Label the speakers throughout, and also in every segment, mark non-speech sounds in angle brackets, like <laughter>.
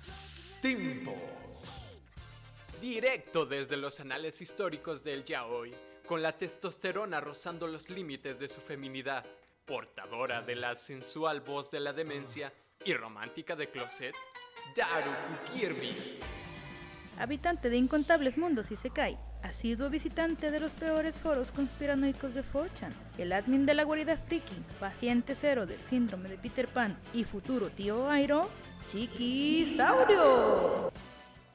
Speaker 1: Stimpo.
Speaker 2: Directo desde los anales históricos del yaoi, con la testosterona rozando los límites de su feminidad, portadora de la sensual voz de la demencia y romántica de closet, Daruku Kirby.
Speaker 3: Habitante de incontables mundos y se cae, asiduo visitante de los peores foros conspiranoicos de 4chan, el admin de la guarida friki, paciente cero del síndrome de Peter Pan y futuro tío Airo, Chiquisaurio.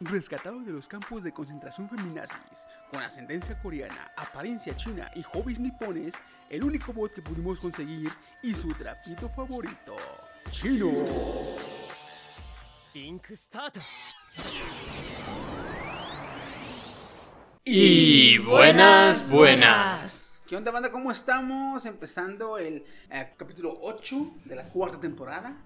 Speaker 4: Rescatado de los campos de concentración feminazis, con ascendencia coreana, apariencia china y hobbies nipones, el único bot que pudimos conseguir y su trapito favorito, Chino.
Speaker 5: Link Start.
Speaker 2: Y buenas, buenas.
Speaker 4: ¿Qué onda, banda? ¿Cómo estamos? Empezando el eh, capítulo 8 de la cuarta temporada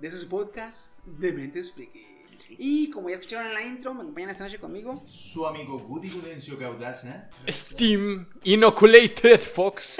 Speaker 4: de esos podcasts de Mentes Friki. Y como ya escucharon en la intro, me acompañan esta noche conmigo.
Speaker 6: Su amigo Woody Gudencio Gaudaza.
Speaker 2: Steam Inoculated Fox.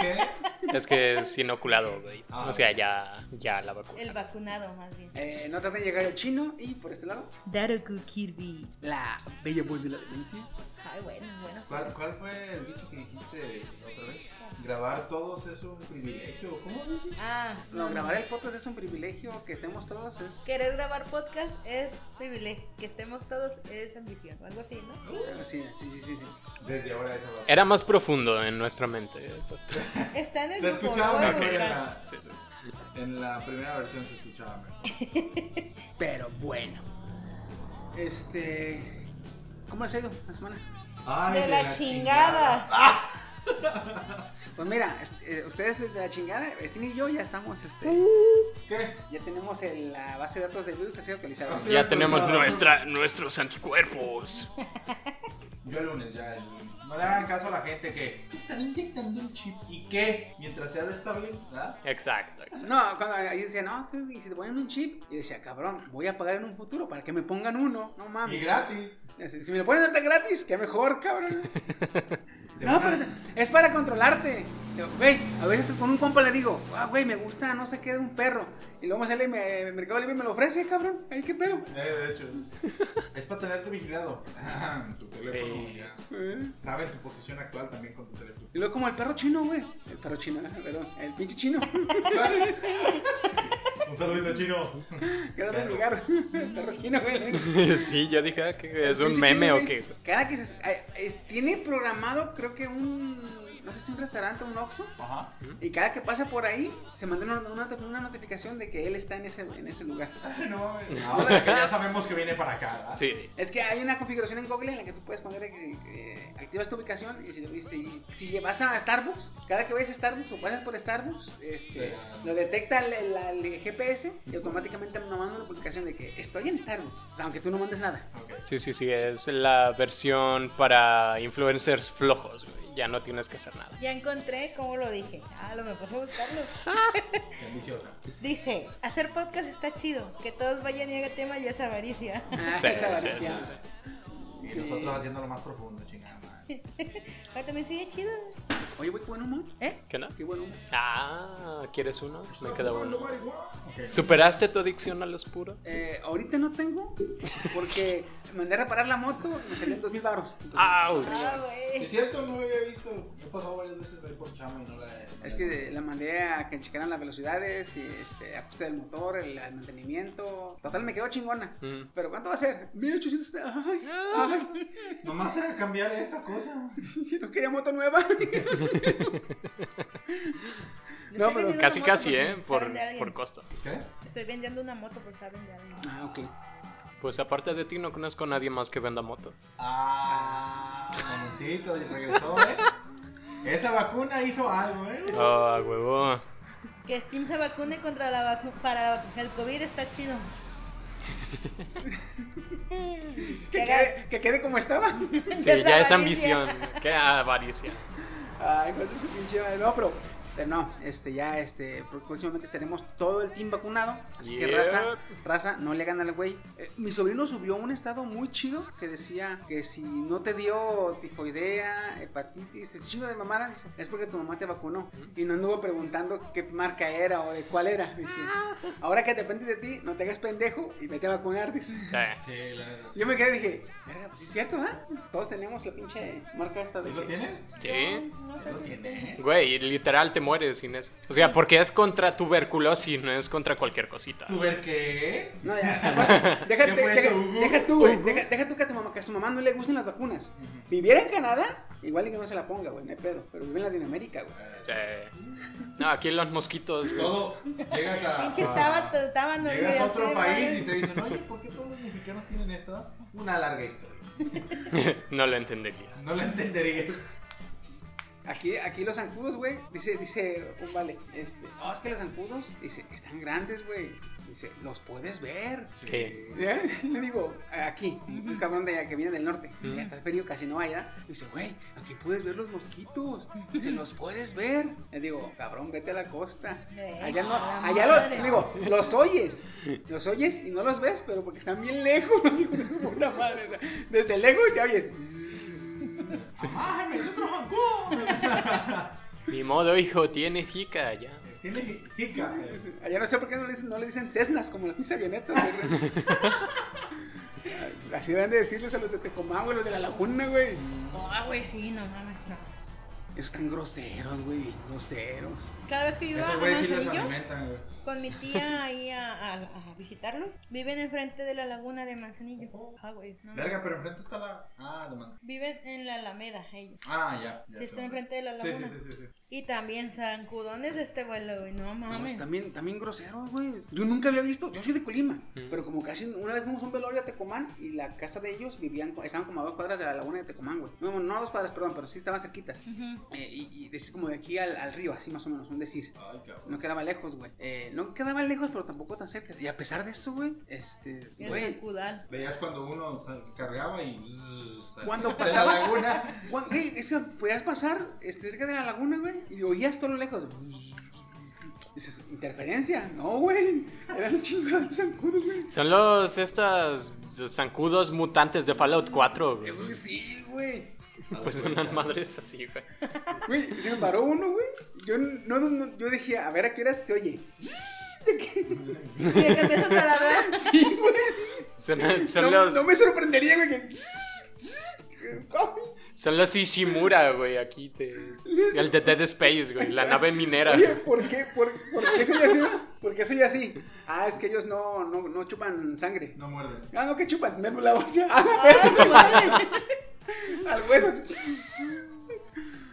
Speaker 6: ¿Qué?
Speaker 2: <laughs> Es que es inoculado, güey.
Speaker 6: Ah.
Speaker 2: O sea, ya, ya la vacuna.
Speaker 7: El vacunado, más bien.
Speaker 4: Eh, no traten de llegar el chino. Y por este lado,
Speaker 7: Daruku Kirby.
Speaker 4: la bella voz de la demencia.
Speaker 7: Ay, bueno, bueno.
Speaker 6: ¿Cuál, ¿Cuál fue el dicho que dijiste otra vez? Grabar todos es un privilegio. ¿Cómo dices?
Speaker 7: Ah,
Speaker 4: No, grabar el podcast es un privilegio. Que estemos todos es.
Speaker 7: Querer grabar podcast es privilegio. Que estemos todos es ambición. O algo así, ¿no?
Speaker 4: Sí, sí, sí, sí. sí.
Speaker 6: Desde ahora esa va a ser.
Speaker 2: Era más profundo en nuestra mente. esto.
Speaker 7: Está en el
Speaker 6: Se
Speaker 7: grupo,
Speaker 6: escuchaba
Speaker 7: lo
Speaker 6: mejor
Speaker 7: pueden
Speaker 6: en
Speaker 7: buscar.
Speaker 6: la,
Speaker 2: Sí, sí.
Speaker 6: en la primera versión, se escuchaba mejor.
Speaker 4: Pero bueno. Este. ¿Cómo ha sido la semana?
Speaker 6: Ay,
Speaker 7: De la chingada.
Speaker 4: Pues mira, este, eh, ustedes desde la chingada, Steam y yo ya estamos, este,
Speaker 6: ¿Qué?
Speaker 4: ya tenemos el- la base de datos del virus así actualizada.
Speaker 6: Sí,
Speaker 2: Ya tenemos
Speaker 6: no.
Speaker 2: nuestra, nuestros anticuerpos.
Speaker 6: Yo el lunes ya. el lunes. No le hagan caso a la gente que están inyectando un chip. ¿Y qué? Mientras sea de Starlink, ¿verdad?
Speaker 2: Exacto, exacto.
Speaker 4: No, cuando ahí decía, no, que- y si te ponen un chip, y decía, cabrón, voy a pagar en un futuro para que me pongan uno, no
Speaker 6: Y
Speaker 4: mames.
Speaker 6: gratis.
Speaker 4: Si si me lo ponen ahorita gratis, qué mejor, cabrón.
Speaker 6: De
Speaker 4: No,
Speaker 6: una-
Speaker 4: pero es para controlarte. Le digo, Güey, a veces con un compa le digo, ah, güey, me gusta, no sé qué, de un perro. Y luego me sale y me, el Mercado Libre y me lo ofrece, cabrón. Ay, qué pedo.
Speaker 6: Eh, de hecho, es para tenerte vigilado. <laughs> tu teléfono.
Speaker 2: Sí.
Speaker 6: ya.
Speaker 4: Eh.
Speaker 6: Saben tu posición actual también con tu teléfono.
Speaker 4: Y luego como el perro chino, güey. El perro chino, <laughs> perdón, el pinche chino. <laughs>
Speaker 6: Un saludito chino.
Speaker 4: Que no te
Speaker 6: Perro.
Speaker 4: llegaron. El perro chino,
Speaker 2: <laughs>
Speaker 4: güey.
Speaker 2: Sí, yo dije ah, que es
Speaker 4: El
Speaker 2: un
Speaker 4: pinche
Speaker 2: meme
Speaker 4: chino,
Speaker 2: o qué.
Speaker 4: güey. Cada que se. eh, es- tiene programado, creo que un. No sé si un restaurante, un Oxxo.
Speaker 6: Ajá.
Speaker 4: Y cada que pasa por ahí, se manda una, una- una notificación de que él está en ese, en ese lugar.
Speaker 6: Ay, No mames. Ahora que ya sabemos que viene para acá. ¿verdad?
Speaker 2: Sí.
Speaker 4: Es que hay una configuración en Google en la que tú puedes poner que eh, activas tu ubicación y si, y si, si llevas a Starbucks, cada que ves Starbucks o pasas por Starbucks, este,
Speaker 6: Sí.
Speaker 4: lo detecta el, el- el GPS y automáticamente nos manda una publicación de que estoy en Starbucks, o sea, aunque tú no mandes nada.
Speaker 6: Ok.
Speaker 2: Sí, sí, sí, es la versión para influencers flojos, güey. Ya no tienes que hacer nada.
Speaker 7: Ya encontré cómo lo dije. Ah, lo me puse a buscarlo.
Speaker 6: Qué ambiciosa.
Speaker 7: Dice, hacer podcast está chido. Que todos vayan y hagan tema ya es avaricia.
Speaker 4: Ah,
Speaker 2: Sí, sí,
Speaker 4: esa
Speaker 2: sí,
Speaker 4: avaricia.
Speaker 2: sí.
Speaker 6: Y
Speaker 4: Sí.
Speaker 6: nosotros haciendo lo más profundo, chingada madre.
Speaker 7: Pero también sigue chido.
Speaker 4: Oye, güey, qué buen humor. ¿Eh?
Speaker 2: ¿Qué no?
Speaker 4: Qué buen humor.
Speaker 2: Ah, ¿quieres uno? Me queda uno.
Speaker 6: Ok.
Speaker 2: ¿Superaste tu adicción a los puros?
Speaker 4: Eh, ahorita no tengo porque mandé a reparar la moto y me salieron dos mil baros. Entonces,
Speaker 2: ¡Auch!
Speaker 7: Ah,
Speaker 6: Es
Speaker 7: güey.
Speaker 6: cierto, no lo había visto. Me he pasado varias veces ahí por Chama y no la he.
Speaker 4: Es que la mandé a que checaran las velocidades y este, ajuste del motor, el, el mantenimiento. Total, me quedó chingona.
Speaker 2: Mm.
Speaker 4: Pero ¿cuánto va a ser? 1800. Ay,
Speaker 6: Ah.
Speaker 4: <laughs> ay,
Speaker 6: Nomás era cambiar esa cosa.
Speaker 4: no quería moto nueva. <laughs>
Speaker 7: Le
Speaker 4: No,
Speaker 7: estoy
Speaker 4: pero-
Speaker 7: vendiendo
Speaker 2: Casi,
Speaker 7: una moto
Speaker 2: casi,
Speaker 7: porque
Speaker 2: ¿eh?
Speaker 7: saben
Speaker 2: Por,
Speaker 7: de alguien.
Speaker 2: por costo.
Speaker 6: ¿Qué?
Speaker 7: Estoy vendiendo una moto porque saben de alguien.
Speaker 4: Ah, ok.
Speaker 2: Pues aparte de ti, no conozco a nadie más que venda motos.
Speaker 6: Ah, momentito, y regresó, ¿eh? Esa vacuna hizo algo, ¿eh?
Speaker 2: Ah, huevo.
Speaker 7: Que Steam se vacune contra la vacu- para la vacuna el COVID está chido. <laughs>
Speaker 4: Que quede, que quede como estaba.
Speaker 2: Sí, ya es
Speaker 8: avaricia.
Speaker 2: ambición. Qué Ah, avaricia.
Speaker 4: Ay, pues su pinche madre. No, pero, pero no, este, ya, este, próximamente tenemos todo el team vacunado. Así que
Speaker 2: Yep.
Speaker 4: raza, raza, no le gana al güey. Eh, mi sobrino subió un estado muy chido que decía que si no te dio tifoidea, hepatitis, chido de mamada, dice, es porque tu mamá te vacunó. Y no anduvo preguntando qué marca era o de cuál era. Dice,
Speaker 6: Ah.
Speaker 4: ahora que depende de ti, no te hagas pendejo y vete a vacunar, dice.
Speaker 2: Sí.
Speaker 6: Sí, la verdad.
Speaker 4: Yo me quedé y dije, verga, pues sí es cierto, ¿ah? Todos tenemos la pinche marca esta de.
Speaker 6: ¿Sí lo
Speaker 4: que-
Speaker 6: tienes?
Speaker 2: Sí.
Speaker 6: ¿Sí lo tienes?
Speaker 2: Güey, literal te mueres sin eso. O sea, porque es contra tuberculosis, no es contra cualquier cosita.
Speaker 6: ¿Tú ver qué?
Speaker 4: No, ya. Deja,
Speaker 6: ¿Qué fue
Speaker 4: deja-
Speaker 6: eso, Hugo?
Speaker 4: deja tú, güey. Deja, deja tú que a, tu mamá, que a su mamá no le gusten las vacunas. Viviera en Canadá, igual y que no se la ponga, güey, no hay pedo. Pero vive en Latinoamérica, güey.
Speaker 2: Sí. No, aquí los mosquitos. güey.
Speaker 6: Todo. Llegas a.
Speaker 8: Pinches tabas, pero estaban
Speaker 6: Llegas a
Speaker 8: dormidas,
Speaker 6: otro
Speaker 8: sí,
Speaker 6: país
Speaker 8: madre.
Speaker 6: y te dicen, oye, ¿por qué todos los mexicanos tienen esto? Una larga historia.
Speaker 2: <laughs> No lo entendería.
Speaker 6: No la entenderías.
Speaker 4: Aquí, aquí los zancudos, güey, dice, dice, un vale, este, oh, es que los zancudos, dice, están grandes, güey. Dice, los puedes ver.
Speaker 2: ¿Qué?
Speaker 4: ¿Ya? ¿Eh? <laughs> Le digo, aquí, un cabrón de allá que viene del norte. Dice, ya está frío, casi no allá. Dice, güey, aquí puedes ver los mosquitos. Dice, los puedes ver. Le digo, cabrón, vete a la costa.
Speaker 8: Eh,
Speaker 4: Allá no,
Speaker 8: la
Speaker 4: allá
Speaker 8: madre.
Speaker 4: los, digo, los oyes. Los oyes y no los ves, pero porque están bien lejos. <laughs> los hijos de su puta madre. O sea, Desde lejos ya oyes.
Speaker 6: ¡Ay, me hizo otro Cancún!
Speaker 2: Ni modo, hijo, tiene jica ya.
Speaker 6: <laughs> Tiene jica.
Speaker 4: Allá no sé por qué no le dicen, no le dicen Cessnas como las mis avionetas. güey. Así deben de decirles a los de Tecomán, güey, los de la laguna, güey.
Speaker 8: Ah, güey, sí, no mames, no.
Speaker 4: Esos están groseros, güey, bien groseros.
Speaker 8: Cada vez que yo iba a
Speaker 6: Esos güeyes sí los
Speaker 8: Manzanillo,
Speaker 6: alimentan, güey.
Speaker 8: con mi tía ahí a, a- a visitarlos, viven enfrente de la laguna de Manzanillo. Ah, güey, no mames.
Speaker 6: Verga, pero enfrente está la. Ah, la man.
Speaker 8: Viven en la Alameda, ellos.
Speaker 6: Ah, ya. ya está.
Speaker 8: Sí, está enfrente de la
Speaker 6: Sí,
Speaker 8: laguna.
Speaker 6: sí, sí, sí, sí.
Speaker 8: Y también zancudones de este vuelo, güey,
Speaker 4: No,
Speaker 8: no mames.
Speaker 4: también, también groseros, güey. Yo nunca había visto, yo soy de Colima, pero como casi una vez fuimos a un velorio a Tecomán y la casa de ellos vivían, co- estaban como a dos cuadras de la laguna de Tecomán, güey. No, bueno, no a dos cuadras, perdón, pero sí estaban cerquitas.
Speaker 8: Ujú.
Speaker 4: Eh, y, y decir como de aquí al, al río, así más o menos, un decir.
Speaker 6: Ay, cabrón.
Speaker 4: No quedaba lejos, güey. Eh, no quedaba lejos, pero tampoco tan cerca. Y a pesar de eso, güey, este,
Speaker 8: El
Speaker 4: güey,
Speaker 6: <laughs>
Speaker 8: zancudal.
Speaker 6: Veías cuando uno se cargaba y.
Speaker 4: Cuando
Speaker 6: De
Speaker 4: pasabas-
Speaker 6: La
Speaker 4: <laughs>
Speaker 6: laguna.
Speaker 4: cuando- güey, es que podías pasar este, cerca de la laguna, güey, y oías todo lo lejos. Dices, interferencia. No, güey. Era el chingo de zancudos, güey.
Speaker 2: Son los estas zancudos mutantes de Fallout 4. güey.
Speaker 4: Eh, güey, Sí, güey.
Speaker 2: Pues unas madres así, güey.
Speaker 4: Güey, se me paró uno, güey. Yo no, no- yo dije, a ver a qué hora se oye. ¿De qué?
Speaker 8: Y de que empiezas a ladrar.
Speaker 4: Sí, güey.
Speaker 2: Son, son
Speaker 4: <laughs> No,
Speaker 2: los,
Speaker 4: no me sorprendería, güey. que-
Speaker 2: son los Ishimura, güey, aquí. Te, el de Dead Space, güey.
Speaker 4: <laughs>
Speaker 2: La nave minera.
Speaker 4: Oye, ¿por qué? ¿Por, por qué soy así? ¿Por qué soy así? Ah, es que ellos no, no, no chupan sangre.
Speaker 6: No muerden.
Speaker 4: Ah, no, que chupan. Médula ósea. <laughs> Ah, al hueso.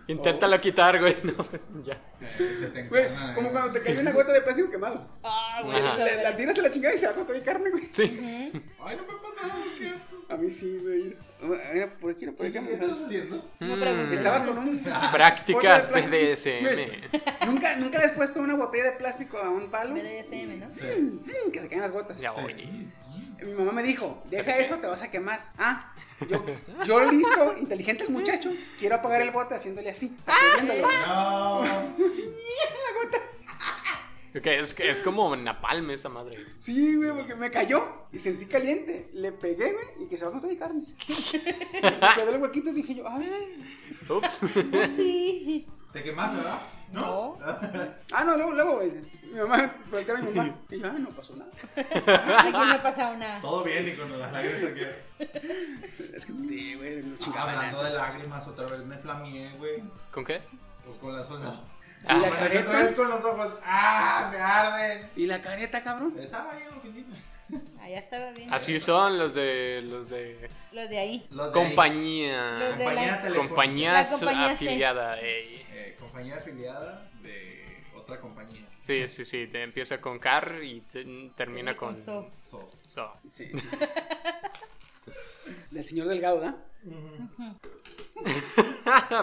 Speaker 2: Inténtalo quitar, güey. <laughs> No, ya.
Speaker 6: Eh, se te
Speaker 4: Güey,
Speaker 6: encarna,
Speaker 4: como
Speaker 6: eh.
Speaker 4: cuando te cae una gota de plástico quemado.
Speaker 8: Ah, güey.
Speaker 2: Ajá.
Speaker 4: La, la tiras a la chingada y se va con toda mi carne, güey.
Speaker 2: Sí.
Speaker 6: Ay, no me ha pasado, qué asco.
Speaker 4: A mí sí, güey. Mira, por aquí, no, por
Speaker 6: ¿Qué
Speaker 4: aquí.
Speaker 6: me estás haciendo?
Speaker 8: No preguntes.
Speaker 4: Estaba con un.
Speaker 2: Mm. Prácticas
Speaker 4: Otra de plástico.
Speaker 2: BDSM.
Speaker 4: ¿Nunca, nunca le has puesto una botella de plástico a un palo.
Speaker 8: BDSM, ¿no?
Speaker 4: ¡Zin, zin! Que se caen las gotas.
Speaker 2: Ya, güey.
Speaker 4: Mi mamá me dijo: Deja eso, te vas a quemar. Ah, yo, yo listo, inteligente el muchacho. Quiero apagar el bote haciéndole así, sacudiéndolo.
Speaker 6: No.
Speaker 2: Ok, es, que- es como napalm esa madre.
Speaker 4: Sí, güey, porque me cayó y sentí caliente. Le pegué, güey, y que se va con toda mi carne. Me quedó el huequito y dije yo: Ay.
Speaker 2: Ups.
Speaker 8: Sí.
Speaker 6: ¿Te quemaste, verdad?
Speaker 8: No.
Speaker 4: Ah, no, luego, luego, güey. Mi mamá, volteó a mi mamá. Y yo: Ah, no pasó nada.
Speaker 8: Alguien le ha pasado una.
Speaker 6: Todo bien y con las lágrimas que.
Speaker 4: Es que, sí, güey, no chingaba
Speaker 6: Hablando
Speaker 4: nada.
Speaker 6: de lágrimas, otra vez me flameé, güey.
Speaker 2: ¿Con qué?
Speaker 6: Pues con las olas.
Speaker 4: Y la
Speaker 6: Bueno, otra vez
Speaker 4: careta.
Speaker 6: con los ojos. ¡Ah! ¡Me arden!
Speaker 4: Y la careta, cabrón.
Speaker 6: Estaba ahí en la oficina.
Speaker 8: Allá estaba bien.
Speaker 2: Así son los de los de
Speaker 8: Los de ahí.
Speaker 6: Los de ahí.
Speaker 8: Los
Speaker 2: compañía,
Speaker 8: de
Speaker 6: Compañía
Speaker 8: la-
Speaker 6: telefónica.
Speaker 2: compañía
Speaker 8: La compañía C.
Speaker 2: afiliada. ey.
Speaker 6: Eh, compañía afiliada de otra compañía.
Speaker 2: Sí, sí, sí. te empieza con car y te- termina con
Speaker 8: So.
Speaker 6: So.
Speaker 2: so. <laughs>
Speaker 4: Sí. Del señor Delgado, ¿verdad?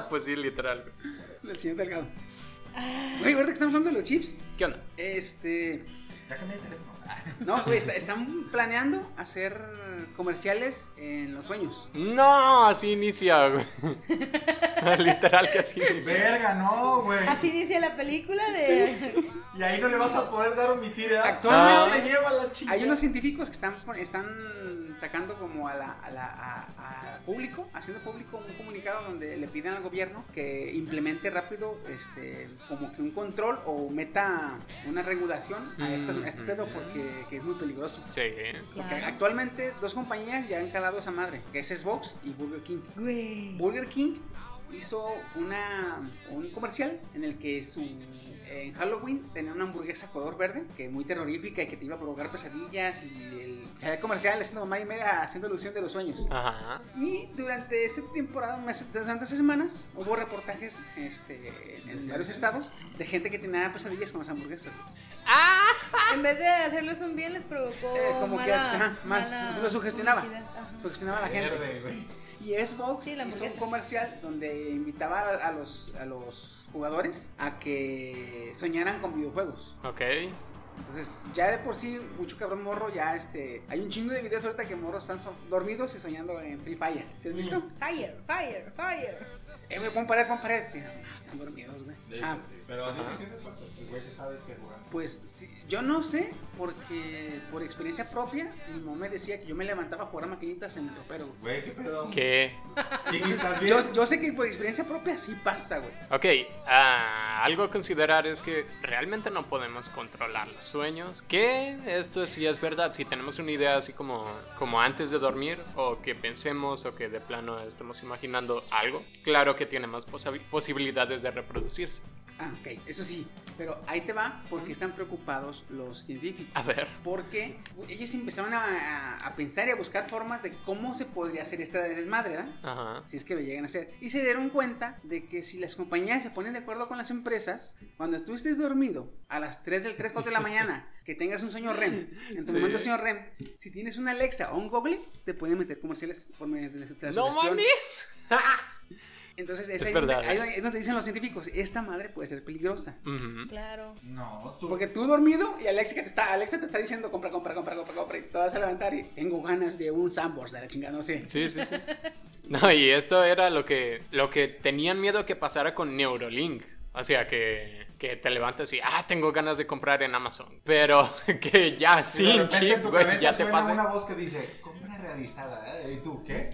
Speaker 2: pues sí, literal.
Speaker 4: Del señor Delgado. Güey, ahorita que estamos hablando de los chips,
Speaker 2: ¿Qué onda?
Speaker 4: este.
Speaker 6: Ya cambié de teléfono. <laughs>
Speaker 4: No, güey, está- están planeando hacer comerciales en los sueños.
Speaker 2: No, así inicia, güey. <laughs> Literal que así inicia.
Speaker 6: Verga, no, güey.
Speaker 4: Ah,
Speaker 8: Así inicia la película de.
Speaker 6: Y ahí no le vas a poder dar omitir, ¿eh?
Speaker 4: Actualmente-
Speaker 6: Ah, me lleva la chica.
Speaker 4: Hay unos científicos que están, pon- están sacando como a la, a la- a- a público, haciendo público un comunicado donde le piden al gobierno que implemente rápido este, como que un control o meta una regulación a, estas- a este pedo porque que es muy peligroso.
Speaker 2: Sí.
Speaker 4: Porque
Speaker 8: Claro.
Speaker 4: actualmente dos compañías ya han calado esa madre, que es Xbox y Burger King.
Speaker 8: Güey.
Speaker 4: Burger King hizo una, un comercial en el que su, en Halloween tenía una hamburguesa color verde, que muy terrorífica y que te iba a provocar pesadillas y el, se había comercial haciendo mamá y media, haciendo alusión de los sueños.
Speaker 2: Ajá.
Speaker 4: Y durante esa temporada, mes- durante esas semanas, hubo reportajes este, en varios estados de gente que tenía pesadillas con las hamburguesas.
Speaker 8: En vez de hacerles un bien, les provocó.
Speaker 4: Eh, como que
Speaker 8: mala-
Speaker 4: ajá, mal.
Speaker 8: mala
Speaker 4: lo sugestionaba.
Speaker 8: publicidad, ajá.
Speaker 4: Sugestionaba a la gente.
Speaker 6: Verde, güey.
Speaker 4: Y Xbox
Speaker 8: Sí, la
Speaker 4: hizo un
Speaker 8: hamburguesa.
Speaker 4: comercial donde invitaba a, a los, a los jugadores a que soñaran con videojuegos.
Speaker 2: Ok.
Speaker 4: Entonces, ya de por sí, mucho cabrón morro, ya este. Hay un chingo de videos ahorita que morros están so- dormidos y soñando en Free Fire. ¿Sí has visto?
Speaker 6: Mm.
Speaker 8: Fire, fire, fire.
Speaker 4: Eh, güey, pon pared, pon pared. Mira, están dormidos, güey.
Speaker 6: De hecho,
Speaker 4: Ah,
Speaker 6: sí. Pero dicen que es el pato, el güey que sabes que jugando.
Speaker 4: Pues sí, yo no sé, porque por experiencia propia, mi mamá me decía que yo me levantaba a jugar a maquinitas en el ropero, güey.
Speaker 6: Güey, qué pedo.
Speaker 2: ¿Qué?
Speaker 6: Chiquis, ¿estás bien?
Speaker 4: Yo, yo sé que por experiencia propia sí pasa, güey.
Speaker 2: Ok, ah, algo a considerar es que realmente no podemos controlar los sueños. Que esto sí es verdad, si tenemos una idea así como, como antes de dormir, o que pensemos, o que de plano estemos imaginando algo, claro que tiene más posabi- posibilidades de reproducirse.
Speaker 4: Ah, ok, eso sí. Pero ahí te va porque están preocupados los científicos.
Speaker 2: A ver.
Speaker 4: Porque ellos empezaron a, a- a pensar y a buscar formas de cómo se podría hacer esta desmadre, ¿verdad?
Speaker 2: Ajá.
Speaker 4: Si es que lo llegan a hacer. Y se dieron cuenta de que si las compañías se ponen de acuerdo con las empresas, cuando tú estés dormido a las 3 del 3, 4
Speaker 2: <laughs>
Speaker 4: de la mañana, que tengas un sueño REM, en
Speaker 2: Sí.
Speaker 4: tu momento sueño REM, si tienes una Alexa o un Google, te pueden meter comerciales por medio de la
Speaker 2: ¡No
Speaker 4: sugestión.
Speaker 2: mames!
Speaker 4: Entonces, es,
Speaker 2: Es
Speaker 4: ahí donde-
Speaker 2: verdad,
Speaker 4: ahí
Speaker 2: ¿eh?
Speaker 4: donde- es donde dicen los científicos, esta madre puede ser peligrosa.
Speaker 2: Ujú.
Speaker 8: Claro.
Speaker 6: No, tú.
Speaker 4: Porque tú dormido y Alexa que te está, Alexa te está diciendo compra, compra, compra, compra, compra y te vas a levantar y tengo ganas de un Sambors de la chingada, no sé.
Speaker 2: Sí, sí, sí. No, y esto era lo que, lo que tenían miedo que pasara con Neurolink. O sea, que, que te levantas y, ah, tengo ganas de comprar en Amazon. Pero <laughs> que ya
Speaker 6: Y de
Speaker 2: sin
Speaker 6: repente en
Speaker 2: chip,
Speaker 6: tu
Speaker 2: güey,
Speaker 6: cabeza
Speaker 2: ya te
Speaker 6: suena
Speaker 2: pasa.
Speaker 6: una voz que dice, compra realizada, ¿eh? ¿Y tú qué?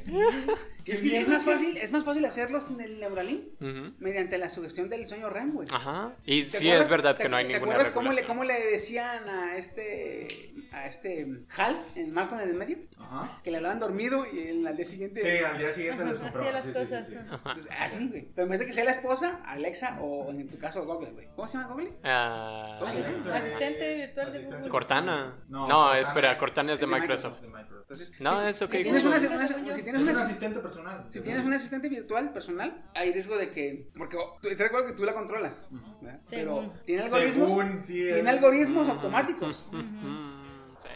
Speaker 4: Es que es más fácil, es más fácil hacerlo sin el Neuralink
Speaker 2: Ujú.
Speaker 4: mediante la sugestión del sueño REM, güey.
Speaker 2: Ajá. Y
Speaker 4: ¿Te
Speaker 2: Ah, sí
Speaker 4: acuerdas-
Speaker 2: es verdad
Speaker 4: te-
Speaker 2: que no hay
Speaker 4: ¿te
Speaker 2: ninguna
Speaker 4: acuerdas cómo le,
Speaker 2: regulación.
Speaker 4: cómo le decían a este a este Hal en Malcolm en el medio?
Speaker 6: Ajá.
Speaker 4: Que le hablaban dormido y en- al día siguiente
Speaker 6: Sí, al día siguiente
Speaker 8: Ajá,
Speaker 6: les
Speaker 8: hacía
Speaker 6: compramos.
Speaker 8: las
Speaker 6: Sí, sí, sí,
Speaker 8: cosas.
Speaker 6: sí.
Speaker 8: ajá.
Speaker 2: Ah.
Speaker 4: Entonces, Así, güey. Pero en vez de que sea la esposa, Alexa o en tu caso Google, güey. ¿Cómo se llama Google?
Speaker 2: Ah,
Speaker 6: Alexa
Speaker 8: Asistente
Speaker 6: es
Speaker 8: virtual de
Speaker 6: asistente
Speaker 2: <laughs>
Speaker 8: Google.
Speaker 2: Cortana. No,
Speaker 6: No, Cortana
Speaker 2: espera,
Speaker 6: es-
Speaker 2: Cortana es de
Speaker 4: es de
Speaker 2: Microsoft.
Speaker 6: de Microsoft.
Speaker 4: Entonces,
Speaker 2: No, es ok.
Speaker 4: si tienes una,
Speaker 2: Google.
Speaker 4: una- si
Speaker 6: Es
Speaker 4: tienes
Speaker 6: un
Speaker 4: una-
Speaker 6: asistente personal.
Speaker 4: Si tienes un asistente virtual personal, hay riesgo de que. Porque oh, tú- estás de acuerdo que tú la controlas. ¿verdad? Pero
Speaker 8: Según.
Speaker 4: tiene algoritmos.
Speaker 6: Según, sí, es-
Speaker 4: tiene algoritmos automáticos.
Speaker 2: Mm, sí.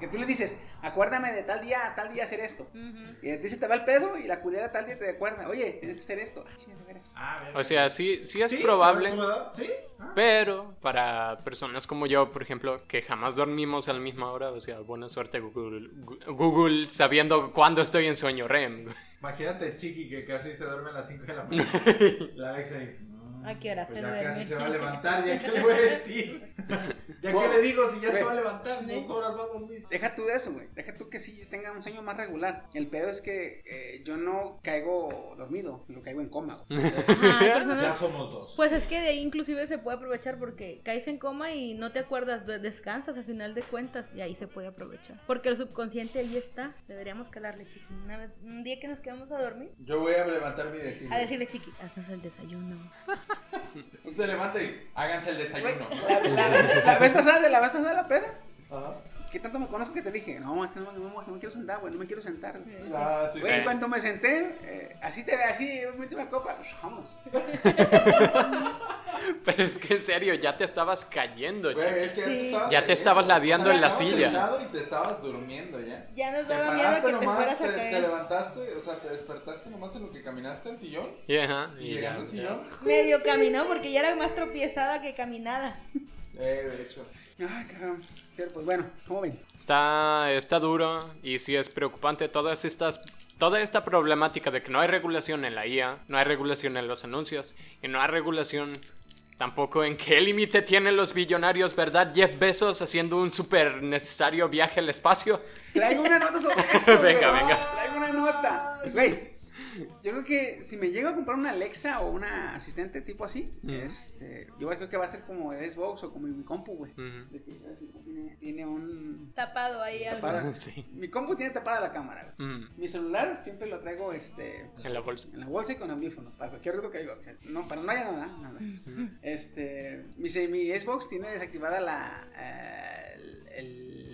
Speaker 4: Que tú le dices, acuérdame de tal día a tal día hacer esto.
Speaker 8: Ujú.
Speaker 4: Y a ti se te va el pedo y la culera tal día te acuerda. Oye, tienes que hacer esto. Ah, chinga, de veras.
Speaker 6: Ah, verga.
Speaker 2: O sea, sí, sí es
Speaker 6: Sí,
Speaker 2: probable.
Speaker 6: ¿a tu edad? Sí. Ah.
Speaker 2: Pero para personas como yo, por ejemplo, que jamás dormimos a la misma hora, o sea, buena suerte Google, Gu- Google sabiendo cuándo estoy en sueño REM. <laughs>
Speaker 6: Imagínate Chiqui que casi se duerme a las 5 de la mañana. La Alexa ahí. mm,
Speaker 8: ¿A qué hora
Speaker 6: pues
Speaker 8: se
Speaker 6: ya
Speaker 8: duerme?
Speaker 6: casi
Speaker 8: <laughs>
Speaker 6: se va a levantar, ya que le voy a decir. ya que le digo, si ya se va a levantar, dos horas va a dormir.
Speaker 4: Deja tú de eso, güey. Deja tú que sí tenga un sueño más regular. El pedo es que eh, yo no caigo dormido, yo caigo en coma.
Speaker 6: <laughs>
Speaker 4: güey.
Speaker 8: Ajá, hay personas-
Speaker 6: Ya somos dos.
Speaker 8: Pues es que de ahí inclusive se puede aprovechar porque caes en coma y no te acuerdas, du- descansas al final de cuentas y ahí se puede aprovechar. Porque el subconsciente ahí está. Deberíamos calarle, chiqui. Una vez- un día que nos quedamos a dormir,
Speaker 6: Yo voy a levantar mi vecino.
Speaker 8: a decirle, chiqui, haznos el desayuno.
Speaker 6: Usted levanta y háganse el desayuno.
Speaker 4: La, la- la vez pasada, de la vez pasada la peda.
Speaker 6: Ajá.
Speaker 4: ¿Qué tanto me conozco que te dije? No, es que no, no, no, no me quiero sentar, güey, no me quiero sentar. güey.
Speaker 6: Ah, sí.
Speaker 4: Güey, en cuanto me senté, eh, así te así, me metí una copa, pues, vamos.
Speaker 2: Pero es que en serio, ya te estabas cayendo,
Speaker 6: Güey,
Speaker 2: che.
Speaker 6: es que ya
Speaker 8: Sí.
Speaker 6: te estabas,
Speaker 2: Ya te
Speaker 6: cayendo.
Speaker 2: estabas ladeando en la
Speaker 6: estabas
Speaker 2: silla.
Speaker 6: sentado y te estabas durmiendo ya.
Speaker 8: Ya nos
Speaker 6: Te
Speaker 8: daba miedo
Speaker 6: paraste
Speaker 8: que te
Speaker 6: nomás,
Speaker 8: fueras a
Speaker 6: te- Te
Speaker 8: caer.
Speaker 6: levantaste, o sea, te despertaste nomás en lo que caminaste al sillón.
Speaker 2: Y, ajá,
Speaker 6: Y
Speaker 2: y ya,
Speaker 6: llegando al
Speaker 2: ya.
Speaker 6: sillón.
Speaker 8: Medio caminó porque ya era más tropiezada que caminada.
Speaker 6: Eh, de hecho.
Speaker 4: Ay, cabrón. Pero pues bueno, ¿cómo ven?
Speaker 2: Está, está duro y sí es preocupante todas estas, toda esta problemática de que no hay regulación en la IA, no hay regulación en los anuncios y no hay regulación tampoco en qué límite tienen los billonarios, ¿verdad? Jeff Bezos haciendo un súper necesario viaje al espacio.
Speaker 4: Traigo una nota
Speaker 2: <laughs>
Speaker 4: sobre eso.
Speaker 2: Venga,
Speaker 4: güey.
Speaker 2: venga.
Speaker 4: Traigo una nota. Güey, yo creo que si me llego a comprar una Alexa o una asistente tipo así, este, yo creo que va a ser como Xbox o como mi compu, güey.
Speaker 2: Ujú.
Speaker 4: De que, así, tiene, tiene un.
Speaker 8: Tapado ahí algo.
Speaker 4: Tapada.
Speaker 2: <laughs> Sí.
Speaker 4: Mi compu tiene tapada la cámara, güey.
Speaker 2: Mm,
Speaker 4: Mi celular siempre lo traigo este,
Speaker 2: en la bolsa.
Speaker 4: en la bolsa y con audífonos, para cualquier ruido que digo. No, para no haya nada, nada. Este, mi, se- mi Xbox tiene desactivada la, eh, el,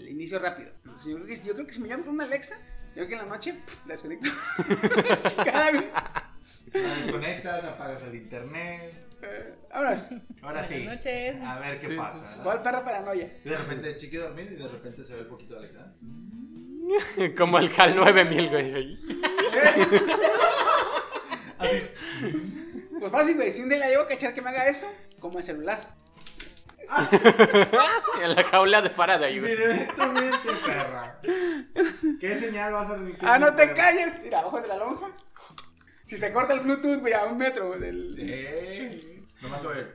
Speaker 4: el inicio rápido. Entonces, yo, creo que, yo creo que si me llaman con una Alexa, yo creo que en la noche pf, la desconecto. Chingada, güey.
Speaker 6: La desconectas, apagas el internet.
Speaker 4: Eh, vámonos.
Speaker 6: Ahora sí.
Speaker 8: Buenas noches.
Speaker 6: A ver qué
Speaker 2: Sí, sí,
Speaker 6: pasa.
Speaker 2: sí.
Speaker 6: ¿verdad?
Speaker 4: ¿Cuál perra paranoia?
Speaker 6: Y de repente chiqui dormir y de repente se ve el poquito de
Speaker 4: <laughs>
Speaker 6: Alexa.
Speaker 2: <laughs>
Speaker 6: <laughs>
Speaker 2: Como el HAL 9000, güey.
Speaker 4: Pues fácil, güey. Si un día la llevo a cachar que me haga eso, como el celular.
Speaker 2: En la jaula de Faraday, güey.
Speaker 6: Directamente, perra. ¿Qué señal vas a transmitir?
Speaker 4: ¡Ah, no te
Speaker 6: Perra.
Speaker 4: calles! Mira, abajo de la lonja. Si se corta el Bluetooth, güey, a un metro güey, del...
Speaker 6: Eh, nomás oye.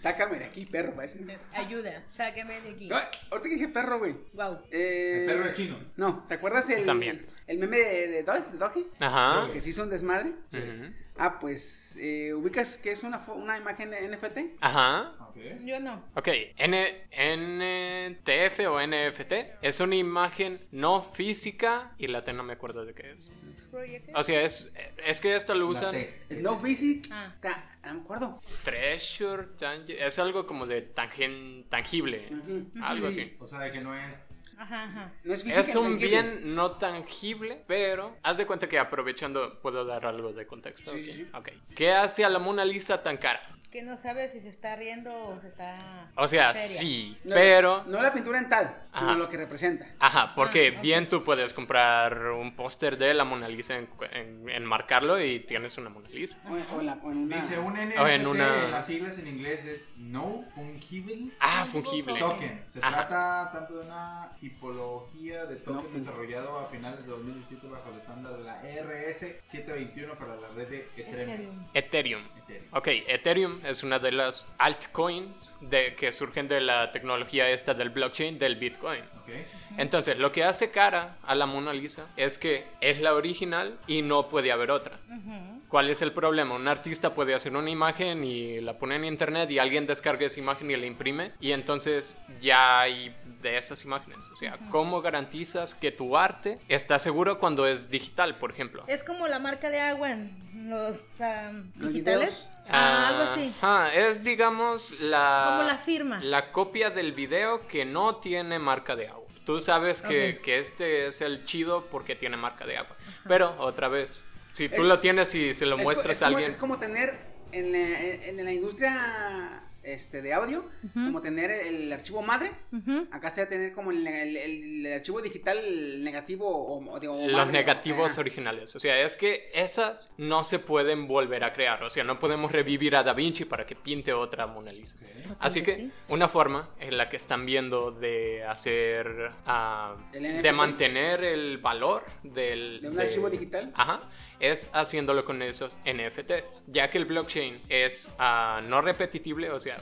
Speaker 4: Sácame de aquí, perro, parece.
Speaker 8: Ayuda, sáqueme de aquí.
Speaker 4: No, ahorita que dije perro, güey.
Speaker 8: Wow.
Speaker 4: Eh,
Speaker 6: El perro es chino.
Speaker 4: No, ¿te acuerdas el,
Speaker 2: También. Ah.
Speaker 4: el meme de, de, Dog- de Doggy?
Speaker 2: Ajá.
Speaker 4: Que se hizo un desmadre.
Speaker 2: Ujú.
Speaker 4: Ah, pues, eh, ¿ubicas que es una, fo- una imagen de NFT?
Speaker 2: Ajá.
Speaker 6: Ok.
Speaker 8: Yo no.
Speaker 2: Ok, N- NTF o NFT es una imagen no física y la T no me acuerdo de qué es.
Speaker 8: Project-
Speaker 2: O sea, es, es que esto lo
Speaker 6: La
Speaker 2: usan
Speaker 6: T.
Speaker 4: Snow Physics.
Speaker 8: Ah.
Speaker 4: ta- No me acuerdo.
Speaker 2: Treasure, tangi- es algo como de tangen- tangible,
Speaker 4: Ujú.
Speaker 2: algo así.
Speaker 6: O sea, de que no es.
Speaker 8: Ajá, ajá.
Speaker 4: No es física.
Speaker 2: Es un
Speaker 4: tangible.
Speaker 2: bien no tangible, pero haz de cuenta que aprovechando puedo dar algo de contexto.
Speaker 4: Sí, sí, sí.
Speaker 2: Ok. ¿Qué hace a la Mona Lisa tan cara?
Speaker 8: Que no sabe si se está riendo o se está.
Speaker 2: O sea,
Speaker 8: seria.
Speaker 2: sí,
Speaker 4: No,
Speaker 2: pero
Speaker 4: No la pintura en tal, sino
Speaker 2: Ajá.
Speaker 4: lo que representa.
Speaker 2: Ajá, porque bien tú puedes comprar un póster de la Mona Lisa, en- en- enmarcarlo y tienes una Mona Lisa.
Speaker 4: O, o la- o en una-
Speaker 6: Dice un NFT.
Speaker 2: O en Ah, una-
Speaker 6: Las siglas en inglés es No Fungible
Speaker 2: Ah, fungible.
Speaker 6: Token. Se
Speaker 2: Ajá.
Speaker 6: trata tanto de una tipología de token
Speaker 4: No fun-
Speaker 6: desarrollado a finales de 2017 bajo el estándar de la E RS721 para la red de Ethereum.
Speaker 2: Ethereum.
Speaker 6: Ethereum.
Speaker 2: Ok, Ethereum es una de las altcoins de, que surgen de la tecnología esta del blockchain del Bitcoin.
Speaker 6: Ok.
Speaker 2: Entonces, lo que hace cara a la Mona Lisa es que es la original y no puede haber otra.
Speaker 8: Ujú.
Speaker 2: ¿Cuál es el problema? Un artista puede hacer una imagen y la pone en internet y alguien descarga esa imagen y la imprime y entonces ya hay de esas imágenes. O sea, ¿cómo garantizas que tu arte está seguro cuando es digital, por ejemplo?
Speaker 8: Es como la marca de agua en los, am,
Speaker 4: Los
Speaker 8: digitales.
Speaker 4: videos.
Speaker 8: Ah, algo así.
Speaker 2: Ajá, es digamos la...
Speaker 8: Como la firma.
Speaker 2: La copia del video que no tiene marca de agua. Tú sabes que,
Speaker 8: Ok.
Speaker 2: que este es el chido porque tiene marca de agua. Pero, otra vez, si tú
Speaker 4: Es-
Speaker 2: lo tienes y se lo
Speaker 4: Es co-
Speaker 2: muestras
Speaker 4: es
Speaker 2: a
Speaker 4: como-
Speaker 2: alguien...
Speaker 4: Es como tener en la, en- en la industria este, de audio, como tener el archivo madre.
Speaker 8: Ujú.
Speaker 4: Acá se va a tener como el, el- el- el archivo digital negativo o, o digo,
Speaker 2: los
Speaker 4: madre,
Speaker 2: negativos
Speaker 4: o- ajá.
Speaker 2: originales. O sea, es que esas no se pueden volver a crear. O sea, no podemos revivir a Da Vinci para que pinte otra Mona Lisa. Así que
Speaker 8: sí.
Speaker 2: una forma en la que están viendo de hacer, ah,
Speaker 4: El NFT.
Speaker 2: de mantener el valor del...
Speaker 4: ¿De un archivo digital?
Speaker 2: Ajá. Es haciéndolo con esos NFTs. Ya que el blockchain es ah, no repetitible, o sea,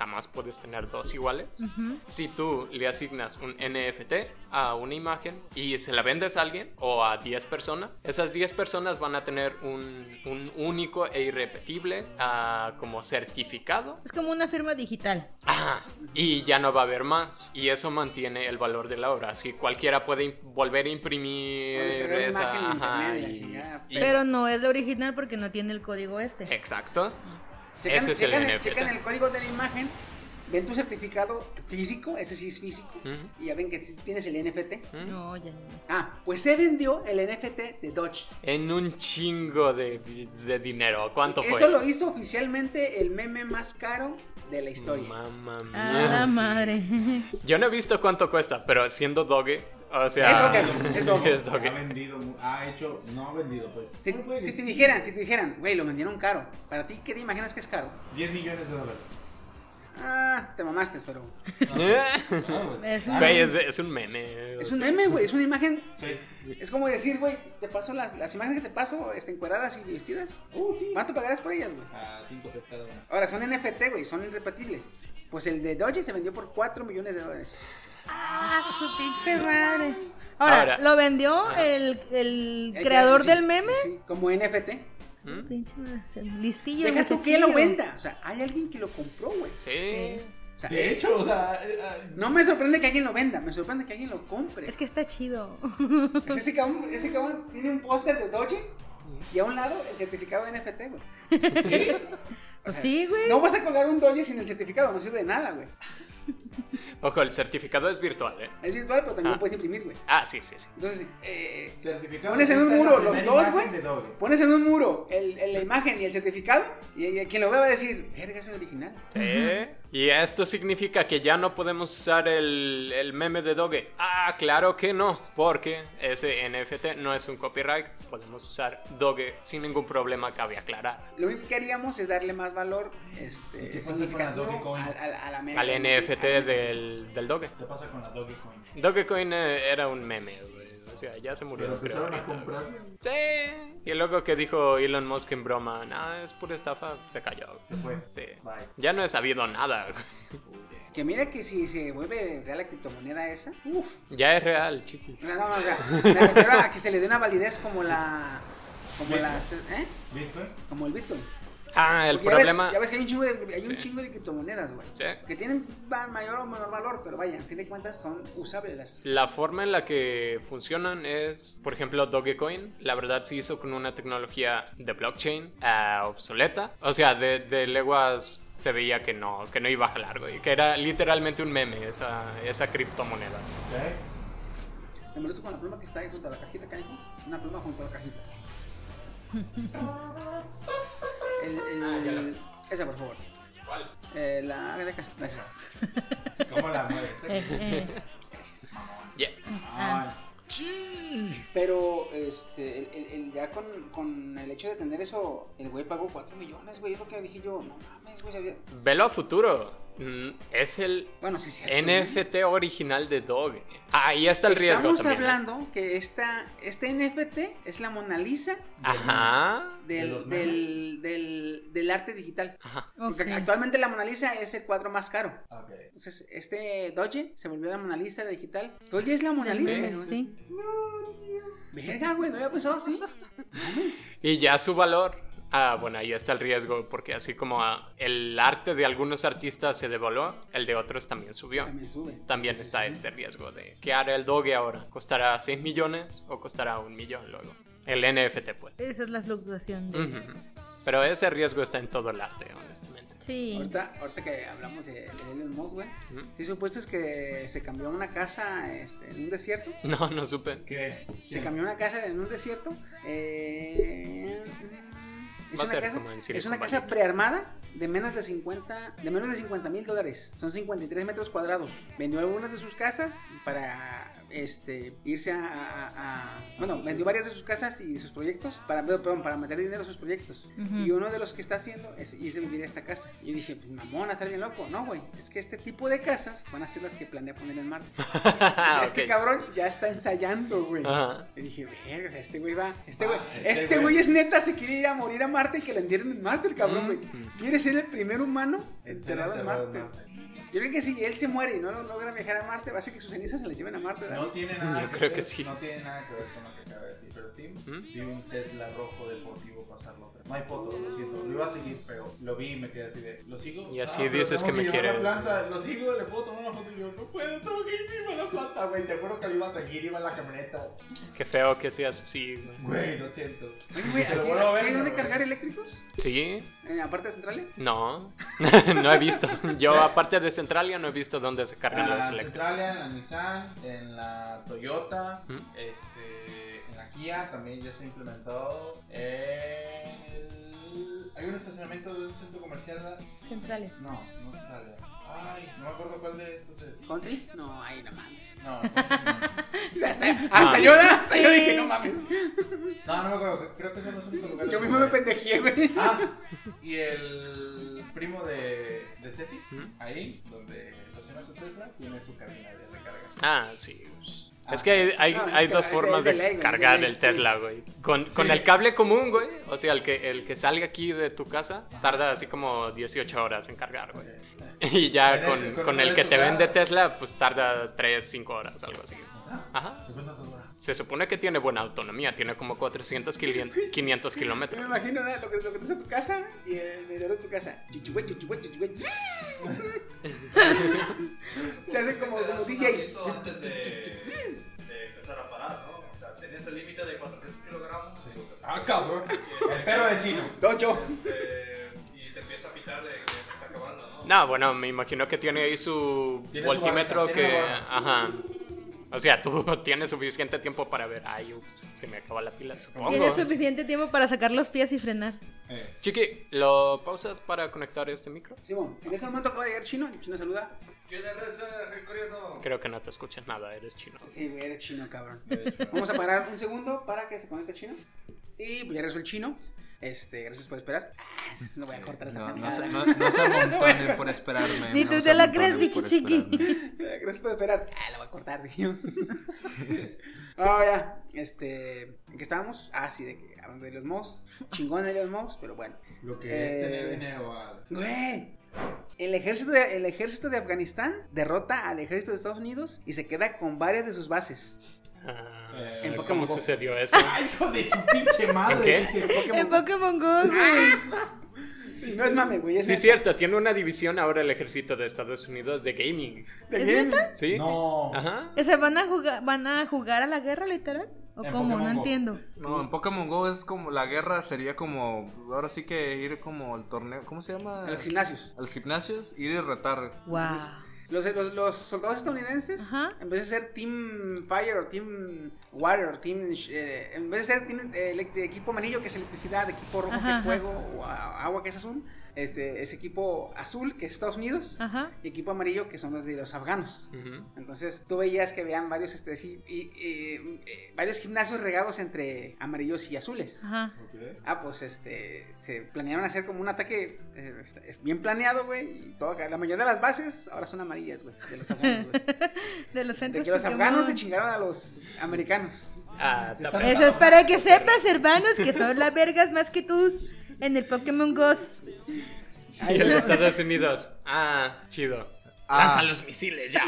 Speaker 2: jamás puedes tener dos iguales. Si tú le asignas un NFT a una imagen y se la vendes a alguien o a 10 personas, esas 10 personas van a tener un, un único e irrepetible ah, como certificado.
Speaker 8: Es como una firma digital.
Speaker 2: Ajá. Y ya no va a haber más. Y eso mantiene el valor de la obra. Así que cualquiera puede im- volver a imprimir
Speaker 4: O descargar una
Speaker 2: esa.
Speaker 4: imagen en
Speaker 2: ajá,
Speaker 4: internet
Speaker 2: y-
Speaker 4: y la chingada,
Speaker 2: y-
Speaker 8: Pero no es la original porque no tiene el código este.
Speaker 2: Eh. Exacto.
Speaker 4: Checan,
Speaker 2: Ese es el
Speaker 4: checan
Speaker 2: NFT.
Speaker 4: checan el código de la imagen, ven tu certificado físico, ese sí es físico,
Speaker 2: Ujú.
Speaker 4: y ya ven que sí tienes el NFT.
Speaker 8: No, ya no.
Speaker 4: Ah, pues se vendió el NFT de Dodge.
Speaker 2: En un chingo de, de dinero. ¿Cuánto fue?
Speaker 4: Eso lo hizo oficialmente el meme más caro de la historia.
Speaker 2: Mamma
Speaker 8: A
Speaker 2: mía.
Speaker 4: <laughs>
Speaker 8: la madre.
Speaker 2: Yo no he visto cuánto cuesta, pero siendo doge, O sea,
Speaker 4: Es
Speaker 2: <laughs>
Speaker 4: Docker, es
Speaker 6: <laughs>
Speaker 4: Docker.
Speaker 2: es
Speaker 4: <laughs>
Speaker 2: Docker.
Speaker 6: Ha vendido, mu- ha hecho, no ha vendido, pues.
Speaker 4: Si,
Speaker 6: Bueno, pues,
Speaker 4: si te dijeran, si te dijeran, güey, lo vendieron caro. ¿Para ti qué te imaginas que es caro?
Speaker 6: 10 millones de
Speaker 2: <laughs>
Speaker 6: dólares.
Speaker 4: Ah, te mamaste, pero.
Speaker 6: No, pues,
Speaker 7: Es
Speaker 6: ah,
Speaker 2: Güey, es, es un meme. o
Speaker 4: Es un
Speaker 2: sea.
Speaker 4: meme, güey, es una imagen.
Speaker 6: sí.
Speaker 4: Es como decir, güey, te paso las, las imágenes que te paso, este, encueradas y vestidas.
Speaker 6: Uh, sí.
Speaker 4: ¿Cuánto pagarás por ellas, güey?
Speaker 6: A 5 Ah, pesos cada uno.
Speaker 4: Ahora, son NFT, güey, son irrepetibles. Pues el de Doge se vendió por 4 millones de dólares.
Speaker 7: Ah, su pinche madre. Ahora,
Speaker 2: Ahora.
Speaker 7: lo vendió el, el
Speaker 4: Eh,
Speaker 7: creador
Speaker 4: sí,
Speaker 7: del
Speaker 4: sí,
Speaker 7: meme.
Speaker 4: sí, como NFT.
Speaker 2: ¿Mm?
Speaker 7: Pinche madre, listillo.
Speaker 4: Deja tú que
Speaker 7: muchachillo.
Speaker 4: lo venda. O sea, hay alguien que lo compró, güey.
Speaker 2: Sí.
Speaker 4: O sea,
Speaker 6: De hecho, o sea, eh, eh,
Speaker 4: no me sorprende que alguien lo venda, me sorprende que alguien lo compre.
Speaker 7: Es que está chido.
Speaker 4: Pues ese cabrón, ese cabrón tiene un póster de Doge y a un lado el certificado de NFT, güey.
Speaker 7: Pues sí, güey.
Speaker 4: No vas a colgar un Doge sin el certificado, no sirve de nada, güey.
Speaker 2: Ojo, el certificado es virtual, ¿eh?
Speaker 4: Es virtual, pero también
Speaker 2: Ah.
Speaker 4: lo puedes imprimir, güey.
Speaker 2: Ah, sí, sí, sí.
Speaker 4: Entonces, eh,
Speaker 6: certificado.
Speaker 4: pones en
Speaker 6: Esta
Speaker 4: un
Speaker 6: es la
Speaker 4: muro los
Speaker 6: primera
Speaker 4: dos,
Speaker 6: imagen
Speaker 4: güey.
Speaker 6: de Doble.
Speaker 4: Pones en un muro el, el- la imagen y el certificado y, y quien lo vea va a decir, verga, es el original.
Speaker 2: Sí. Y esto significa que ya no podemos usar el, el meme de Doge. Ah, claro que no, porque ese NFT no es un copyright. Podemos usar Doge sin ningún problema, cabe aclarar.
Speaker 4: Lo único que haríamos es darle más valor
Speaker 6: ¿Qué
Speaker 4: este,
Speaker 6: pasa con la
Speaker 4: significativo
Speaker 6: Dogecoin?
Speaker 4: al, al, a la meme.
Speaker 2: Al NFT del, del Doge.
Speaker 6: ¿Qué pasa con la Dogecoin?
Speaker 2: Dogecoin eh, era un meme, güey. O sea, ya se murió.
Speaker 6: Pero
Speaker 2: creo,
Speaker 6: empezaron a
Speaker 2: ahorita, güey.
Speaker 6: comprar.
Speaker 2: Sí. Y luego que dijo Elon Musk en broma, nada, es pura estafa, se cayó.
Speaker 6: Se fue.
Speaker 2: Sí.
Speaker 6: Bye.
Speaker 2: Ya no he sabido nada. güey.
Speaker 4: Que mira que si se vuelve real la criptomoneda esa, uff.
Speaker 2: Ya es real, chiqui.
Speaker 4: No, no, no, o sea, me refiero a que se le dé una validez como la. Como las. ¿Eh?
Speaker 6: Bitcoin.
Speaker 4: Como el Bitcoin.
Speaker 2: Ah, el
Speaker 4: Porque ya
Speaker 2: problema.
Speaker 4: Ves, ya ves que hay un chingo de, hay un
Speaker 2: Sí.
Speaker 4: chingo de criptomonedas, güey.
Speaker 2: Sí.
Speaker 4: Que tienen va- mayor o menor valor, pero vaya, en fin de cuentas son usables las.
Speaker 2: La forma en la que funcionan es, por ejemplo, Dogecoin, la verdad se hizo con una tecnología de blockchain ah, obsoleta. O sea, de, de leguas se veía que no, que no iba a jalar, güey, que era literalmente un meme esa, esa criptomoneda.
Speaker 6: Ok.
Speaker 4: Me molesto con la pluma que está ahí junto a la cajita, canijo. Una pluma junto a la
Speaker 2: <laughs>
Speaker 4: cajita. El, el-
Speaker 2: Ah, ya la-
Speaker 4: Esa, por favor.
Speaker 2: ¿Cuál?
Speaker 4: Eh, la de acá. la- esa.
Speaker 6: ¿Cómo
Speaker 2: <laughs>
Speaker 6: la mueves? Ah,
Speaker 7: Eh, eh.
Speaker 2: Yeah.
Speaker 6: Ay,
Speaker 4: Pero, este, el, el- el- ya con, con el hecho de tener eso, el güey pagó 4 millones, güey. Es lo que dije yo, no mames, güey. sabía-
Speaker 2: Velo a futuro. Mm, Es el
Speaker 4: Bueno, sí, sí.
Speaker 2: NFT original de Doge. Ahí está el riesgo
Speaker 4: Estamos
Speaker 2: también. ¿eh?
Speaker 4: hablando que esta, este NFT es la Mona Lisa
Speaker 2: Ajá.
Speaker 6: ¿De los
Speaker 4: del, del,
Speaker 6: memes?
Speaker 4: del, del arte digital.
Speaker 2: Ajá.
Speaker 4: Porque
Speaker 7: Ok.
Speaker 4: actualmente la Mona Lisa es el cuadro más caro.
Speaker 2: Ah.
Speaker 6: ok.
Speaker 4: Entonces, este Doge se volvió la Mona Lisa digital. Doge es la Mona Lisa.
Speaker 2: Sí,
Speaker 4: ¿no?
Speaker 7: sí.
Speaker 4: Verga, güey, no había pensado así.
Speaker 2: Y ya su valor. Ah, bueno, ahí está el riesgo, porque así como ah, el arte de algunos artistas se devaluó, el de otros también subió.
Speaker 4: También sube.
Speaker 2: También está este riesgo de ¿qué hará el doge ahora? ¿Costará 6 millones o costará un millón luego? El NFT, pues.
Speaker 7: Esa es la fluctuación. de-
Speaker 2: Ujú. Pero ese riesgo está en todo el arte, honestamente.
Speaker 7: Sí.
Speaker 4: Ahorita, ahorita que hablamos de, de Elon Musk, güey.
Speaker 2: Ujú. <laughs>
Speaker 4: ¿Sí supuesto es que se cambió a una casa este, en un desierto?
Speaker 2: No, no supe.
Speaker 6: ¿Qué?
Speaker 4: Se cambió a una casa en un desierto. eh, es,
Speaker 2: Va a
Speaker 4: una
Speaker 2: ser
Speaker 4: casa,
Speaker 2: como en
Speaker 4: es
Speaker 2: Silicon
Speaker 4: una
Speaker 2: Valley,
Speaker 4: casa
Speaker 2: ¿no?
Speaker 4: prearmada de menos de 50 de menos de 50 mil dólares. Son 53 metros cuadrados. Vendió algunas de sus casas para este irse a, a- a- bueno vendió varias de sus casas y sus proyectos para perdón, para meter dinero a sus proyectos.
Speaker 7: Ujú.
Speaker 4: Y uno de los que está haciendo es irse a vivir a esta casa. Y yo dije pues mamona está bien loco. No güey es que este tipo de casas van a ser las que planea poner
Speaker 2: <laughs>
Speaker 4: en Marte.
Speaker 2: Ah,
Speaker 4: Este
Speaker 2: ok.
Speaker 4: cabrón ya está ensayando güey.
Speaker 2: Ajá.
Speaker 4: Y dije, verga, o sea, este güey va. Este
Speaker 6: Ah,
Speaker 4: güey,
Speaker 6: este
Speaker 4: este
Speaker 6: güey.
Speaker 4: güey es neta, se quiere ir a morir a Marte y que le entierren en Marte, el cabrón, güey. Quiere ser el primer humano enterrado en Marte. Yo creo que si él se muere y no lo logra viajar a Marte, va a ser que sus cenizas se las lleven a Marte. ¿verdad?
Speaker 6: No tiene nada
Speaker 2: Yo
Speaker 6: que
Speaker 2: creo
Speaker 6: ver,
Speaker 2: que sí.
Speaker 6: No tiene nada que ver con lo que acaba de decir, pero sí
Speaker 2: ¿Mm?
Speaker 6: vi un Tesla rojo deportivo pasarlo. No hay fotos, lo siento. Lo iba a seguir, pero lo vi y me quedé así de, lo sigo. Ah,
Speaker 2: Y así
Speaker 6: pero
Speaker 2: dices
Speaker 6: tengo
Speaker 2: que me
Speaker 6: llevar la
Speaker 2: quieres.
Speaker 6: planta, lo sigo, le puedo tomar una foto y yo no puedo, tengo que irme a la planta, güey. Te juro que lo iba a seguir, iba en la camioneta.
Speaker 2: Qué feo que seas así. güey.
Speaker 6: Güey, lo siento.
Speaker 4: Oye, güey,
Speaker 6: Se lo
Speaker 4: ¿aquí-
Speaker 6: vuelvo a
Speaker 4: aquí ¿hay
Speaker 6: ver,
Speaker 4: dónde
Speaker 6: güey.
Speaker 4: cargar eléctricos?
Speaker 2: ¿Sí?
Speaker 4: ¿En la parte central?
Speaker 2: No. <laughs> no he visto. Yo, aparte de Centralia, no he visto dónde se cargan
Speaker 6: la
Speaker 2: los eléctricos.
Speaker 6: Centralia, en la Nissan, en la Toyota,
Speaker 2: ¿Mm?
Speaker 6: este, en la Kia también ya está implementado. El- Hay un estacionamiento de un centro comercial.
Speaker 7: Centrales.
Speaker 6: No, no Centralia. Ay, no me acuerdo cuál de estos es.
Speaker 4: ¿Country? No, ahí no mames. <laughs>
Speaker 6: No, no,
Speaker 4: Hasta, hasta
Speaker 6: Ah,
Speaker 4: yo, hasta yo dije, no mames.
Speaker 6: no, no me acuerdo. Creo que son los únicos lugares.
Speaker 4: Yo
Speaker 6: donde
Speaker 4: mismo me
Speaker 6: voy.
Speaker 4: pendejé, güey.
Speaker 6: Ah, y el primo de, de Ceci, ahí, donde estaciona su Tesla, tiene su cabina de recarga.
Speaker 2: Ah, sí.
Speaker 6: Ah.
Speaker 2: Es que hay, hay,
Speaker 4: No, es
Speaker 2: hay
Speaker 4: que
Speaker 2: dos
Speaker 4: es de-
Speaker 2: formas
Speaker 4: es
Speaker 2: de,
Speaker 4: de ley, güey,
Speaker 2: cargar
Speaker 4: es de ley,
Speaker 2: el Tesla, güey. Con, con el cable común, güey. O sea, el que, el que salga aquí de tu casa tarda así como 18 horas en cargar, güey. <laughs> Y ya
Speaker 6: Con ese-
Speaker 2: con,
Speaker 6: con
Speaker 2: con
Speaker 6: uno de
Speaker 2: el que
Speaker 6: esos
Speaker 2: te vende
Speaker 6: ya-
Speaker 2: Tesla, pues tarda 3, 5 horas, algo así. Ajá.
Speaker 6: ¿Te cuentas ahora?
Speaker 2: Ah. Se supone que tiene buena autonomía, tiene como 400, <laughs> 500 500
Speaker 4: Yo me
Speaker 2: kilómetros.
Speaker 4: imagino ¿verdad? lo que, lo que te hace tu casa y el vendedor de tu casa. Chuchue, chuchue, chuchue. Te hace como, como DJ.
Speaker 5: de empezar a parar, ¿no? O sea, tenías el límite de 400 kilogramos
Speaker 6: Ah, cabrón. El perro de chino.
Speaker 4: Dos yo.
Speaker 5: este, y te empieza a pitar de que se está acabando, ¿no?
Speaker 2: No, bueno, me imagino que tiene ahí su
Speaker 6: Tiene su
Speaker 2: voltímetro
Speaker 6: barra,
Speaker 2: que...
Speaker 6: tiene una barra.
Speaker 2: Ajá. O sea, tú <laughs> tienes suficiente tiempo para ver. Ay, ups, se me acaba la pila,
Speaker 8: Tienes
Speaker 2: supongo.
Speaker 8: suficiente tiempo para sacar los pies y frenar.
Speaker 6: Eh,
Speaker 2: Chiqui, ¿lo pausas para conectar este micro?
Speaker 4: Simón, en este momento acaba de llegar Chino. Chino saluda.
Speaker 5: ¿Quién le reza el coreano?
Speaker 2: Creo que no te escuchas nada, eres chino.
Speaker 4: Sí, güey, eres chino, cabrón.
Speaker 6: de hecho.
Speaker 4: Vamos a parar un segundo para que se conecte el chino. Y pues ya regresó el chino. Este, gracias por esperar. Ah, No voy a cortar esta
Speaker 9: No, no,
Speaker 4: pendejada.
Speaker 9: se- no, no se amontonen por esperarme.
Speaker 8: Ni
Speaker 9: no
Speaker 8: tú
Speaker 9: se
Speaker 8: te la
Speaker 9: amontonen
Speaker 8: crees, bichi
Speaker 9: por
Speaker 8: chiqui.
Speaker 9: esperarme.
Speaker 4: Gracias por esperar. Ah, la voy a cortar, dije.
Speaker 9: <laughs>
Speaker 4: Ah, ya. Este, ¿en qué estábamos? Ah, sí, de que hablando de los mouse. Chingón de los mouse, pero bueno.
Speaker 6: Lo que
Speaker 4: Eh,
Speaker 6: es tener dinero ah. al.
Speaker 4: Güey. El ejército, de, el ejército de Afganistán derrota al ejército de Estados Unidos y se queda con varias de sus bases.
Speaker 2: Ah,
Speaker 5: Eh,
Speaker 6: En
Speaker 2: ¿Cómo
Speaker 4: Pokémon Go.
Speaker 5: <laughs>
Speaker 2: sucedió eso?
Speaker 6: ¡Ay, hijo de su pinche madre!
Speaker 2: ¿Qué?
Speaker 6: Dije,
Speaker 8: <laughs>
Speaker 6: Pokémon.
Speaker 8: En Pokémon Go, güey.
Speaker 4: No es mame, güey. Es
Speaker 2: Sí, cierto, tiene una división ahora el ejército de Estados Unidos de gaming.
Speaker 4: ¿De
Speaker 8: ¿Es
Speaker 4: bien?
Speaker 2: ¿Sí?
Speaker 6: No.
Speaker 2: Ajá.
Speaker 8: O sea, ¿van a jugar, van a jugar a la guerra literal? ¿O
Speaker 6: En
Speaker 8: cómo?
Speaker 6: Pokémon
Speaker 8: no
Speaker 6: Go.
Speaker 8: entiendo.
Speaker 9: No, en Pokémon Go es como la guerra sería como ahora sí que ir como el torneo, ¿cómo se llama?
Speaker 4: A los gimnasios.
Speaker 9: A los gimnasios, ir y retar.
Speaker 8: Wow.
Speaker 4: Los, los, los soldados estadounidenses,
Speaker 8: Ajá.
Speaker 4: en vez de ser Team Fire o Team Water, o Team. eh, en vez de ser team, eh, elec- de equipo amarillo que es electricidad, de equipo rojo que
Speaker 8: Ajá,
Speaker 4: es
Speaker 8: ajá.
Speaker 4: fuego, o a- agua que es azul, este, es equipo azul que es Estados Unidos,
Speaker 8: Ajá.
Speaker 4: y equipo amarillo que son los de los afganos.
Speaker 2: Ujú.
Speaker 4: Entonces tú veías que habían varios, este, sí, y, eh, eh, varios gimnasios regados entre amarillos y azules.
Speaker 8: Ajá.
Speaker 6: Ok.
Speaker 4: Ah, pues este, se planearon hacer como un ataque eh, bien planeado, güey. y todo acá. La mayoría de las bases ahora son amarillas, güey, de los afganos, güey.
Speaker 8: De los
Speaker 4: De
Speaker 8: centros
Speaker 4: que los
Speaker 8: Pokémon.
Speaker 4: afganos se chingaron a los americanos.
Speaker 2: Ah, está
Speaker 8: Eso es para que sepas, hermanos, que son las vergas más que tú en el Pokémon Go.
Speaker 2: Y el Estados Unidos. Ah, chido.
Speaker 9: Ah.
Speaker 2: Lanza los misiles
Speaker 4: <laughs>
Speaker 2: ya.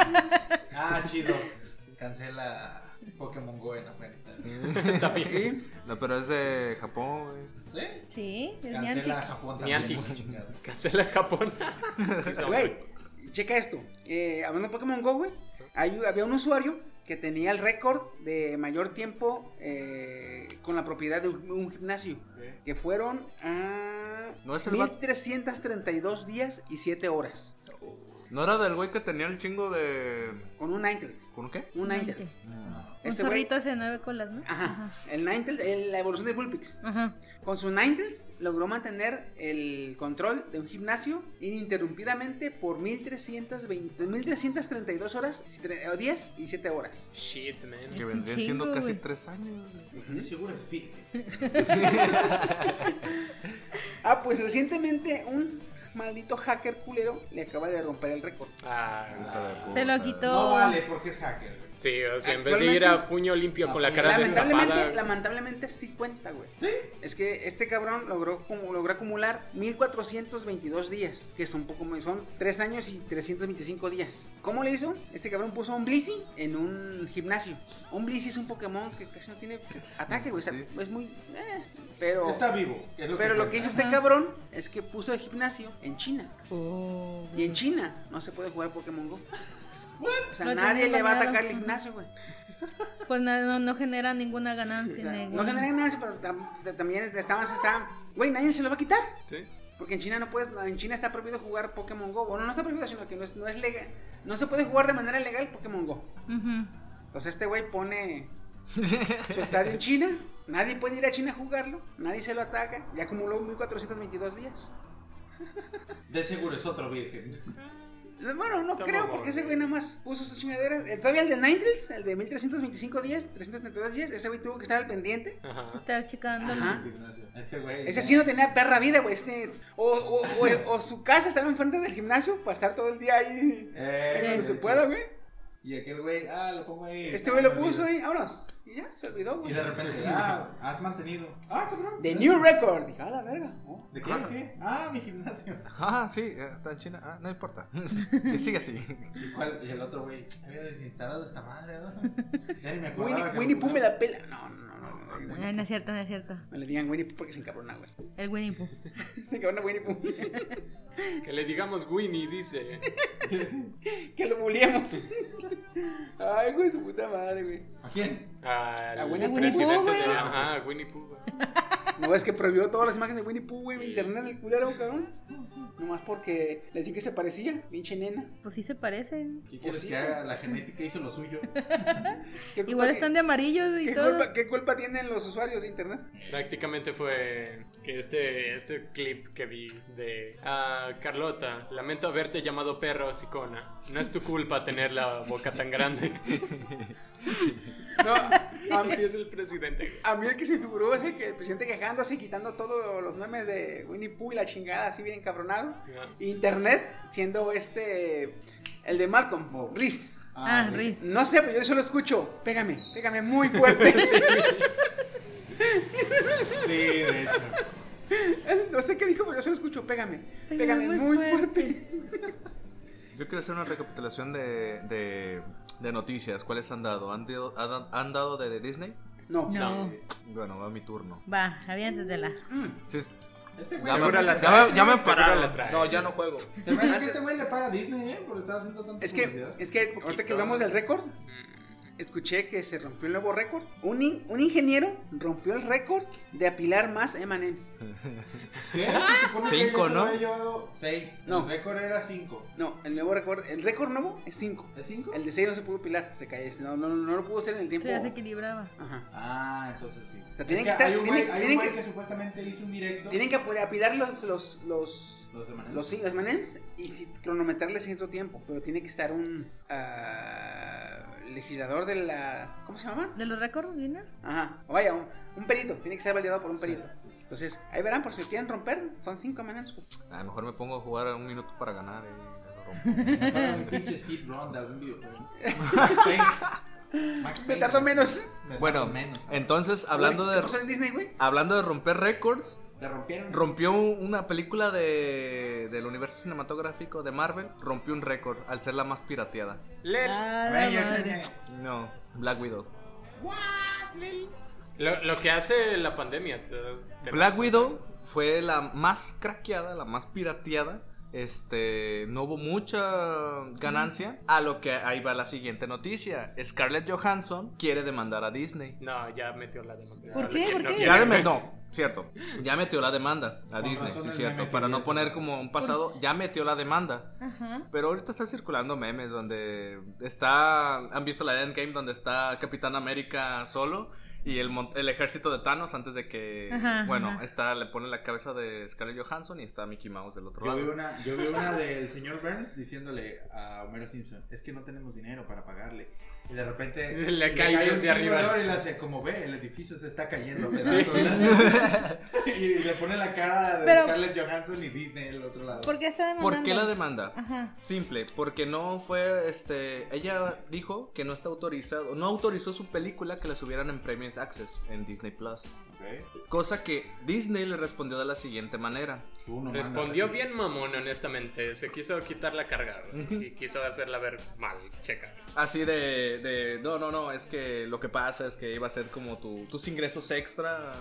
Speaker 6: Ah, chido. Cancela Pokémon Go en Afganistán.
Speaker 9: No, pero es de Japón, güey.
Speaker 6: ¿Sí?
Speaker 8: Sí, es
Speaker 6: Cancela
Speaker 8: Niantic.
Speaker 6: Japón
Speaker 2: Niantic.
Speaker 6: también. chingado.
Speaker 2: Cancela
Speaker 4: <laughs>
Speaker 2: Japón. Sí, son-
Speaker 4: Güey, checa esto. Eh, hablando de Pokémon Go, güey, hay- había un usuario que tenía el récord de mayor tiempo eh, con la propiedad de un, un gimnasio. Que fueron a
Speaker 9: ¿No es el vato?
Speaker 4: 1332 días y 7 horas.
Speaker 9: ¿No era del güey que tenía el chingo de...
Speaker 4: Con un Ninetales.
Speaker 9: ¿Con qué?
Speaker 4: Un
Speaker 8: Ninetales.
Speaker 4: Ninetales.
Speaker 8: Un
Speaker 4: Este güey.
Speaker 8: zorrito hace nueve colas, ¿no?
Speaker 4: Ajá. El Ninetales, el- la evolución del Bullpix.
Speaker 8: Ajá.
Speaker 4: Con su Ninetales logró mantener el control de un gimnasio ininterrumpidamente por 1320, 1332 horas, tre- o 10 y 7 horas.
Speaker 2: Shit, man.
Speaker 9: Que vendrían
Speaker 8: chingo,
Speaker 9: siendo casi
Speaker 8: güey.
Speaker 9: tres años. güey.
Speaker 6: De seguro es Pi.
Speaker 4: Ah, pues recientemente un maldito hacker culero le acaba de romper el récord.
Speaker 2: Ah,
Speaker 8: Se lo quitó.
Speaker 6: No vale porque es hacker. güey.
Speaker 2: sí, o sea, en vez de ir a puño limpio con la cara
Speaker 4: Lamentablemente,
Speaker 2: destapada.
Speaker 4: lamentablemente sí cuenta, güey.
Speaker 6: ¿Sí?
Speaker 4: Es que este cabrón logró, como- logró acumular 1422 días, que son poco más, son 3 años y 325 días. ¿Cómo le hizo? Este cabrón puso a un Blissey en un gimnasio. Un Blissey es un Pokémon que casi no tiene ataque, güey. o sea,
Speaker 9: Sí.
Speaker 4: Es muy. eh, pero.
Speaker 6: Está vivo. es lo
Speaker 4: pero lo
Speaker 6: cuenta.
Speaker 4: que hizo este cabrón es que puso el gimnasio en China.
Speaker 8: Oh.
Speaker 4: Y en China no se puede jugar Pokémon Go. O sea,
Speaker 8: No tiene
Speaker 4: nadie le va a
Speaker 8: manera.
Speaker 4: atacar el gimnasio, güey.
Speaker 8: Pues no, no, no genera ninguna
Speaker 4: O
Speaker 8: ganancia.
Speaker 4: sea, no
Speaker 8: ninguna-
Speaker 4: generan nada, pero tam- tam- también estaban, estaban, güey, nadie se lo va a quitar.
Speaker 2: Sí.
Speaker 4: Porque en China no puedes, en China está prohibido jugar Pokémon Go. Bueno, no está prohibido, sino que no es, no es legal. No se puede jugar de manera legal Pokémon Go.
Speaker 8: Ujú.
Speaker 4: Entonces este güey pone
Speaker 6: <laughs>
Speaker 4: su estadio en China. Nadie puede ir a China a jugarlo. Nadie se lo ataca. Ya acumuló 1422 días.
Speaker 6: De seguro es otro virgen. <laughs>
Speaker 4: Bueno, no
Speaker 6: Está
Speaker 4: creo,
Speaker 6: mamón,
Speaker 4: porque ese
Speaker 6: güey.
Speaker 4: güey nada más puso sus chingaderas. Eh, Todavía el de Ninetales, el de 1325 días, 332 días, ese güey tuvo que estar al pendiente.
Speaker 2: Ajá.
Speaker 8: Estaba checando.
Speaker 4: Ajá.
Speaker 6: Ese güey.
Speaker 4: Ese sí no tenía perra vida, güey. Este, o, o, o- o su casa estaba enfrente del gimnasio para estar todo el día ahí.
Speaker 6: Eh,
Speaker 4: En
Speaker 6: güey,
Speaker 4: su
Speaker 6: sí.
Speaker 4: pueda, güey.
Speaker 6: Y aquel güey, ah, lo pongo ahí.
Speaker 4: Este güey lo puso ahí, vámonos. Y ya, se olvidó,
Speaker 6: Y
Speaker 4: güey.
Speaker 6: de repente, <laughs> ah, has mantenido. Ah, cabrón.
Speaker 4: The New Record. Dije, a la verga. oh.
Speaker 6: ¿De qué? ¿Qué? Ah, mi gimnasio.
Speaker 9: Ah, sí, eh, está en China. Ah,
Speaker 8: <laughs>
Speaker 9: no importa. que siga así.
Speaker 6: ¿Y, cuál? y el otro güey, había desinstalado esta madre, ¿no? Ya ni me acordaba.
Speaker 4: Winnie,
Speaker 6: que lo
Speaker 4: Winnie
Speaker 6: puso.
Speaker 4: Pooh me la pela. No, no, no. no, no,
Speaker 8: Ay, no es cierto, no es cierto.
Speaker 4: Me le digan Winnie Pooh porque se encabrona, güey. <laughs>
Speaker 8: El Winnie Pooh.
Speaker 4: Se encabrona Winnie Pooh. <laughs>
Speaker 2: Que le digamos Winnie, dice.
Speaker 4: que lo bulíamos. <laughs> Ay, güey, su puta madre, güey.
Speaker 6: ¿A quién?
Speaker 2: Al
Speaker 4: A Winnie Pooh,
Speaker 2: presidente
Speaker 8: güey.
Speaker 2: de. Ajá, a Winnie Pooh. güey.
Speaker 4: No, es que prohibió todas las imágenes de Winnie Pooh, güey, en internet del culero, cabrón. Nomás porque le decían que se parecía, pinche nena.
Speaker 8: Pues sí se parecen.
Speaker 6: ¿Qué quieres
Speaker 4: sí,
Speaker 6: que
Speaker 4: güey.
Speaker 6: haga? La genética hizo lo <laughs> suyo.
Speaker 4: ¿Qué culpa
Speaker 8: Igual
Speaker 4: ti-
Speaker 8: están de amarillos y
Speaker 4: ¿Qué
Speaker 8: todo.
Speaker 4: culpa, ¿Qué culpa tienen los usuarios de internet?
Speaker 2: Prácticamente fue que este, este clip que vi de ah, Carlota, lamento haberte llamado perra o sicona. No es tu culpa tener la boca tan
Speaker 9: <laughs>
Speaker 2: grande.
Speaker 4: No, a mí,
Speaker 2: Así es el presidente. güey.
Speaker 4: a mí el que se me figuró es el que el presidente quejándose y quitando todos los memes de Winnie Pooh y la chingada, así bien encabronado.
Speaker 2: Ajá.
Speaker 4: Internet siendo este. El de Malcolm, Riz.
Speaker 8: Ah, Riz.
Speaker 4: No sé, pero yo solo escucho. Pégame, pégame muy <laughs> fuerte.
Speaker 6: Sí, de hecho.
Speaker 4: No sé qué dijo, pero yo solo escucho. Pégame, pégame,
Speaker 8: Pégame muy
Speaker 4: muy, fuerte.
Speaker 9: Yo quiero hacer una recapitulación de, de, de noticias. ¿Cuáles han dado? ¿Han, dado- han dado- han dado de, de Disney?
Speaker 4: No.
Speaker 8: No.
Speaker 9: Bueno, va mi turno.
Speaker 8: Va, aviéntatela.
Speaker 4: Mm.
Speaker 9: Sí, es-
Speaker 6: Este güey.
Speaker 9: ya me,
Speaker 2: Seguro la
Speaker 9: ya
Speaker 2: trae,
Speaker 9: me- ya me
Speaker 2: seguro
Speaker 9: pararon.
Speaker 2: la trae.
Speaker 9: No, ya no juego.
Speaker 6: Se me hace que este güey le paga a Disney, ¿eh? Por estar haciendo tanta
Speaker 4: Es que,
Speaker 6: publicidad.
Speaker 4: es que ahorita que hablamos del récord, escuché que se rompió el nuevo récord. Un, in- un ingeniero rompió el récord de apilar más MMs.
Speaker 6: ¿Qué? Se supone que yo
Speaker 9: Cinco,
Speaker 6: se lo
Speaker 9: ¿no?
Speaker 6: había llevado seis.
Speaker 4: No.
Speaker 6: El récord era cinco.
Speaker 4: No, el nuevo récord, el récord nuevo es 5.
Speaker 6: ¿Es cinco?
Speaker 4: El de 6 no se pudo apilar, se cayó. No, no, no lo pudo hacer en el tiempo.
Speaker 8: Se desequilibraba.
Speaker 4: Ajá.
Speaker 6: Ah, entonces sí.
Speaker 4: sea, tienen
Speaker 6: Es
Speaker 4: que estar-
Speaker 6: Hay un
Speaker 4: tienen-
Speaker 6: güey hay un
Speaker 4: tienen
Speaker 6: güey
Speaker 4: que-
Speaker 6: que... supuestamente hizo un directo.
Speaker 4: Tienen que ap- apilar los, los, los,
Speaker 6: Los de Maná.
Speaker 4: los, sí, los M&Ms y si- cronometrarle cierto tiempo. Pero tiene que estar un ah, legislador de la... ¿Cómo se llama?
Speaker 8: ¿De los récords, Guinness?
Speaker 4: Ajá. O vaya, un, un perito. Tiene que ser validado por un perito. Entonces, ahí verán por si quieren romper. Son 5 M&Ms. güey.
Speaker 9: A lo mejor me pongo a jugar a un minuto para ganar. y lo rompo.
Speaker 6: Para un pinche speedrun de
Speaker 4: <laughs>
Speaker 6: algún videojuego. Max
Speaker 4: Me
Speaker 6: Payne.
Speaker 4: tardó menos.
Speaker 6: Me tardó
Speaker 9: Bueno,
Speaker 6: menos.
Speaker 9: entonces, hablando
Speaker 4: ¿Qué
Speaker 9: de,
Speaker 4: pasó en Disney, güey?
Speaker 9: hablando de romper récords,
Speaker 6: Te rompieron.
Speaker 9: rompió una película de, del universo cinematográfico de Marvel, rompió un récord al ser la más pirateada.
Speaker 8: Ah, la
Speaker 6: Avengers
Speaker 8: madre.
Speaker 6: Endgame.
Speaker 9: No, Black Widow.
Speaker 2: Lo, lo que hace la pandemia. te- te-
Speaker 9: Black Widow fue la más craqueada, la más pirateada. Este, no hubo mucha ganancia. A lo que ahí va la siguiente noticia. Scarlett Johansson quiere demandar a Disney.
Speaker 2: No, ya metió la demanda.
Speaker 8: ¿Por
Speaker 2: No,
Speaker 8: qué?
Speaker 2: no
Speaker 8: ¿Por qué?
Speaker 2: quiere.
Speaker 9: Ya de no, cierto. Ya metió la demanda a
Speaker 6: Con
Speaker 9: Disney,
Speaker 6: razón
Speaker 9: sí
Speaker 6: el meme
Speaker 9: cierto.
Speaker 6: que
Speaker 9: Para
Speaker 6: vi
Speaker 9: no
Speaker 6: hace
Speaker 9: poner
Speaker 6: rato.
Speaker 9: como un pasado,
Speaker 4: Pues-
Speaker 9: ya metió la demanda.
Speaker 8: Ajá.
Speaker 9: Pero ahorita está circulando memes donde está. ¿Han visto la de Endgame donde está Capitán América solo? Y el, mon- el ejército de Thanos antes de que.
Speaker 8: Ajá,
Speaker 9: bueno,
Speaker 8: ajá.
Speaker 9: está, le pone la cabeza de Scarlett Johansson y está Mickey Mouse del otro
Speaker 6: Yo vi,
Speaker 9: lado.
Speaker 6: una, yo vi una del señor Burns diciéndole a Homero Simpson, es que no tenemos dinero para pagarle. Y
Speaker 4: <laughs>
Speaker 6: de repente
Speaker 2: Le cae desde
Speaker 6: chingo
Speaker 2: arriba.
Speaker 6: de oro y le hace, como ve, el edificio se está cayendo a pedazos". Le hace- <laughs> y le pone la cara de
Speaker 8: Pero-
Speaker 6: Scarlett Johansson y Disney del otro lado.
Speaker 8: ¿Por qué está demandando?
Speaker 9: ¿Por qué la demanda?
Speaker 8: Ajá.
Speaker 9: Simple, porque no fue, este, ella dijo que no está autorizado, no autorizó su película que la subieran en Premium Access en Disney Plus.
Speaker 6: Ok.
Speaker 9: Cosa que Disney le respondió de la siguiente manera.
Speaker 6: Tú no mandas
Speaker 2: <laughs> Respondió
Speaker 6: aquí.
Speaker 2: bien mamón, honestamente. Se quiso quitar la carga güey, y quiso hacerla ver mal. Checa.
Speaker 9: Así de, de, no, no, no, es que lo que pasa es que iba a ser como tu- tus ingresos extra,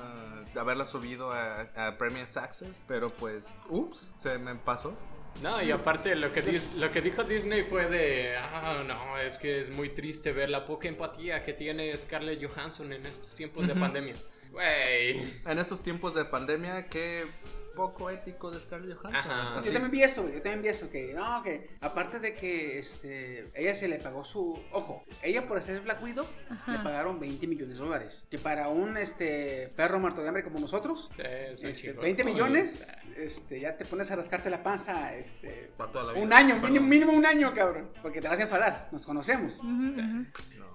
Speaker 9: de haberla subido a, a Premium Access, pero pues, ups, se me pasó.
Speaker 2: No, y aparte lo que, dis- lo que dijo Disney fue de, ah, no, es que es muy triste ver la poca empatía que tiene Scarlett Johansson en estos tiempos de pandemia. Güey.
Speaker 9: En estos tiempos de pandemia, que poco ético de Scarlett Johansson.
Speaker 2: Ajá.
Speaker 9: Es
Speaker 4: Yo
Speaker 9: así.
Speaker 4: también vi eso, yo también vi eso, que no, que aparte de que este, ella se le pagó su, ojo, ella por hacer Black Widow
Speaker 7: Ajá.
Speaker 4: le pagaron 20 millones de dólares, que para un este perro muerto de hambre como nosotros,
Speaker 2: Sí, es un
Speaker 4: este,
Speaker 2: chingo.
Speaker 4: 20 millones, este, ya te pones a rascarte la panza, este,
Speaker 9: Para toda la vida.
Speaker 4: un año,
Speaker 9: Perdón.
Speaker 4: mínimo, mínimo un año, cabrón, porque te vas a enfadar, nos conocemos.
Speaker 7: Ujú, ujú.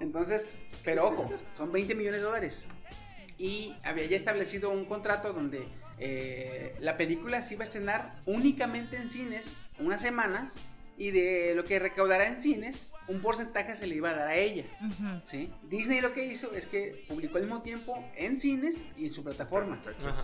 Speaker 4: Entonces, pero ojo, son 20 millones de dólares. Y había ya establecido un contrato donde eh, la película se iba a estrenar únicamente en cines unas semanas y de lo que recaudara en cines, un porcentaje se le iba a dar a ella.
Speaker 7: Ujú.
Speaker 4: ¿sí? Disney lo que hizo es que publicó al mismo tiempo en cines y en su plataforma.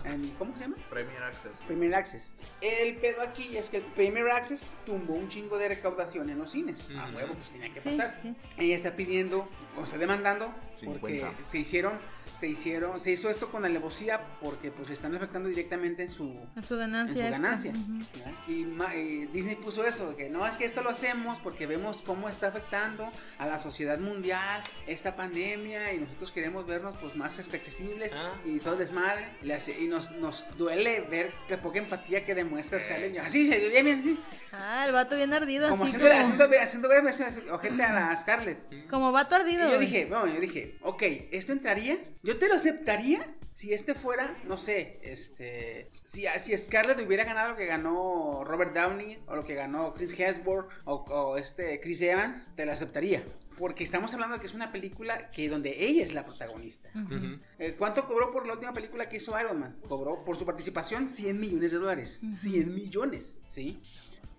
Speaker 4: En- ¿Cómo se llama?
Speaker 6: Premier Access.
Speaker 4: Premier Access. El pedo aquí es que el Premier Access tumbó un chingo de recaudación en los cines. A
Speaker 2: Ujú.
Speaker 4: huevo, pues tenía que
Speaker 7: Sí,
Speaker 4: pasar.
Speaker 7: sí.
Speaker 4: Ella está pidiendo, o sea, demandando,
Speaker 9: 50.
Speaker 4: porque se hicieron, se hicieron, se hizo esto con alevosía porque pues le están afectando directamente en su,
Speaker 7: En su
Speaker 4: en su
Speaker 7: ganancia. extra.
Speaker 4: ganancia.
Speaker 7: Ujú.
Speaker 4: ¿verdad? Y ma- eh, Disney puso eso, que no es que esto lo hacemos porque vemos cómo está afectando a la sociedad mundial esta pandemia y nosotros queremos vernos pues más este, accesibles
Speaker 2: Ah.
Speaker 4: y todo desmadre. Le hace- Y nos, nos duele ver la poca empatía que demuestra Scarlett Johansson. Así se ve bien, bien, así,
Speaker 7: Ah, el vato bien ardido.
Speaker 4: como
Speaker 7: así
Speaker 4: haciendo,
Speaker 7: como-
Speaker 4: haciendo, haciendo verme haciendo ojete a la Scarlett.
Speaker 7: Como vato
Speaker 4: Y
Speaker 7: ardido.
Speaker 4: yo
Speaker 7: güey.
Speaker 4: dije, bueno, yo dije, ok, ¿esto entraría? ¿Yo te lo aceptaría? Si este fuera, no sé, este. Si, si Scarlett hubiera ganado lo que ganó Robert Downey, o lo que ganó Chris Hemsworth, o, o este Chris Evans, te lo aceptaría. Porque estamos hablando de que es una película que donde ella es la protagonista.
Speaker 2: Ujú.
Speaker 4: Eh, ¿Cuánto cobró por la última película que hizo Iron Man? Cobró por su participación 100 millones de dólares. 100 millones, ¿sí?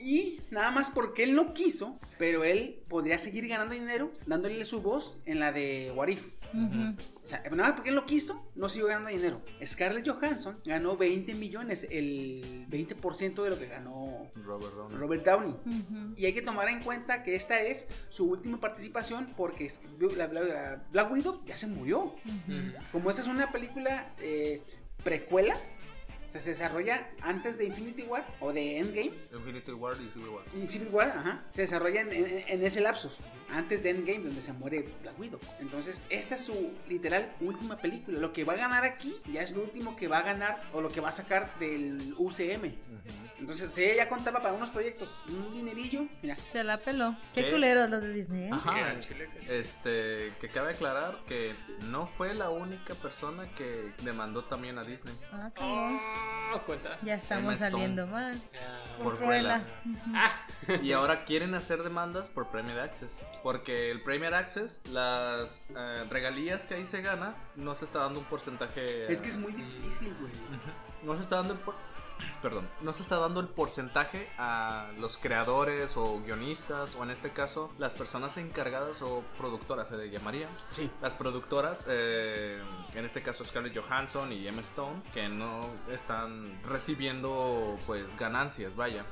Speaker 4: Y nada más porque él no quiso, pero él podría seguir ganando dinero dándole su voz en la de Warif.
Speaker 7: Ujú.
Speaker 4: O sea, nada más porque él no quiso, no siguió ganando dinero. Scarlett Johansson ganó 20 millones, el 20% de lo que ganó
Speaker 9: Robert Downey.
Speaker 4: Robert Downey.
Speaker 7: Ujú.
Speaker 4: Y hay que tomar en cuenta que esta es su última participación porque es- la- la- la Black Widow ya se murió. Como esta es una película eh, precuela, o sea, se desarrolla antes de Infinity War o de Endgame.
Speaker 9: Infinity War y Civil War.
Speaker 4: Y Civil War, ajá, se desarrolla en, en- en ese lapso, antes de Endgame, donde se muere Black Widow. Entonces, esta es su literal última película. Lo que va a ganar aquí ya es lo último que va a ganar o lo que va a sacar del UCM. Entonces, si ella ya contaba para unos proyectos, un dinerillo, mira,
Speaker 7: Se la peló. Qué
Speaker 9: Sí.
Speaker 7: culeros los de Disney. ¿eh?
Speaker 9: Ajá.
Speaker 4: Eh.
Speaker 9: Este, que cabe aclarar que no fue la única persona que demandó también a Disney.
Speaker 7: Ah, cabrón.
Speaker 2: Oh, cuenta.
Speaker 7: Ya estamos
Speaker 9: Stone.
Speaker 7: saliendo mal.
Speaker 2: Ah,
Speaker 9: Por
Speaker 7: Cruella.
Speaker 9: Cruella.
Speaker 4: <laughs>
Speaker 9: Y ahora quieren hacer demandas por Premier Access. Porque el Premier Access, las eh, regalías que ahí se gana, no se está dando un porcentaje.
Speaker 4: es que es muy difícil, güey.
Speaker 9: No se está dando el por- Perdón, no se está dando el porcentaje a los creadores o guionistas o en este caso las personas encargadas o productoras se le llamaría.
Speaker 4: Sí.
Speaker 9: Las productoras, eh, en este caso Scarlett Johansson y Emma Stone, que no están recibiendo pues ganancias, vaya.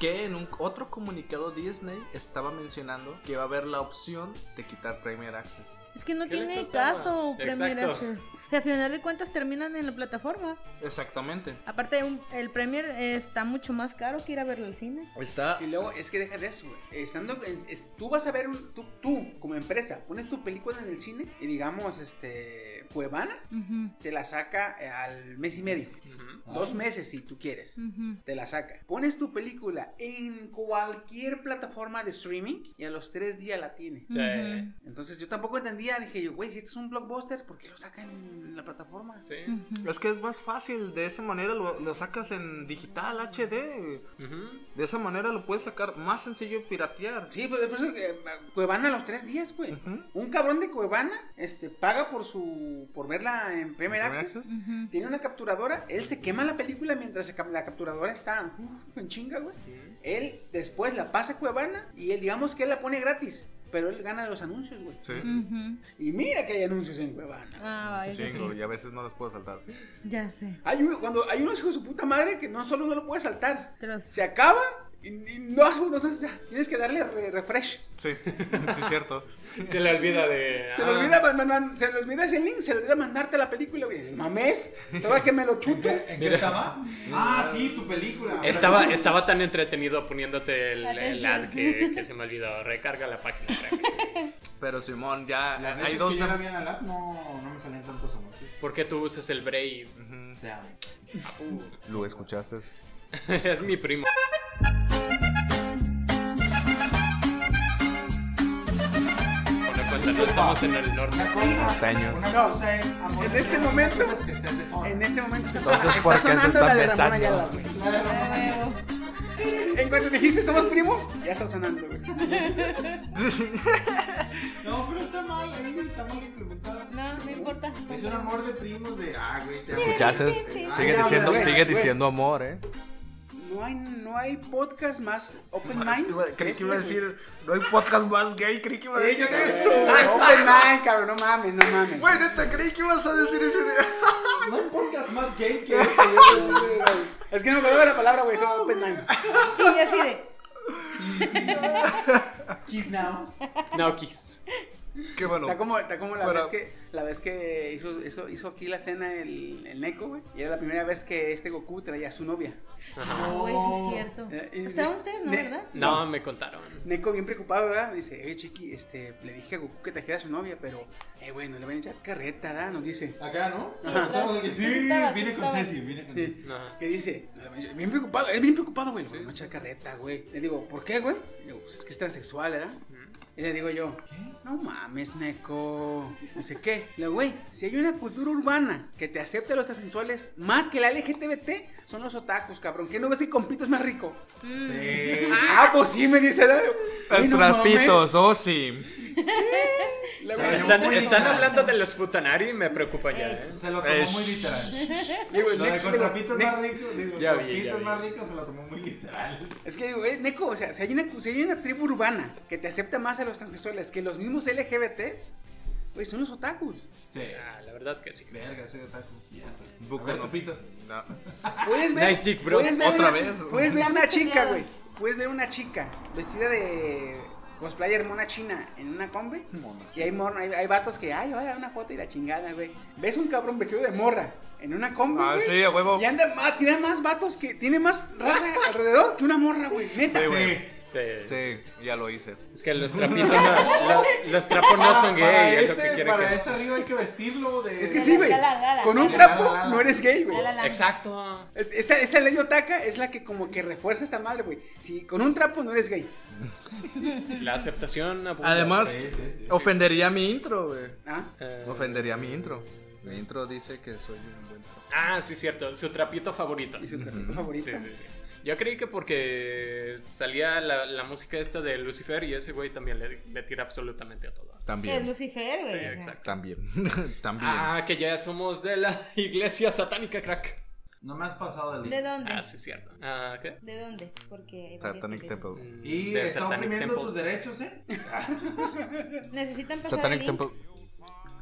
Speaker 9: Que en un otro comunicado Disney estaba mencionando que va a haber la opción de quitar Premier Access.
Speaker 7: Es que no
Speaker 2: ¿Qué le
Speaker 7: tiene
Speaker 2: costaba?
Speaker 7: caso Premier
Speaker 2: Exacto.
Speaker 7: Access. O sea, a final de cuentas terminan en la plataforma.
Speaker 9: Exactamente.
Speaker 7: Aparte, un- el Premier eh, está mucho más caro que ir a verlo al cine.
Speaker 9: Está
Speaker 4: Y luego es que deja de eso, güey. Estando, es- es- tú vas a ver, un- tú, tú, como empresa, pones tu película en el cine y digamos, este, Cuevana,
Speaker 7: Ujú,
Speaker 4: te la saca eh, al mes y medio. Dos meses si tú quieres.
Speaker 7: ujú.
Speaker 4: Te la saca. Pones tu película en cualquier plataforma de streaming y a los tres días la tiene.
Speaker 2: Sí.
Speaker 7: Ujú.
Speaker 4: Entonces yo tampoco entendía. Dije yo, güey, si esto es un blockbuster, ¿por qué lo sacan en la plataforma?
Speaker 2: Sí.
Speaker 4: <laughs>
Speaker 9: Es que es más fácil, de esa manera lo, lo sacas en digital HD.
Speaker 2: Ujú.
Speaker 9: De esa manera lo puedes sacar más sencillo y piratear.
Speaker 4: Sí, pues por eso que, eh, Cuevana a los tres días, güey.
Speaker 9: Ujú.
Speaker 4: Un cabrón de Cuevana este, paga por su por verla en Premier
Speaker 9: ¿En Premier
Speaker 4: Access.
Speaker 9: Access?
Speaker 7: Ujú.
Speaker 4: Tiene una capturadora, él se quema la película mientras se cap- la capturadora está uf, en chinga, güey. Él después la pasa a Cuevana y él, digamos que él la pone gratis, pero él gana de los anuncios, güey.
Speaker 9: Sí.
Speaker 7: Ujú.
Speaker 4: Y mira que hay anuncios en Cuevana.
Speaker 7: Ah, vaya que
Speaker 9: Chingo,
Speaker 7: sí.
Speaker 9: y a veces no los puedo <laughs> saltar.
Speaker 7: Ya sé.
Speaker 4: Hay uno, cuando hay unos hijos de su puta madre que no solo no lo puedes saltar,
Speaker 7: Te los-
Speaker 4: se acaba y, y no, has- no- no- ya, tienes que darle re- refresh.
Speaker 9: Sí, sí es cierto.
Speaker 2: Se le olvida de.
Speaker 4: Se
Speaker 2: ah,
Speaker 4: le olvida, man- man- man- se le olvida ese link, se le olvida mandarte la película, güey. Mames, todavía que me lo chute.
Speaker 6: ¿En qué estaba? Ah, sí, tu película.
Speaker 2: Estaba, estaba tan entretenido poniéndote el, el
Speaker 7: Atención.
Speaker 2: ad que, que se me
Speaker 4: <laughs>
Speaker 2: olvidó. Recarga la página. recarga.
Speaker 9: Pero Simón, ya
Speaker 6: Las
Speaker 9: hay
Speaker 6: veces
Speaker 9: dos. em-
Speaker 6: que yo la
Speaker 9: dem-
Speaker 6: vi en la lab, no, no me salían tantos anuncios.
Speaker 2: ¿Por qué tú usas el Brave?
Speaker 9: Ujú.
Speaker 6: down.
Speaker 9: ¿Lo escuchaste?
Speaker 2: <laughs> es mi primo. Bueno, cuéntanos, estamos en el norte.
Speaker 6: Una cosa,
Speaker 9: Norteños.
Speaker 6: una cosa es amor
Speaker 4: En
Speaker 6: de
Speaker 4: este
Speaker 6: Dios,
Speaker 4: momento,
Speaker 6: otra cosa es que estés de zorra.
Speaker 4: En este momento se
Speaker 9: Entonces,
Speaker 4: está
Speaker 9: ¿por qué se
Speaker 4: sonando
Speaker 9: están
Speaker 4: la de Ramón
Speaker 9: besando?
Speaker 4: Ayala, güey. En cuanto dijiste somos primos, ya está sonando, güey.
Speaker 6: No, pero está mal, a mí me está mal implementada.
Speaker 8: No, no importa.
Speaker 6: Es un amor de primos de. Ah, güey, te
Speaker 9: ¿Escuchaste? Sigue
Speaker 4: Ah,
Speaker 9: diciendo,
Speaker 4: güey,
Speaker 9: sigue
Speaker 4: güey.
Speaker 9: diciendo amor, ¿eh?
Speaker 4: No hay, no hay podcast más open mind.
Speaker 9: Creí que iba a decir, no hay podcast más gay, creí que iba a
Speaker 4: Eh,
Speaker 9: decir
Speaker 4: yo te-
Speaker 9: eso.
Speaker 4: Open mind, cabrón, no mames, no mames.
Speaker 9: Güey, neta, creí que ibas a decir eso.
Speaker 6: No hay podcast más gay que este.
Speaker 4: Es que no me acuerdo de la palabra, güey, eso open mind.
Speaker 8: Y yo así de.
Speaker 6: Kiss now.
Speaker 2: No, Kiss.
Speaker 9: Qué bueno.
Speaker 4: Está como, está como la,
Speaker 9: Pero-
Speaker 4: vez que, la vez que hizo, hizo, hizo aquí la cena el, el Neko, güey. Y era la primera vez que este Goku traía a su novia.
Speaker 8: Ah, güey, sí es cierto.
Speaker 4: Eh, y-
Speaker 8: ¿Estaban ustedes, no,
Speaker 4: Ne-
Speaker 8: verdad?
Speaker 2: No, me contaron.
Speaker 4: Neko bien preocupado, ¿verdad? Dice, eh, chiqui, este, le dije a Goku que trajera a su novia, pero, eh, güey, no le van a echar carreta, ¿verdad? Nos dice.
Speaker 6: Acá, ¿no?
Speaker 8: Sí,
Speaker 6: Ajá.
Speaker 8: claro.
Speaker 6: Estamos de que
Speaker 8: Sí,
Speaker 6: sí,
Speaker 8: estabas,
Speaker 6: viene con
Speaker 8: estabas.
Speaker 6: Ceci, viene con
Speaker 4: Sí.
Speaker 6: Ceci.
Speaker 2: Ajá.
Speaker 4: ¿Qué dice? No, la manches, Bien preocupado, él bien preocupado, güey. No, no echa carreta, güey. Le digo, ¿por qué, güey? Le digo, pues es que es transexual, ¿verdad? Y le digo yo, no mames, Neko. No sé qué. Le digo, güey, si hay una cultura urbana que te acepta a los transexuales más que la LGTBT, son los otakus, cabrón. ¿Qué no ves que con pito es más rico?
Speaker 6: Sí.
Speaker 4: Ah, pues sí, me dice. ¿verdad? Güey, no mames.
Speaker 9: Trapitos, oh sí.
Speaker 4: Le digo,
Speaker 2: Están, están hablando de los futanari y me preocupa ya. ¿eh?
Speaker 6: Se lo
Speaker 9: Eh,
Speaker 6: tomó muy literal.
Speaker 4: digo,
Speaker 6: Lo
Speaker 4: Neko,
Speaker 6: de
Speaker 4: digo,
Speaker 6: contrapitos
Speaker 4: Ne-
Speaker 6: más rico, digo,
Speaker 2: Ya vi, ya
Speaker 6: contrapitos
Speaker 2: vi.
Speaker 6: más rico se lo tomó muy literal.
Speaker 4: Es que digo, eh, Neko, o sea, si hay, una, si hay una tribu urbana que te acepta más a los transexuales que los mismos LGBTs, güey, son los otakus.
Speaker 6: Sí.
Speaker 2: Ah, la verdad que sí.
Speaker 6: Verga, soy otaku. Ya, pues.
Speaker 9: Buco,
Speaker 6: A ver,
Speaker 9: no.
Speaker 6: tu pito.
Speaker 9: No.
Speaker 4: Puedes ver,
Speaker 2: Nice dick, bro.
Speaker 4: puedes ver
Speaker 9: Otra
Speaker 4: una,
Speaker 9: vez.
Speaker 4: Puedes ver una chica,
Speaker 8: peleado.
Speaker 4: güey. Puedes ver una chica vestida de cosplayer mona china en una combi. Y hay, mor- hay, hay vatos que, ay, vaya una foto y la chingada, güey. Ves un cabrón vestido de morra en una combi.
Speaker 9: Ah,
Speaker 4: güey,
Speaker 9: sí, a huevo.
Speaker 4: Y anda, más, tiene más vatos que. Tiene más
Speaker 8: <laughs>
Speaker 4: raza alrededor que una morra, güey. Neta.
Speaker 9: Sí,
Speaker 6: Sí.
Speaker 9: güey.
Speaker 2: Sí.
Speaker 9: Sí, ya lo hice.
Speaker 2: Es que los trapitos no, lo- los trapos no son
Speaker 6: Para
Speaker 2: gay, es lo que
Speaker 6: este-
Speaker 2: quiere
Speaker 6: Para
Speaker 2: que.
Speaker 6: este río hay que vestirlo de.
Speaker 4: Es que sí, güey.
Speaker 8: La, la, la, la.
Speaker 4: Con un
Speaker 8: La,
Speaker 6: la,
Speaker 4: trapo
Speaker 6: la, la.
Speaker 4: no eres gay, güey.
Speaker 8: La, la, la.
Speaker 2: Exacto.
Speaker 4: Es- esa, esa ley otaka es la que como que refuerza esta madre, güey. Si con un trapo no eres gay.
Speaker 2: La aceptación. abunda.
Speaker 9: Además,
Speaker 6: Sí, sí, sí.
Speaker 9: ofendería mi intro, güey.
Speaker 4: ¿Ah?
Speaker 2: Eh,
Speaker 9: Ofendería mi intro. Mi intro dice que soy un buen trapo.
Speaker 2: ah, sí, cierto. Su trapito favorito.
Speaker 4: Es su trapito favorito.
Speaker 2: Sí, sí, sí. Yo creí que porque salía la, la música esta de Lucifer y ese güey también le, le tira absolutamente a todo.
Speaker 8: Es
Speaker 9: También.
Speaker 8: Lucifer, güey.
Speaker 2: Sí, exacto.
Speaker 9: También. <laughs> También.
Speaker 2: Ah, que ya somos de la <laughs> iglesia satánica, crack.
Speaker 6: No me has pasado
Speaker 8: ¿De
Speaker 6: del.
Speaker 8: dónde?
Speaker 2: Ah, sí, cierto. Ah, ¿qué?
Speaker 8: ¿De dónde? Porque. hay varias
Speaker 9: Satanic
Speaker 8: iglesias.
Speaker 9: Temple.
Speaker 6: Y
Speaker 2: De
Speaker 6: está
Speaker 2: Satanic
Speaker 6: oprimiendo
Speaker 2: Temple.
Speaker 6: tus derechos, ¿eh?
Speaker 8: Necesitan pasar.
Speaker 9: Satanic
Speaker 8: el link.
Speaker 9: Temple.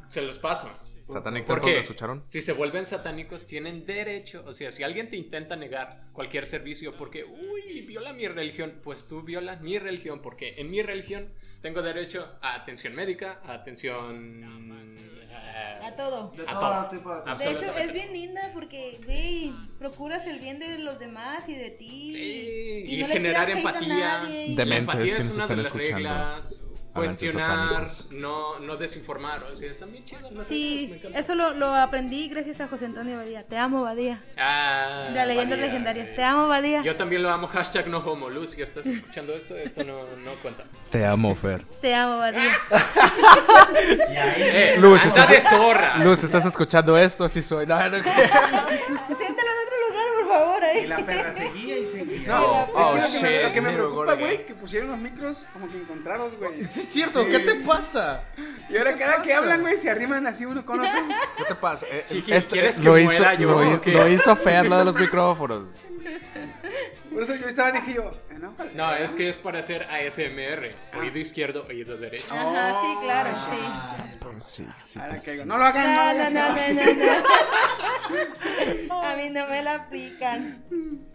Speaker 2: Se los paso.
Speaker 9: Satanic
Speaker 2: ¿Por
Speaker 9: Temple,
Speaker 2: qué?
Speaker 9: ¿lo escucharon?
Speaker 2: Si se vuelven satánicos, tienen derecho. O sea, si alguien te intenta negar cualquier servicio porque, uy, viola mi religión, pues tú violas mi religión, porque en mi religión tengo derecho a atención médica, a atención. eh,
Speaker 8: A todo.
Speaker 6: De
Speaker 2: A
Speaker 6: todo
Speaker 2: todo.
Speaker 6: tipo de
Speaker 2: Absolutamente.
Speaker 8: De hecho, es bien linda porque, güey, procuras el bien de los demás y de ti.
Speaker 2: Sí,
Speaker 8: y,
Speaker 2: y,
Speaker 8: no le
Speaker 2: generar
Speaker 8: tiras hate a
Speaker 2: empatía.
Speaker 8: nadie y-
Speaker 2: La
Speaker 10: Dementes,
Speaker 2: empatía
Speaker 10: si
Speaker 2: es
Speaker 10: nos
Speaker 2: una de
Speaker 10: están
Speaker 2: las
Speaker 10: escuchando,
Speaker 2: reglas. Cuestionar,
Speaker 10: satánicos.
Speaker 2: no, no desinformar. O sea, están bien chidas las reglas, me
Speaker 8: Sí,
Speaker 2: encantan.
Speaker 8: eso lo, lo aprendí gracias a José Antonio Badía. Te amo, Badía.
Speaker 2: Ah,
Speaker 8: De las leyendas
Speaker 2: Badía,
Speaker 8: legendarias.
Speaker 2: sí.
Speaker 8: Te amo, Badía.
Speaker 2: Yo también lo amo, <laughs> hashtag no homo, Luz, si estás escuchando esto, esto no, no cuenta.
Speaker 9: Te amo, Fer.
Speaker 8: Te amo, Badía.
Speaker 2: <laughs> Eh,
Speaker 9: Luz,
Speaker 2: anda
Speaker 9: estás-
Speaker 2: de
Speaker 9: <laughs>
Speaker 2: zorra.
Speaker 9: Luz, ¿estás escuchando esto? Así soy.
Speaker 4: <laughs>
Speaker 9: No, no,
Speaker 8: Siéntalo en otro lugar, por favor. ahí.
Speaker 6: Y la perra seguía y seguía.
Speaker 9: No.
Speaker 4: Es
Speaker 9: Oh,
Speaker 4: que lo que me-
Speaker 9: shit,
Speaker 4: lo que me
Speaker 9: miro,
Speaker 4: preocupa,
Speaker 9: Gorga.
Speaker 4: güey, que pusieron los micros como que encontrados, <laughs> güey.
Speaker 9: Sí, es cierto. ¿Qué te pasa?
Speaker 4: Y ahora
Speaker 9: ¿Qué
Speaker 4: cada que
Speaker 9: pasa?
Speaker 4: hablan, güey, se arriman así uno con <laughs> otro.
Speaker 9: ¿Qué te pasa? Eh,
Speaker 2: Chiqui,
Speaker 9: este-
Speaker 2: ¿quieres que
Speaker 9: lo,
Speaker 2: muera
Speaker 9: hizo,
Speaker 2: yo
Speaker 9: lo,
Speaker 2: o
Speaker 9: hizo-
Speaker 2: qué?
Speaker 9: lo hizo Fer, lo de los micrófonos.
Speaker 4: Por eso yo estaba, dije yo, eh, no, para-
Speaker 2: No, es que es para hacer ASMR. Oído izquierdo, oído derecho.
Speaker 8: Ajá, sí, claro, sí.
Speaker 9: Sí, sí. pues.
Speaker 4: Ahora
Speaker 9: sí.
Speaker 4: que digo, no lo hagan, no,
Speaker 8: No,
Speaker 4: lo
Speaker 8: no,
Speaker 4: hagan,
Speaker 8: no, no,
Speaker 4: <laughs>
Speaker 8: no. A mí no me la aplican.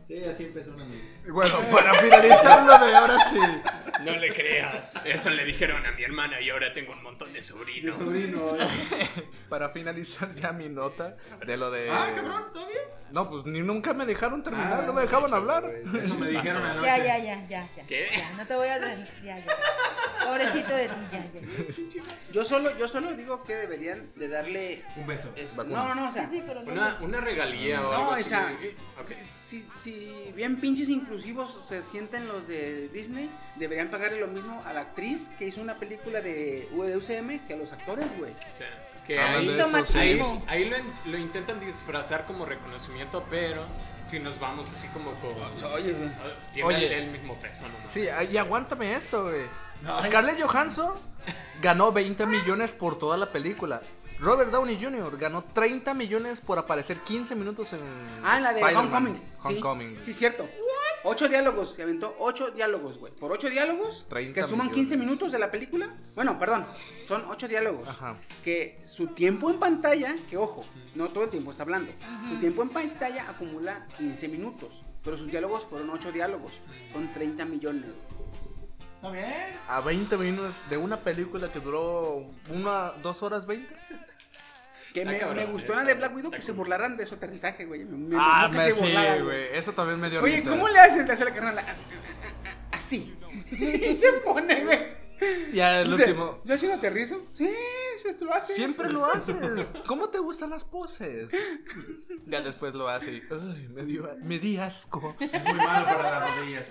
Speaker 6: Sí, así empezó una amiga.
Speaker 9: Bueno, para finalizarlo de ahora sí.
Speaker 2: No le creas. Eso le dijeron a mi hermana y ahora tengo un montón de sobrinos.
Speaker 11: Sobrino, eh.
Speaker 9: Para finalizar ya mi nota de lo de.
Speaker 6: Ah, cabrón, ¿todo bien?
Speaker 9: No, pues ni nunca me dejaron terminar,
Speaker 6: Ah,
Speaker 9: no me dejaban
Speaker 6: muchacho,
Speaker 9: hablar.
Speaker 6: güey, <laughs> Eso me dijeron anoche.
Speaker 8: Ya, ya, ya, ya, ya.
Speaker 2: ¿Qué?
Speaker 8: Ya, no te voy a. Ya, ya. Pobrecito de ti, ya, ya.
Speaker 4: Yo solo, yo solo digo que deberían de darle.
Speaker 6: Un beso.
Speaker 4: este,
Speaker 9: Vacuna.
Speaker 4: no, no, no, o sea.
Speaker 8: Sí, pero no.
Speaker 2: Una, una regalía o eh, algo
Speaker 4: No, o
Speaker 2: así.
Speaker 4: sea,
Speaker 2: güey. Ok.
Speaker 4: si, si- si bien pinches inclusivos se sienten los de Disney, deberían pagarle lo mismo a la actriz que hizo una película de UCM que a los actores, güey.
Speaker 2: O sea, que
Speaker 9: Hablando
Speaker 2: ahí,
Speaker 9: de eso,
Speaker 2: ahí,
Speaker 9: sí.
Speaker 2: ahí lo, en- lo intentan disfrazar como reconocimiento, pero si nos vamos así como con...
Speaker 4: Oye, güey.
Speaker 2: Tiene
Speaker 9: Oye.
Speaker 2: el- el mismo peso nomás.
Speaker 9: Sí, ay, y aguántame esto, güey. Scarlett Johansson ganó 20 millones por toda la película. Robert Downey Jr. ganó 30 millones por aparecer 15 minutos en.
Speaker 4: Ah, la de
Speaker 9: Spider-Man.
Speaker 4: Homecoming. Sí,
Speaker 9: Homecoming.
Speaker 4: Sí, cierto. Ocho diálogos, se aventó ocho diálogos, güey. Por ocho diálogos,
Speaker 9: 30
Speaker 4: que suman
Speaker 9: millones.
Speaker 4: 15 minutos de la película. Bueno, perdón, son ocho diálogos.
Speaker 9: Ajá.
Speaker 4: Que su tiempo en pantalla, que ojo, no todo el tiempo está hablando. Su tiempo en pantalla acumula 15 minutos. Pero sus diálogos fueron ocho diálogos. Son 30 millones.
Speaker 6: Está bien.
Speaker 9: A 20 minutos de una película que duró una, dos horas 20.
Speaker 4: Que
Speaker 2: Está
Speaker 4: me,
Speaker 2: cabrón,
Speaker 4: me gustó
Speaker 2: eh,
Speaker 4: la
Speaker 2: está-
Speaker 4: de Black Widow que se burlaran de su aterrizaje, güey. Me- me
Speaker 9: ah,
Speaker 4: mamó que
Speaker 9: me
Speaker 4: se
Speaker 9: sí,
Speaker 4: burlaran,
Speaker 9: güey. Eso también me dio
Speaker 4: Oye,
Speaker 9: risa.
Speaker 4: ¿cómo le haces de hacer la carnal? <laughs>
Speaker 9: <laughs>
Speaker 4: Así. <laughs> se pone, güey.
Speaker 9: Ya el
Speaker 4: Dice,
Speaker 9: último.
Speaker 4: ¿Yo así no aterrizo? Sí, sí, tú lo haces.
Speaker 9: Siempre lo haces. ¿Cómo te gustan las poses? Ya después lo hace. y, Ay, me, dio, me di asco.
Speaker 6: Muy malo para las rodillas.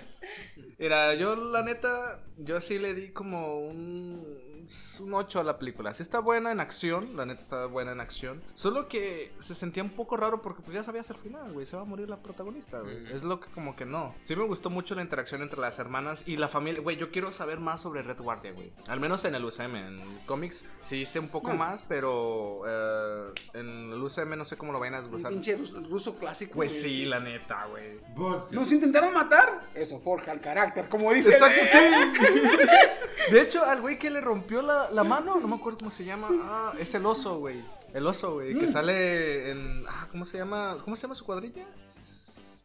Speaker 9: Mira, yo la neta, yo sí le di como un, un 8 a la película. Sí está buena en acción, la neta está buena en acción. Solo que se sentía un poco raro porque pues ya sabías al final, güey, se va a morir la protagonista, güey. Es lo que como que no. Sí me gustó mucho la interacción entre las hermanas y la familia. Güey, yo quiero saber más sobre Red Guardia, güey. Al menos en el UCM, en cómics sí sé un poco más, pero eh, en el UCM no sé cómo lo vayan a
Speaker 4: Un
Speaker 9: desglosar.
Speaker 4: pinche ruso, ruso clásico.
Speaker 9: Pues
Speaker 4: güey.
Speaker 9: sí, la neta, güey.
Speaker 6: Porque-
Speaker 4: ¿Nos intentaron matar? Eso forja el carácter, como dice.
Speaker 9: Exacto, sí. De hecho, al güey que le rompió la, la mano, no me acuerdo cómo se llama. Ah, es el oso, güey. El oso, güey, que sale en. Ah, ¿cómo se llama? ¿Cómo se llama su cuadrilla?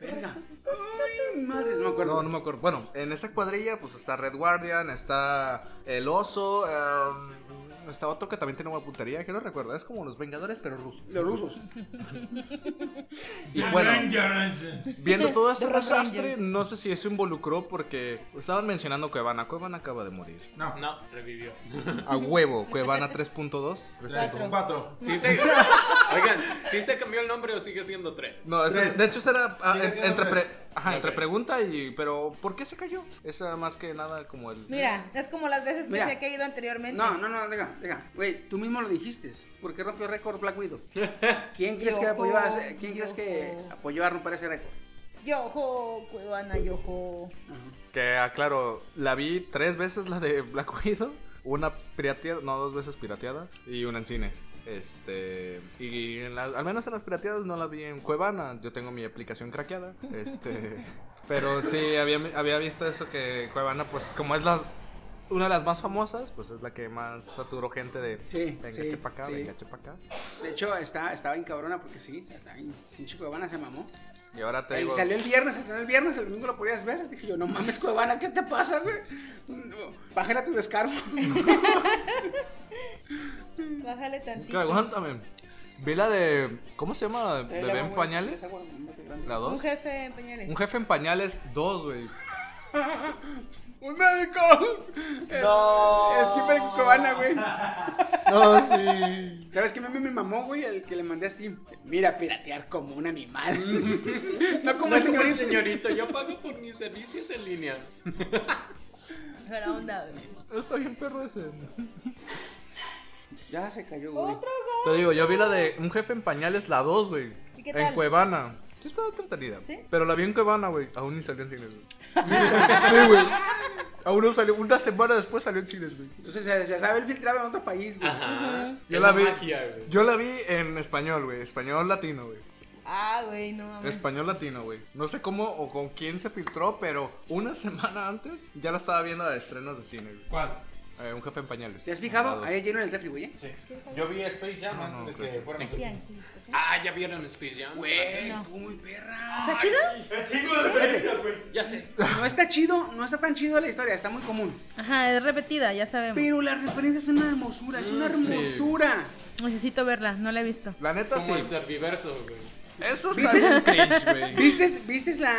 Speaker 4: Verga. Ay, madres, no me acuerdo.
Speaker 9: No, no me acuerdo. Bueno, en esa cuadrilla, pues está Red Guardian, está el oso, em, está otro que también tiene una puntería, que no recuerdo. Es como los Vengadores, pero rusos.
Speaker 4: Los rusos.
Speaker 9: Y bueno, viendo todo este desastre, no sé si eso involucró porque estaban mencionando Cuevana. Cuevana acaba de morir.
Speaker 6: No,
Speaker 2: No, revivió.
Speaker 9: A huevo, Cuevana 3.2.
Speaker 6: tres, cuatro.
Speaker 2: Sí se, oigan, ¿sí se cambió el nombre o sigue siendo tres?
Speaker 9: No, eso
Speaker 6: Tres.
Speaker 9: es- de hecho eso era ah,
Speaker 6: Sigue
Speaker 9: en-
Speaker 6: siendo
Speaker 9: entre,
Speaker 6: tres.
Speaker 9: pre- ajá, entre
Speaker 2: Ok.
Speaker 9: pregunta y pero ¿por qué se cayó? Esa más que nada como el
Speaker 8: Mira, es como las veces que
Speaker 4: Mira.
Speaker 8: se ha caído anteriormente.
Speaker 4: No, no, no, venga, venga. Güey, tú mismo lo dijiste. ¿Por qué rompió récord Black
Speaker 9: <laughs>
Speaker 4: Widow? ¿Quién crees que
Speaker 8: Yo,
Speaker 4: apoyó a, ese- ¿quién
Speaker 8: yo.
Speaker 4: crees que apoyó a romper ese récord?
Speaker 8: Yojo, Cuevana, yojo.
Speaker 9: que aclaro, la vi tres veces la de Black Widow, una pirateada, no dos veces pirateada y una en cines. Este, y en la- al menos en las pirateadas no la vi en Cuevana, yo tengo mi aplicación craqueada,
Speaker 4: <laughs>
Speaker 9: este, pero sí había había visto eso que Cuevana pues como es la una de las más famosas, pues es la que más saturó gente de
Speaker 4: Sí,
Speaker 9: venga
Speaker 4: sí,
Speaker 9: chepa acá,
Speaker 4: sí.
Speaker 9: venga chepa acá.
Speaker 4: De hecho, está, estaba bien cabrona porque sí, está bien. Pinche Cuevana se mamó.
Speaker 9: Y ahora te
Speaker 4: Ahí
Speaker 9: digo.
Speaker 4: salió el viernes, se estrenó el viernes, el domingo lo podías ver. Dije yo, no mames, Cuevana, ¿qué te pasa, güey? Bájale a tu descargo.
Speaker 8: Bájale
Speaker 9: Que
Speaker 8: tantito.
Speaker 9: aguántame. Vi la de. ¿Cómo se
Speaker 8: Eh,
Speaker 9: llama? ¿Bebé en pañales? La
Speaker 8: Un
Speaker 9: 2.
Speaker 8: jefe en pañales.
Speaker 9: Un jefe en pañales 2, güey.
Speaker 4: ¡Un médico! No. Es Skipper Cuevana, güey.
Speaker 9: No, sí.
Speaker 4: ¿Sabes qué meme me mamó, güey? El que le mandé a Steam. Mira, piratear como un animal. no como
Speaker 2: No
Speaker 4: el este.
Speaker 2: es como el
Speaker 4: señorito.
Speaker 2: señorito, yo pago por mis servicios en línea.
Speaker 4: Mm.
Speaker 8: Buena onda, güey.
Speaker 9: <laughs> Está bien perro ese.
Speaker 4: Ya se cayó, güey.
Speaker 9: Te digo, yo vi la de un jefe en pañales la 2, güey.
Speaker 8: ¿Y qué
Speaker 9: En
Speaker 8: tal?
Speaker 9: Cuevana. Sí estaba entretenida.
Speaker 8: ¿Sí?
Speaker 9: Pero la vi en Cuevana, güey. Aún ni salió en cines,
Speaker 8: <laughs>
Speaker 9: güey. Sí, güey. Aún no salió. Una semana después salió en cines, güey.
Speaker 4: Entonces se, se sabe el filtrado en otro país, güey.
Speaker 2: Ajá.
Speaker 9: Yo
Speaker 2: Es
Speaker 9: la vi.
Speaker 2: magia, güey.
Speaker 9: Yo la vi en español, güey. Español latino, güey.
Speaker 8: Ah, güey, no mames.
Speaker 9: Español latino, güey. No sé cómo o <laughs> con quién se filtró, pero una semana antes ya la estaba viendo a estrenos de cine, güey.
Speaker 6: ¿Cuál?
Speaker 9: Eh, un jefe en pañales.
Speaker 4: ¿Te has fijado?
Speaker 9: Dados.
Speaker 4: Ahí lleno en el refri, güey. ¿eh?
Speaker 6: Sí. Yo vi Space Jam
Speaker 9: No, no,
Speaker 6: antes de que
Speaker 9: gracias.
Speaker 6: fuera
Speaker 9: Thank you.
Speaker 6: noticia.
Speaker 2: Ah, ya vieron Space Jam.
Speaker 4: Güey, estuvo muy perra.
Speaker 7: ¿Está chido?
Speaker 6: El chingo de referencias, güey.
Speaker 2: Ya sé.
Speaker 4: No está chido, no está tan chido la historia, está muy común.
Speaker 7: Ajá, es repetida, ya sabemos.
Speaker 4: Pero las referencias son una hermosura, es una
Speaker 6: Ah,
Speaker 4: hermosura.
Speaker 7: Necesito verla, no la he visto.
Speaker 9: La neta sí.
Speaker 2: Como el serviverso, güey.
Speaker 9: Eso está
Speaker 4: ¿Viste?
Speaker 9: bien
Speaker 4: <laughs>
Speaker 9: cringe, güey.
Speaker 4: ¿Vistes, vistes la,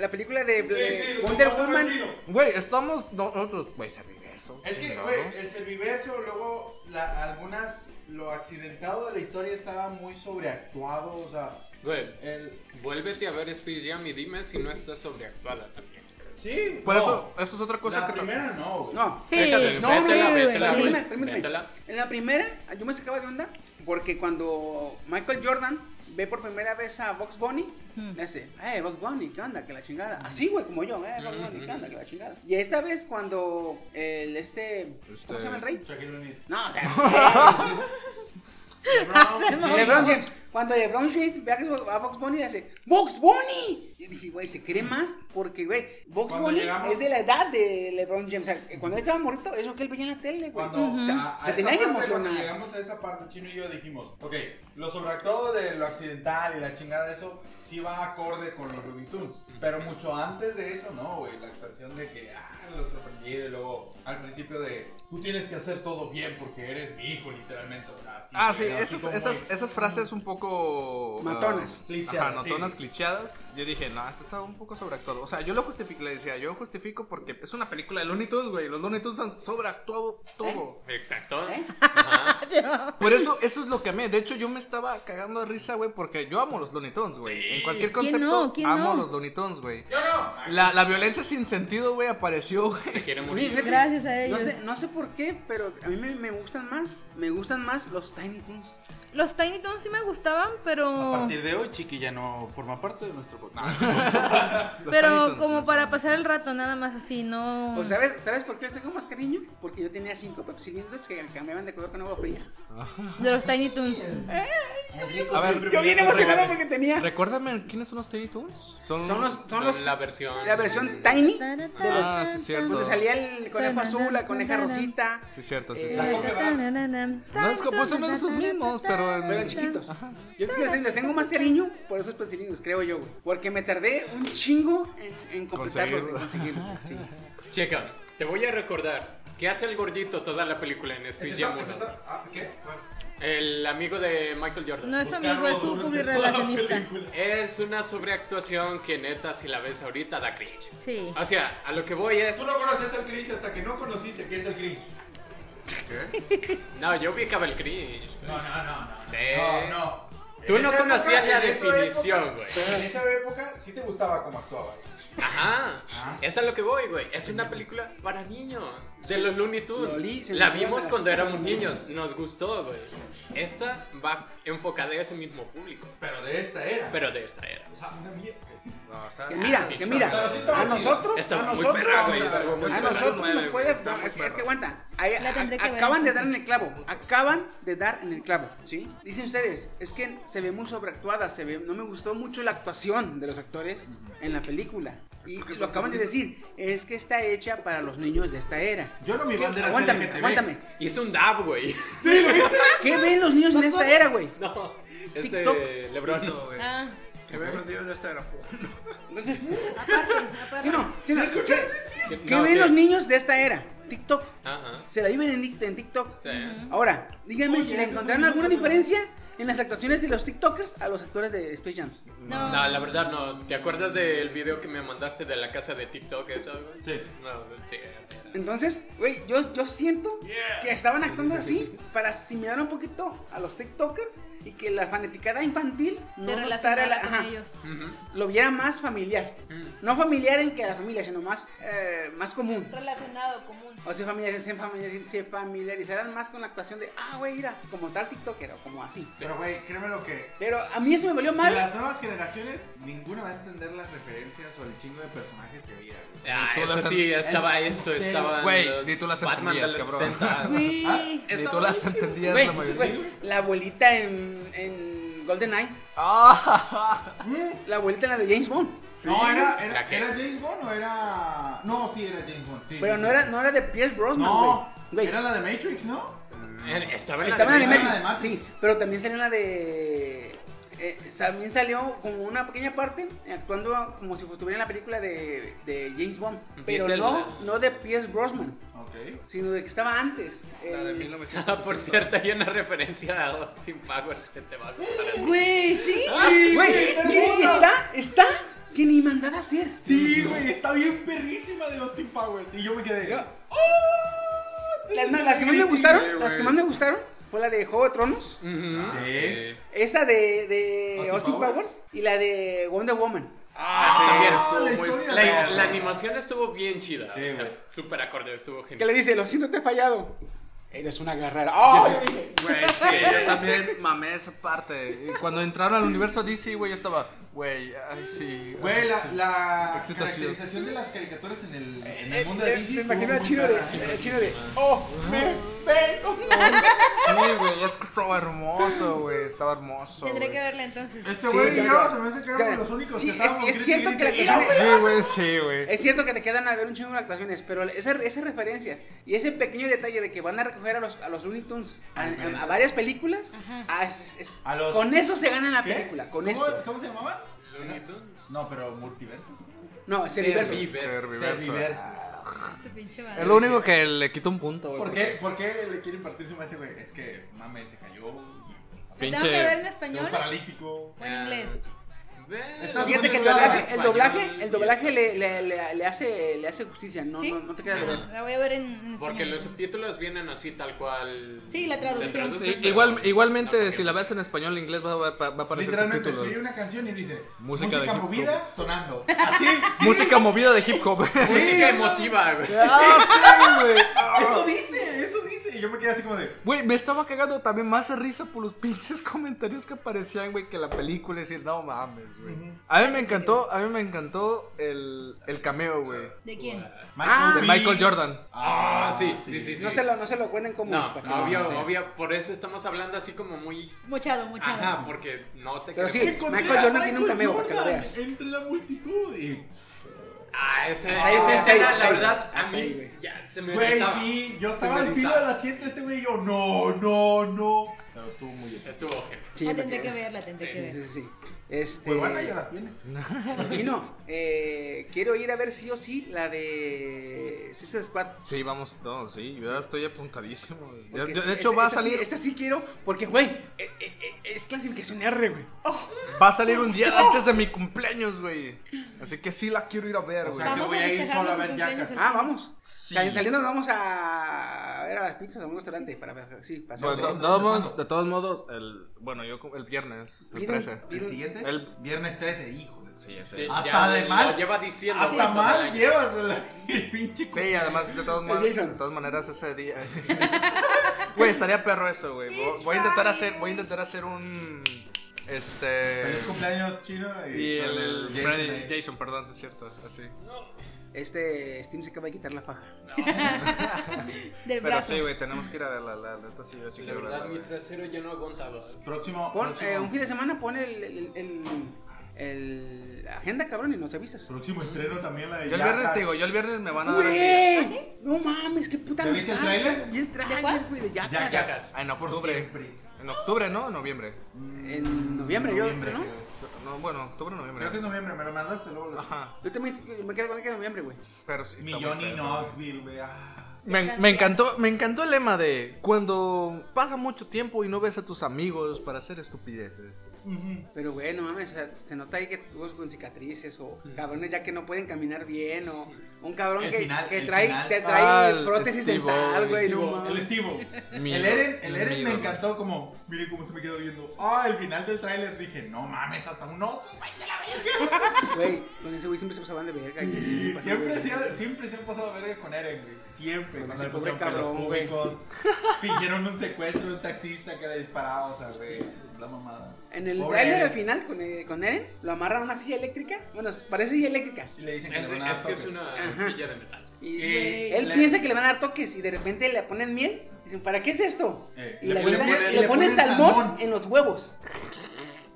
Speaker 4: la película de, de
Speaker 6: Sí, sí,
Speaker 4: Wonder
Speaker 6: lo
Speaker 4: Woman?
Speaker 6: chino.
Speaker 9: Güey, estamos nosotros, güey, serviverso.
Speaker 6: Es que,
Speaker 9: chingado.
Speaker 6: güey, eh, el serviverso, luego, la- algunas, lo accidentado de la historia estaba muy sobreactuado, o sea,
Speaker 2: Güey,
Speaker 6: el...
Speaker 2: vuélvete a ver Space Jam y dime si no está sobreactuada también.
Speaker 6: Sí,
Speaker 9: Por
Speaker 6: no.
Speaker 9: eso, eso es otra cosa
Speaker 6: la
Speaker 9: que tam-
Speaker 6: primera no, güey.
Speaker 4: No,
Speaker 7: Sí.
Speaker 2: Échale,
Speaker 4: no,
Speaker 2: vétela,
Speaker 4: no,
Speaker 2: vétela,
Speaker 4: no, no,
Speaker 2: güey.
Speaker 4: permíteme, permíteme.
Speaker 2: Vétela.
Speaker 4: En la primera, yo me sacaba de onda porque cuando Michael Jordan ve por primera vez a Box Bunny, me hace, eh, Box Bunny, ¿qué onda? Que la chingada. Así, güey, como yo, eh, Box Bunny, ¿qué onda? Que la chingada. Y esta vez cuando el este, ¿cómo
Speaker 9: Este-
Speaker 4: se llama el rey?
Speaker 6: Shaquille O'Neal.
Speaker 4: No, o sea,
Speaker 6: <laughs> LeBron,
Speaker 4: LeBron James. Cuando LeBron James ve a Box Bunny, le hace ¡Box Bunny! Y dije, güey, se cree más porque, güey, Box
Speaker 6: Cuando
Speaker 4: Bunny
Speaker 6: llegamos-
Speaker 4: es de la edad de LeBron James. O sea, cuando él estaba morrito, es lo que él veía en la tele, güey.
Speaker 6: Cuando
Speaker 4: o sea,
Speaker 6: a- a
Speaker 4: se
Speaker 6: esa
Speaker 4: tenía que
Speaker 6: parte, cuando
Speaker 4: emocionar.
Speaker 6: llegamos a esa parte, Chino y yo dijimos, ok, lo sobreactuado de lo accidental y la chingada de eso, sí va acorde con los Looney Tunes. Pero mucho antes de eso, no, güey, la actuación de que, ah, lo sorprendí y luego al principio de, tú tienes que hacer todo bien porque eres mi hijo, literalmente, o sea, así,
Speaker 9: Ah, sí,
Speaker 6: güey, así
Speaker 9: esas,
Speaker 6: como
Speaker 9: esas,
Speaker 6: el-
Speaker 9: esas frases un poco... ah,
Speaker 4: Matonas.
Speaker 9: Ajá,
Speaker 6: Clicheadas,
Speaker 9: matonas,
Speaker 6: sí.
Speaker 9: clicheadas. Yo dije, no, esto está un poco sobreactuado. O sea, yo lo justifico, le decía, yo justifico porque es una película de Looney Tunes, güey. Los Looney Tunes han sobreactuado todo.
Speaker 2: Exacto.
Speaker 4: ¿Eh?
Speaker 2: Ajá.
Speaker 9: Por eso, eso es lo que amé. De hecho, yo me estaba cagando de risa, güey, porque yo amo los Looney Tunes, güey. En cualquier
Speaker 7: ¿Quién
Speaker 9: concepto,
Speaker 7: no? ¿Quién
Speaker 9: amo
Speaker 7: no?
Speaker 9: los Looney Tunes, güey.
Speaker 6: Yo no.
Speaker 9: La, la violencia sin sentido, güey, apareció, güey.
Speaker 2: Se quiere
Speaker 4: Oye,
Speaker 2: morir.
Speaker 4: fíjate,
Speaker 7: Gracias a
Speaker 4: No
Speaker 7: ellos.
Speaker 4: sé, no sé por qué, pero a mí me, me gustan más. Me gustan más los Tiny Toons.
Speaker 7: Los Tiny Toons sí me gustaban,
Speaker 6: A
Speaker 7: pero.
Speaker 6: partir de hoy, Chiqui ya no forma parte de nuestro <laughs> podcast.
Speaker 9: Los Tiny
Speaker 7: Pero
Speaker 9: Toons,
Speaker 7: como
Speaker 9: los
Speaker 7: para
Speaker 9: Tiny
Speaker 7: pasar el rato, nada más así, no.
Speaker 4: O sabes, ¿Sabes por qué les tengo más cariño? Porque yo tenía cinco cilindros que cambiaban de color con agua fría.
Speaker 7: De los Tiny
Speaker 9: <laughs>
Speaker 7: Toons.
Speaker 9: A ver,
Speaker 4: Yo bien emocionado porque tenía.
Speaker 9: Tunes. Recuérdame, ¿quiénes son los Tiny Toons?
Speaker 4: Son los, son los,
Speaker 2: la versión.
Speaker 4: la versión Tiny.
Speaker 9: Ah, sí, cierto.
Speaker 4: Donde salía el conejo azul, la coneja rosita.
Speaker 9: Sí, cierto, sí,
Speaker 4: Eh,
Speaker 9: sí.
Speaker 6: La copia barata.
Speaker 9: No es como pues, son esos mismos, pero en-
Speaker 4: Pero eran chiquitos. Yo creo que les- les tengo más cariño por esos pencilines, creo yo, güey. Porque me tardé un chingo en, en completarlos, en conseguirlos. Sí.
Speaker 2: Checa, te voy a recordar. ¿Qué hace el gordito toda la película en Space Jam 1?
Speaker 6: ¿Qué?
Speaker 2: El amigo de Michael Jordan.
Speaker 7: No es su amigo, es su
Speaker 9: <laughs>
Speaker 7: publirelacionista.
Speaker 2: Es una sobreactuación que neta si la ves ahorita da cringe.
Speaker 7: Sí.
Speaker 2: O sea, a lo que voy es...
Speaker 6: Tú no conoces el cringe hasta que no conociste qué es el cringe.
Speaker 2: No, yo ubicaba el cringe.
Speaker 6: No, no, no, no.
Speaker 2: Sí.
Speaker 6: No, no.
Speaker 2: Tú
Speaker 6: En
Speaker 2: no
Speaker 6: esa
Speaker 2: conocías
Speaker 6: época-
Speaker 2: la
Speaker 6: en esa
Speaker 2: definición,
Speaker 6: época-
Speaker 2: güey.
Speaker 6: Pero en esa época sí te gustaba cómo actuaba.
Speaker 2: Ajá. Es a lo que voy, güey. Es una película para niños. De los Looney
Speaker 4: Lo
Speaker 2: Tunes.
Speaker 4: li- se me
Speaker 2: la
Speaker 4: olvidan
Speaker 2: vimos
Speaker 4: las
Speaker 2: cuando éramos
Speaker 4: cosas.
Speaker 2: niños. Nos gustó, güey. Esta va enfocada a ese mismo público.
Speaker 6: Pero de esta era.
Speaker 2: Pero de esta era.
Speaker 6: O sea, una mierda.
Speaker 9: No, está-
Speaker 4: Que mira, que mira.
Speaker 6: Pero sí estaba
Speaker 4: A
Speaker 6: chido.
Speaker 4: nosotros,
Speaker 2: Estaba
Speaker 4: a
Speaker 2: muy
Speaker 4: nosotros,
Speaker 2: perra, güey, estuvo muy
Speaker 4: a
Speaker 2: perra.
Speaker 4: Ah, nosotros nos
Speaker 9: Nueve,
Speaker 4: puede.
Speaker 9: güey,
Speaker 4: no, es,
Speaker 9: estaba
Speaker 4: es que
Speaker 9: perra.
Speaker 4: aguanta. Ahí-
Speaker 7: La tendré
Speaker 4: a-
Speaker 7: que ver,
Speaker 4: acaban de
Speaker 7: entonces.
Speaker 4: dar en el clavo. Acaban de dar en el clavo. ¿sí? Dicen ustedes, es que se ve muy sobreactuada. Se ve, no me gustó mucho la actuación de los actores en la película. Y lo acaban de decir, es que está hecha para los niños de esta era.
Speaker 6: Yo no mi bandera
Speaker 4: Aguántame,
Speaker 6: CLGTB.
Speaker 4: aguántame.
Speaker 2: Hizo un dab, güey. <laughs>
Speaker 4: ¿Qué ven los niños en esta era, güey?
Speaker 2: No. Este
Speaker 4: TikTok.
Speaker 2: Lebron.
Speaker 9: güey.
Speaker 7: Ah,
Speaker 9: Que vean los dios de esta era porno.
Speaker 4: Entonces,
Speaker 7: aparte, aparte.
Speaker 4: <laughs> sí, no, sí, no. ¿Qué,
Speaker 2: ¿Qué-
Speaker 4: qué
Speaker 2: no,
Speaker 4: ven
Speaker 2: qué?
Speaker 4: los niños de esta era? TikTok.
Speaker 2: Ajá.
Speaker 4: Se la viven en, Tik- en TikTok.
Speaker 2: Sí.
Speaker 4: Ahora, díganme si le encontraron alguna diferencia en las actuaciones de los TikTokers a los actores de Space Jams.
Speaker 7: No.
Speaker 2: No, la verdad no. ¿Te acuerdas del video que me mandaste de la casa de TikTok? Eso, güey?
Speaker 6: Sí.
Speaker 2: No, sí.
Speaker 4: Entonces, güey, yo, yo siento que estaban actuando así para asimilar un poquito a los TikTokers y que la fanaticada infantil
Speaker 7: Se
Speaker 4: no notara la-
Speaker 7: relacionaba con
Speaker 4: ajá,
Speaker 7: ellos.
Speaker 2: Ujú.
Speaker 4: lo viera más familiar. No familiar en que a la familia, sino más, eh, más común.
Speaker 7: Relacionado, común.
Speaker 4: O se familiar- se familiar- se familiarizarán más con la actuación de, ah, güey, mira, como tal TikToker o como así.
Speaker 6: Pero, güey, créeme lo que.
Speaker 4: Pero a mí eso me valió
Speaker 6: De
Speaker 4: mal.
Speaker 6: las nuevas generaciones, ninguna va a entender las referencias o el chingo de personajes que había, güey.
Speaker 2: Ah,
Speaker 9: Ni tú
Speaker 2: eso
Speaker 9: las
Speaker 2: sí, estaba eso, estaba.
Speaker 9: Güey, ni tú las entendías, cabrón. <laughs>
Speaker 7: Uy.
Speaker 9: Ni tú las entendías
Speaker 4: Güey,
Speaker 9: la mayoría.
Speaker 4: güey, la abuelita en, en GoldenEye,
Speaker 9: Ah,
Speaker 4: la abuelita en la de James Bond.
Speaker 6: ¿eh? No, era,
Speaker 2: ¿La
Speaker 6: era,
Speaker 2: qué?
Speaker 6: era James Bond o era. No, sí, era James Bond. sí,
Speaker 4: Pero
Speaker 6: sí,
Speaker 4: no
Speaker 6: sí.
Speaker 4: era, no era de Pierce Brosnan,
Speaker 6: No,
Speaker 4: güey. No, Güey,
Speaker 6: Era la de Matrix, ¿no?
Speaker 2: Él Estaba en la
Speaker 4: Estaba en
Speaker 2: de-
Speaker 6: Ah,
Speaker 4: Animatrix,
Speaker 6: Animatrix.
Speaker 4: sí, pero también salió una de... eh, también salió como una pequeña parte eh, actuando como si estuviera en la película de, de James Bond, pero
Speaker 2: Pierce
Speaker 4: no,
Speaker 2: Brosnan.
Speaker 4: no de Pierce Brosnan,
Speaker 6: Ok.
Speaker 4: sino de que estaba antes. eh,
Speaker 9: La de
Speaker 4: El-
Speaker 2: <laughs>
Speaker 9: 1960.
Speaker 2: Ah, por cierto, hay una referencia a Austin Powers que te va a gustar. a ti.
Speaker 8: Güey, sí.
Speaker 4: ¡Ah! Güey, y- y está, está, que ni mandaba hacer.
Speaker 6: Sí, güey, está bien perrísima de Austin Powers. Y yo me quedé.
Speaker 4: Las, ma- las que más me gustaron, las que más me gustaron fue la de Juego de Tronos,
Speaker 6: Ah, Sí.
Speaker 4: esa de, de
Speaker 6: Austin
Speaker 4: Austin Powers.
Speaker 6: Powers.
Speaker 4: y la de Wonder Woman.
Speaker 2: Ah,
Speaker 6: la
Speaker 2: también estuvo muy-
Speaker 6: historia
Speaker 2: la,
Speaker 6: de-
Speaker 2: la animación estuvo bien chida.
Speaker 6: Sí,
Speaker 2: o sea,
Speaker 6: güey.
Speaker 2: súper acorde, estuvo
Speaker 4: Que
Speaker 2: genial.
Speaker 4: le dice, lo siento, te he fallado. Eres una guerrera. ¡Ay!
Speaker 9: Güey, sí, yo <laughs> también mamé esa parte. Y Cuando entraron al universo DC, güey, yo estaba, güey, ay, sí.
Speaker 6: Güey,
Speaker 9: ay,
Speaker 6: la,
Speaker 9: sí.
Speaker 6: la
Speaker 9: Excitación.
Speaker 6: caracterización de las caricaturas en el, en el mundo de
Speaker 4: Eh,
Speaker 6: DC.
Speaker 4: Me
Speaker 6: estuvo
Speaker 4: imagino a
Speaker 6: muy
Speaker 4: Chino de,
Speaker 6: perra. Este
Speaker 4: a Chino de, oh, me pego.
Speaker 9: Sí, güey, es que estaba hermoso, güey, estaba hermoso.
Speaker 8: Tendré
Speaker 9: güey.
Speaker 8: que verla entonces.
Speaker 6: Este
Speaker 4: Sí,
Speaker 6: güey y
Speaker 4: claro.
Speaker 6: yo se me hace que éramos los únicos
Speaker 4: Sí,
Speaker 6: que
Speaker 4: es-
Speaker 6: estábamos
Speaker 4: es
Speaker 6: grite y
Speaker 4: cierto
Speaker 6: grite.
Speaker 4: que la-
Speaker 9: Sí, güey, sí, güey.
Speaker 4: Es cierto que te quedan a ver un chingo de actuaciones, pero esas, esas referencias y ese pequeño detalle de que van a recoger a los, a los Looney Tunes a, a- a varias películas, ah, es- es- es-
Speaker 6: A los-
Speaker 4: con eso se gana la
Speaker 6: ¿Qué?
Speaker 4: película, con
Speaker 6: ¿Cómo,
Speaker 4: eso.
Speaker 6: ¿Cómo se llamaban? No, pero multiversos.
Speaker 4: No, es el universo.
Speaker 9: Serviverso.
Speaker 4: Ah.
Speaker 8: Su pinche madre.
Speaker 9: Es lo único que le quita un punto, güey.
Speaker 6: ¿Por qué, ¿Por qué le quieren partir su madre a ese güey? Es que mame se cayó. y-
Speaker 8: ¿Tengo que ver en español
Speaker 6: Quedó paralítico.
Speaker 8: o en inglés?
Speaker 9: Ah,
Speaker 6: Estás
Speaker 4: Fíjate que el
Speaker 6: Español,
Speaker 4: doblaje, el doblaje, el doblaje le, le- le- le hace, le hace justicia, no,
Speaker 8: ¿Sí?
Speaker 4: no, no te queda de ver.
Speaker 8: La voy a ver en, en
Speaker 2: Porque
Speaker 8: español.
Speaker 2: los subtítulos vienen así tal cual.
Speaker 8: Sí, la traducción.
Speaker 2: se traducen,
Speaker 8: Sí,
Speaker 9: I-
Speaker 2: pero-
Speaker 9: Igual,
Speaker 2: No,
Speaker 9: igualmente,
Speaker 2: porque-
Speaker 9: si la ves en español, en inglés va, va- va a aparecer
Speaker 6: Literalmente
Speaker 9: subtítulos.
Speaker 6: soy una canción y dice
Speaker 9: Música
Speaker 6: música,
Speaker 9: de hip hop".
Speaker 6: movida sonando.
Speaker 9: <laughs>
Speaker 6: Así, sí,
Speaker 9: Música movida de hip hop. <laughs>
Speaker 2: Música emotiva, güey.
Speaker 9: Ah, sí, güey.
Speaker 6: eso dice, eso dice. Y yo me quedé así como de
Speaker 9: Güey, me estaba cagando también más de risa por los pinches comentarios que aparecían, güey, que la película. Es decir, no mames, güey. A mí me encantó, a mí me encantó el, el cameo, güey.
Speaker 8: ¿De quién?
Speaker 9: De
Speaker 6: B.
Speaker 9: Michael Jordan.
Speaker 2: Ah, sí, sí, sí. sí.
Speaker 4: No se lo, no se lo cuenten como
Speaker 2: No,
Speaker 4: español.
Speaker 2: obvio, obvio. Por eso estamos hablando así como muy.
Speaker 8: Muchado, muchado.
Speaker 2: Ajá, porque no te
Speaker 4: Pero sí,
Speaker 2: queremos-
Speaker 6: Encontré
Speaker 4: Michael
Speaker 6: a
Speaker 4: Jordan tiene un cameo, para que lo
Speaker 6: Jordan
Speaker 4: veas.
Speaker 6: Entre la multitud. Y,
Speaker 2: Ah, esa,
Speaker 4: Hasta ahí,
Speaker 2: esa
Speaker 4: hasta ahí,
Speaker 2: escena,
Speaker 4: hasta
Speaker 2: la
Speaker 4: ahí,
Speaker 2: verdad, a
Speaker 4: hasta
Speaker 2: mí
Speaker 4: ahí, güey.
Speaker 2: ya se me
Speaker 6: güey,
Speaker 2: erizaba.
Speaker 6: sí, yo
Speaker 2: Se
Speaker 6: estaba
Speaker 2: me
Speaker 6: al filo de
Speaker 2: erizaba.
Speaker 6: la siesta este güey y yo, no, no, no. Pero estuvo muy bien.
Speaker 2: Estuvo genial.
Speaker 4: Sí,
Speaker 8: la
Speaker 4: porque-
Speaker 8: tendré que ver, la tendré que
Speaker 4: Sí,
Speaker 8: ver.
Speaker 4: sí, sí. Este,
Speaker 6: Muy buena Pues ya la tiene.
Speaker 4: chino, eh, quiero ir a ver sí o sí la de Suicide Squad.
Speaker 9: Sí, vamos, no, sí, yo ya estoy apuntadísimo. güey. Ya-
Speaker 4: Porque
Speaker 9: ya-
Speaker 4: esa-
Speaker 9: de hecho,
Speaker 4: esa-
Speaker 9: va a
Speaker 4: esa sí-
Speaker 9: salir,
Speaker 4: esa sí quiero, porque, güey, eh, eh, eh, es clasificación R, güey.
Speaker 9: va a salir un día antes de mi cumpleaños, güey. Así que sí la quiero ir a ver,
Speaker 6: O
Speaker 9: güey.
Speaker 6: sea, que
Speaker 8: Vamos
Speaker 6: voy
Speaker 8: a
Speaker 6: a ir
Speaker 8: festejar
Speaker 6: solo a
Speaker 8: nuestro
Speaker 6: ver Jackass.
Speaker 8: cumpleaños el-
Speaker 4: Ah, vamos.
Speaker 9: Sí.
Speaker 4: Sali- Saliendo nos vamos a ver a las pizzas a un restaurante para ver. Sí, para
Speaker 9: Bueno, de,
Speaker 4: hacer-
Speaker 9: de todos modos, de todos modos, el, bueno, yo cum- el viernes,
Speaker 4: Pide
Speaker 9: el
Speaker 4: un-
Speaker 9: 13.
Speaker 4: pide un-
Speaker 9: El-
Speaker 6: viernes 13, híjole. Sí,
Speaker 2: Sí,
Speaker 6: Hasta
Speaker 2: ya
Speaker 6: de
Speaker 2: lo
Speaker 6: mal.
Speaker 2: Lleva diciendo.
Speaker 6: Hasta
Speaker 2: güey, todo el
Speaker 6: mal
Speaker 2: año.
Speaker 6: llevas la- el <laughs> pinche cu-
Speaker 9: Sí, además, de todas, man-
Speaker 4: Jason.
Speaker 9: de todas maneras, ese día. <laughs> Güey, estaría perro eso, güey. Vo- Voy a intentar hacer, voy a intentar hacer un. Este.
Speaker 6: Feliz cumpleaños chino
Speaker 9: Y el, el
Speaker 6: Jason
Speaker 9: Freddy-
Speaker 6: ahí.
Speaker 9: Jason, perdón, sí es cierto, así.
Speaker 4: Este Steam se acaba de quitar la faja.
Speaker 8: Del
Speaker 9: Pero
Speaker 8: brazo.
Speaker 9: sí, güey, tenemos que ir a verla, la neta sí, yo sí
Speaker 2: La
Speaker 9: quiero
Speaker 2: verdad, mi
Speaker 9: verla, güey.
Speaker 2: trasero ya no aguantaba.
Speaker 6: Próximo.
Speaker 4: Pon,
Speaker 6: próximo-
Speaker 4: eh, un fin de semana pon el, el, el- el- la agenda, cabrón, y nos avisas.
Speaker 6: Próximo estreno también la de
Speaker 9: Yo el
Speaker 6: Jackass.
Speaker 9: viernes te digo, yo el viernes me van a dar. el día.
Speaker 4: ¡Güey! No mames, qué puta
Speaker 6: ¿Ya viste el
Speaker 4: nostalgia.
Speaker 6: tráiler?
Speaker 4: Y el
Speaker 8: cuál?
Speaker 4: trailer, güey, de Jackass.
Speaker 6: Jackass.
Speaker 9: Ah, en
Speaker 6: Por
Speaker 9: octubre.
Speaker 6: siempre.
Speaker 9: En octubre, ¿no? En noviembre.
Speaker 4: En noviembre, yo,
Speaker 6: Noviembre,
Speaker 4: ¿no?
Speaker 6: creo.
Speaker 9: No, bueno, octubre, noviembre.
Speaker 6: Creo que es noviembre, me lo mandaste luego. lo-
Speaker 9: Ajá.
Speaker 4: Yo también me quedo con el que es noviembre, güey.
Speaker 9: Pero sí.
Speaker 6: Mi
Speaker 9: está muy
Speaker 6: Johnny
Speaker 9: perro, güey.
Speaker 6: Knoxville, güey. ah.
Speaker 9: Me, me encantó, me encantó el lema de cuando pasa mucho tiempo y no ves a tus amigos para hacer estupideces.
Speaker 4: Pero güey, no mames, o sea, se nota ahí que tuvo con cicatrices o cabrones ya que no pueden caminar bien o un cabrón
Speaker 6: El
Speaker 4: que,
Speaker 6: final,
Speaker 4: que
Speaker 6: el
Speaker 4: trae,
Speaker 6: final.
Speaker 4: que trae
Speaker 9: Ah, el
Speaker 4: prótesis
Speaker 9: Steve-O,
Speaker 4: dental, güey, no
Speaker 6: Steve-O, el
Speaker 4: mames.
Speaker 6: Steve.
Speaker 9: Mi
Speaker 6: el
Speaker 9: ídolo,
Speaker 6: Eren, el
Speaker 9: mi
Speaker 6: Eren me
Speaker 9: ídolo.
Speaker 6: encantó como, mire cómo se me quedó viendo. Ah, el final del tráiler dije, no mames, hasta un oso, güey, de la verga.
Speaker 4: Güey, con ese güey siempre se pasaban de verga. y se siguen
Speaker 6: Sí,
Speaker 4: pasando
Speaker 6: siempre,
Speaker 4: de
Speaker 6: se
Speaker 4: verga.
Speaker 6: ha, siempre se han pasado verga con Eren, güey. Siempre.
Speaker 4: Con ese
Speaker 6: Cuando le
Speaker 4: pobre
Speaker 6: pusieron pelos
Speaker 4: cabrón, güey.
Speaker 6: públicos, Fingieron un secuestro de un taxista que le disparaba, o sea, güey, es la mamada.
Speaker 4: En el
Speaker 6: Pobre
Speaker 4: trailer al
Speaker 6: Eren.
Speaker 4: final con, eh, con Eren lo amarran a una silla eléctrica. Bueno, parece silla eléctrica.
Speaker 6: Y le dicen que
Speaker 2: Es,
Speaker 6: le van a dar
Speaker 2: es que es
Speaker 6: toques.
Speaker 2: una
Speaker 4: Ajá.
Speaker 2: silla de
Speaker 4: <laughs>
Speaker 2: metal.
Speaker 4: Y
Speaker 6: Eh,
Speaker 4: él
Speaker 6: le-
Speaker 4: piensa que le van a dar toques y de repente le ponen miel. Dicen, ¿para qué es esto?
Speaker 6: Eh,
Speaker 4: y
Speaker 6: le
Speaker 4: le,
Speaker 6: ponen-
Speaker 4: avientan-
Speaker 6: le
Speaker 4: y le ponen
Speaker 6: ponen
Speaker 4: salmón,
Speaker 6: salmón.
Speaker 4: en los huevos.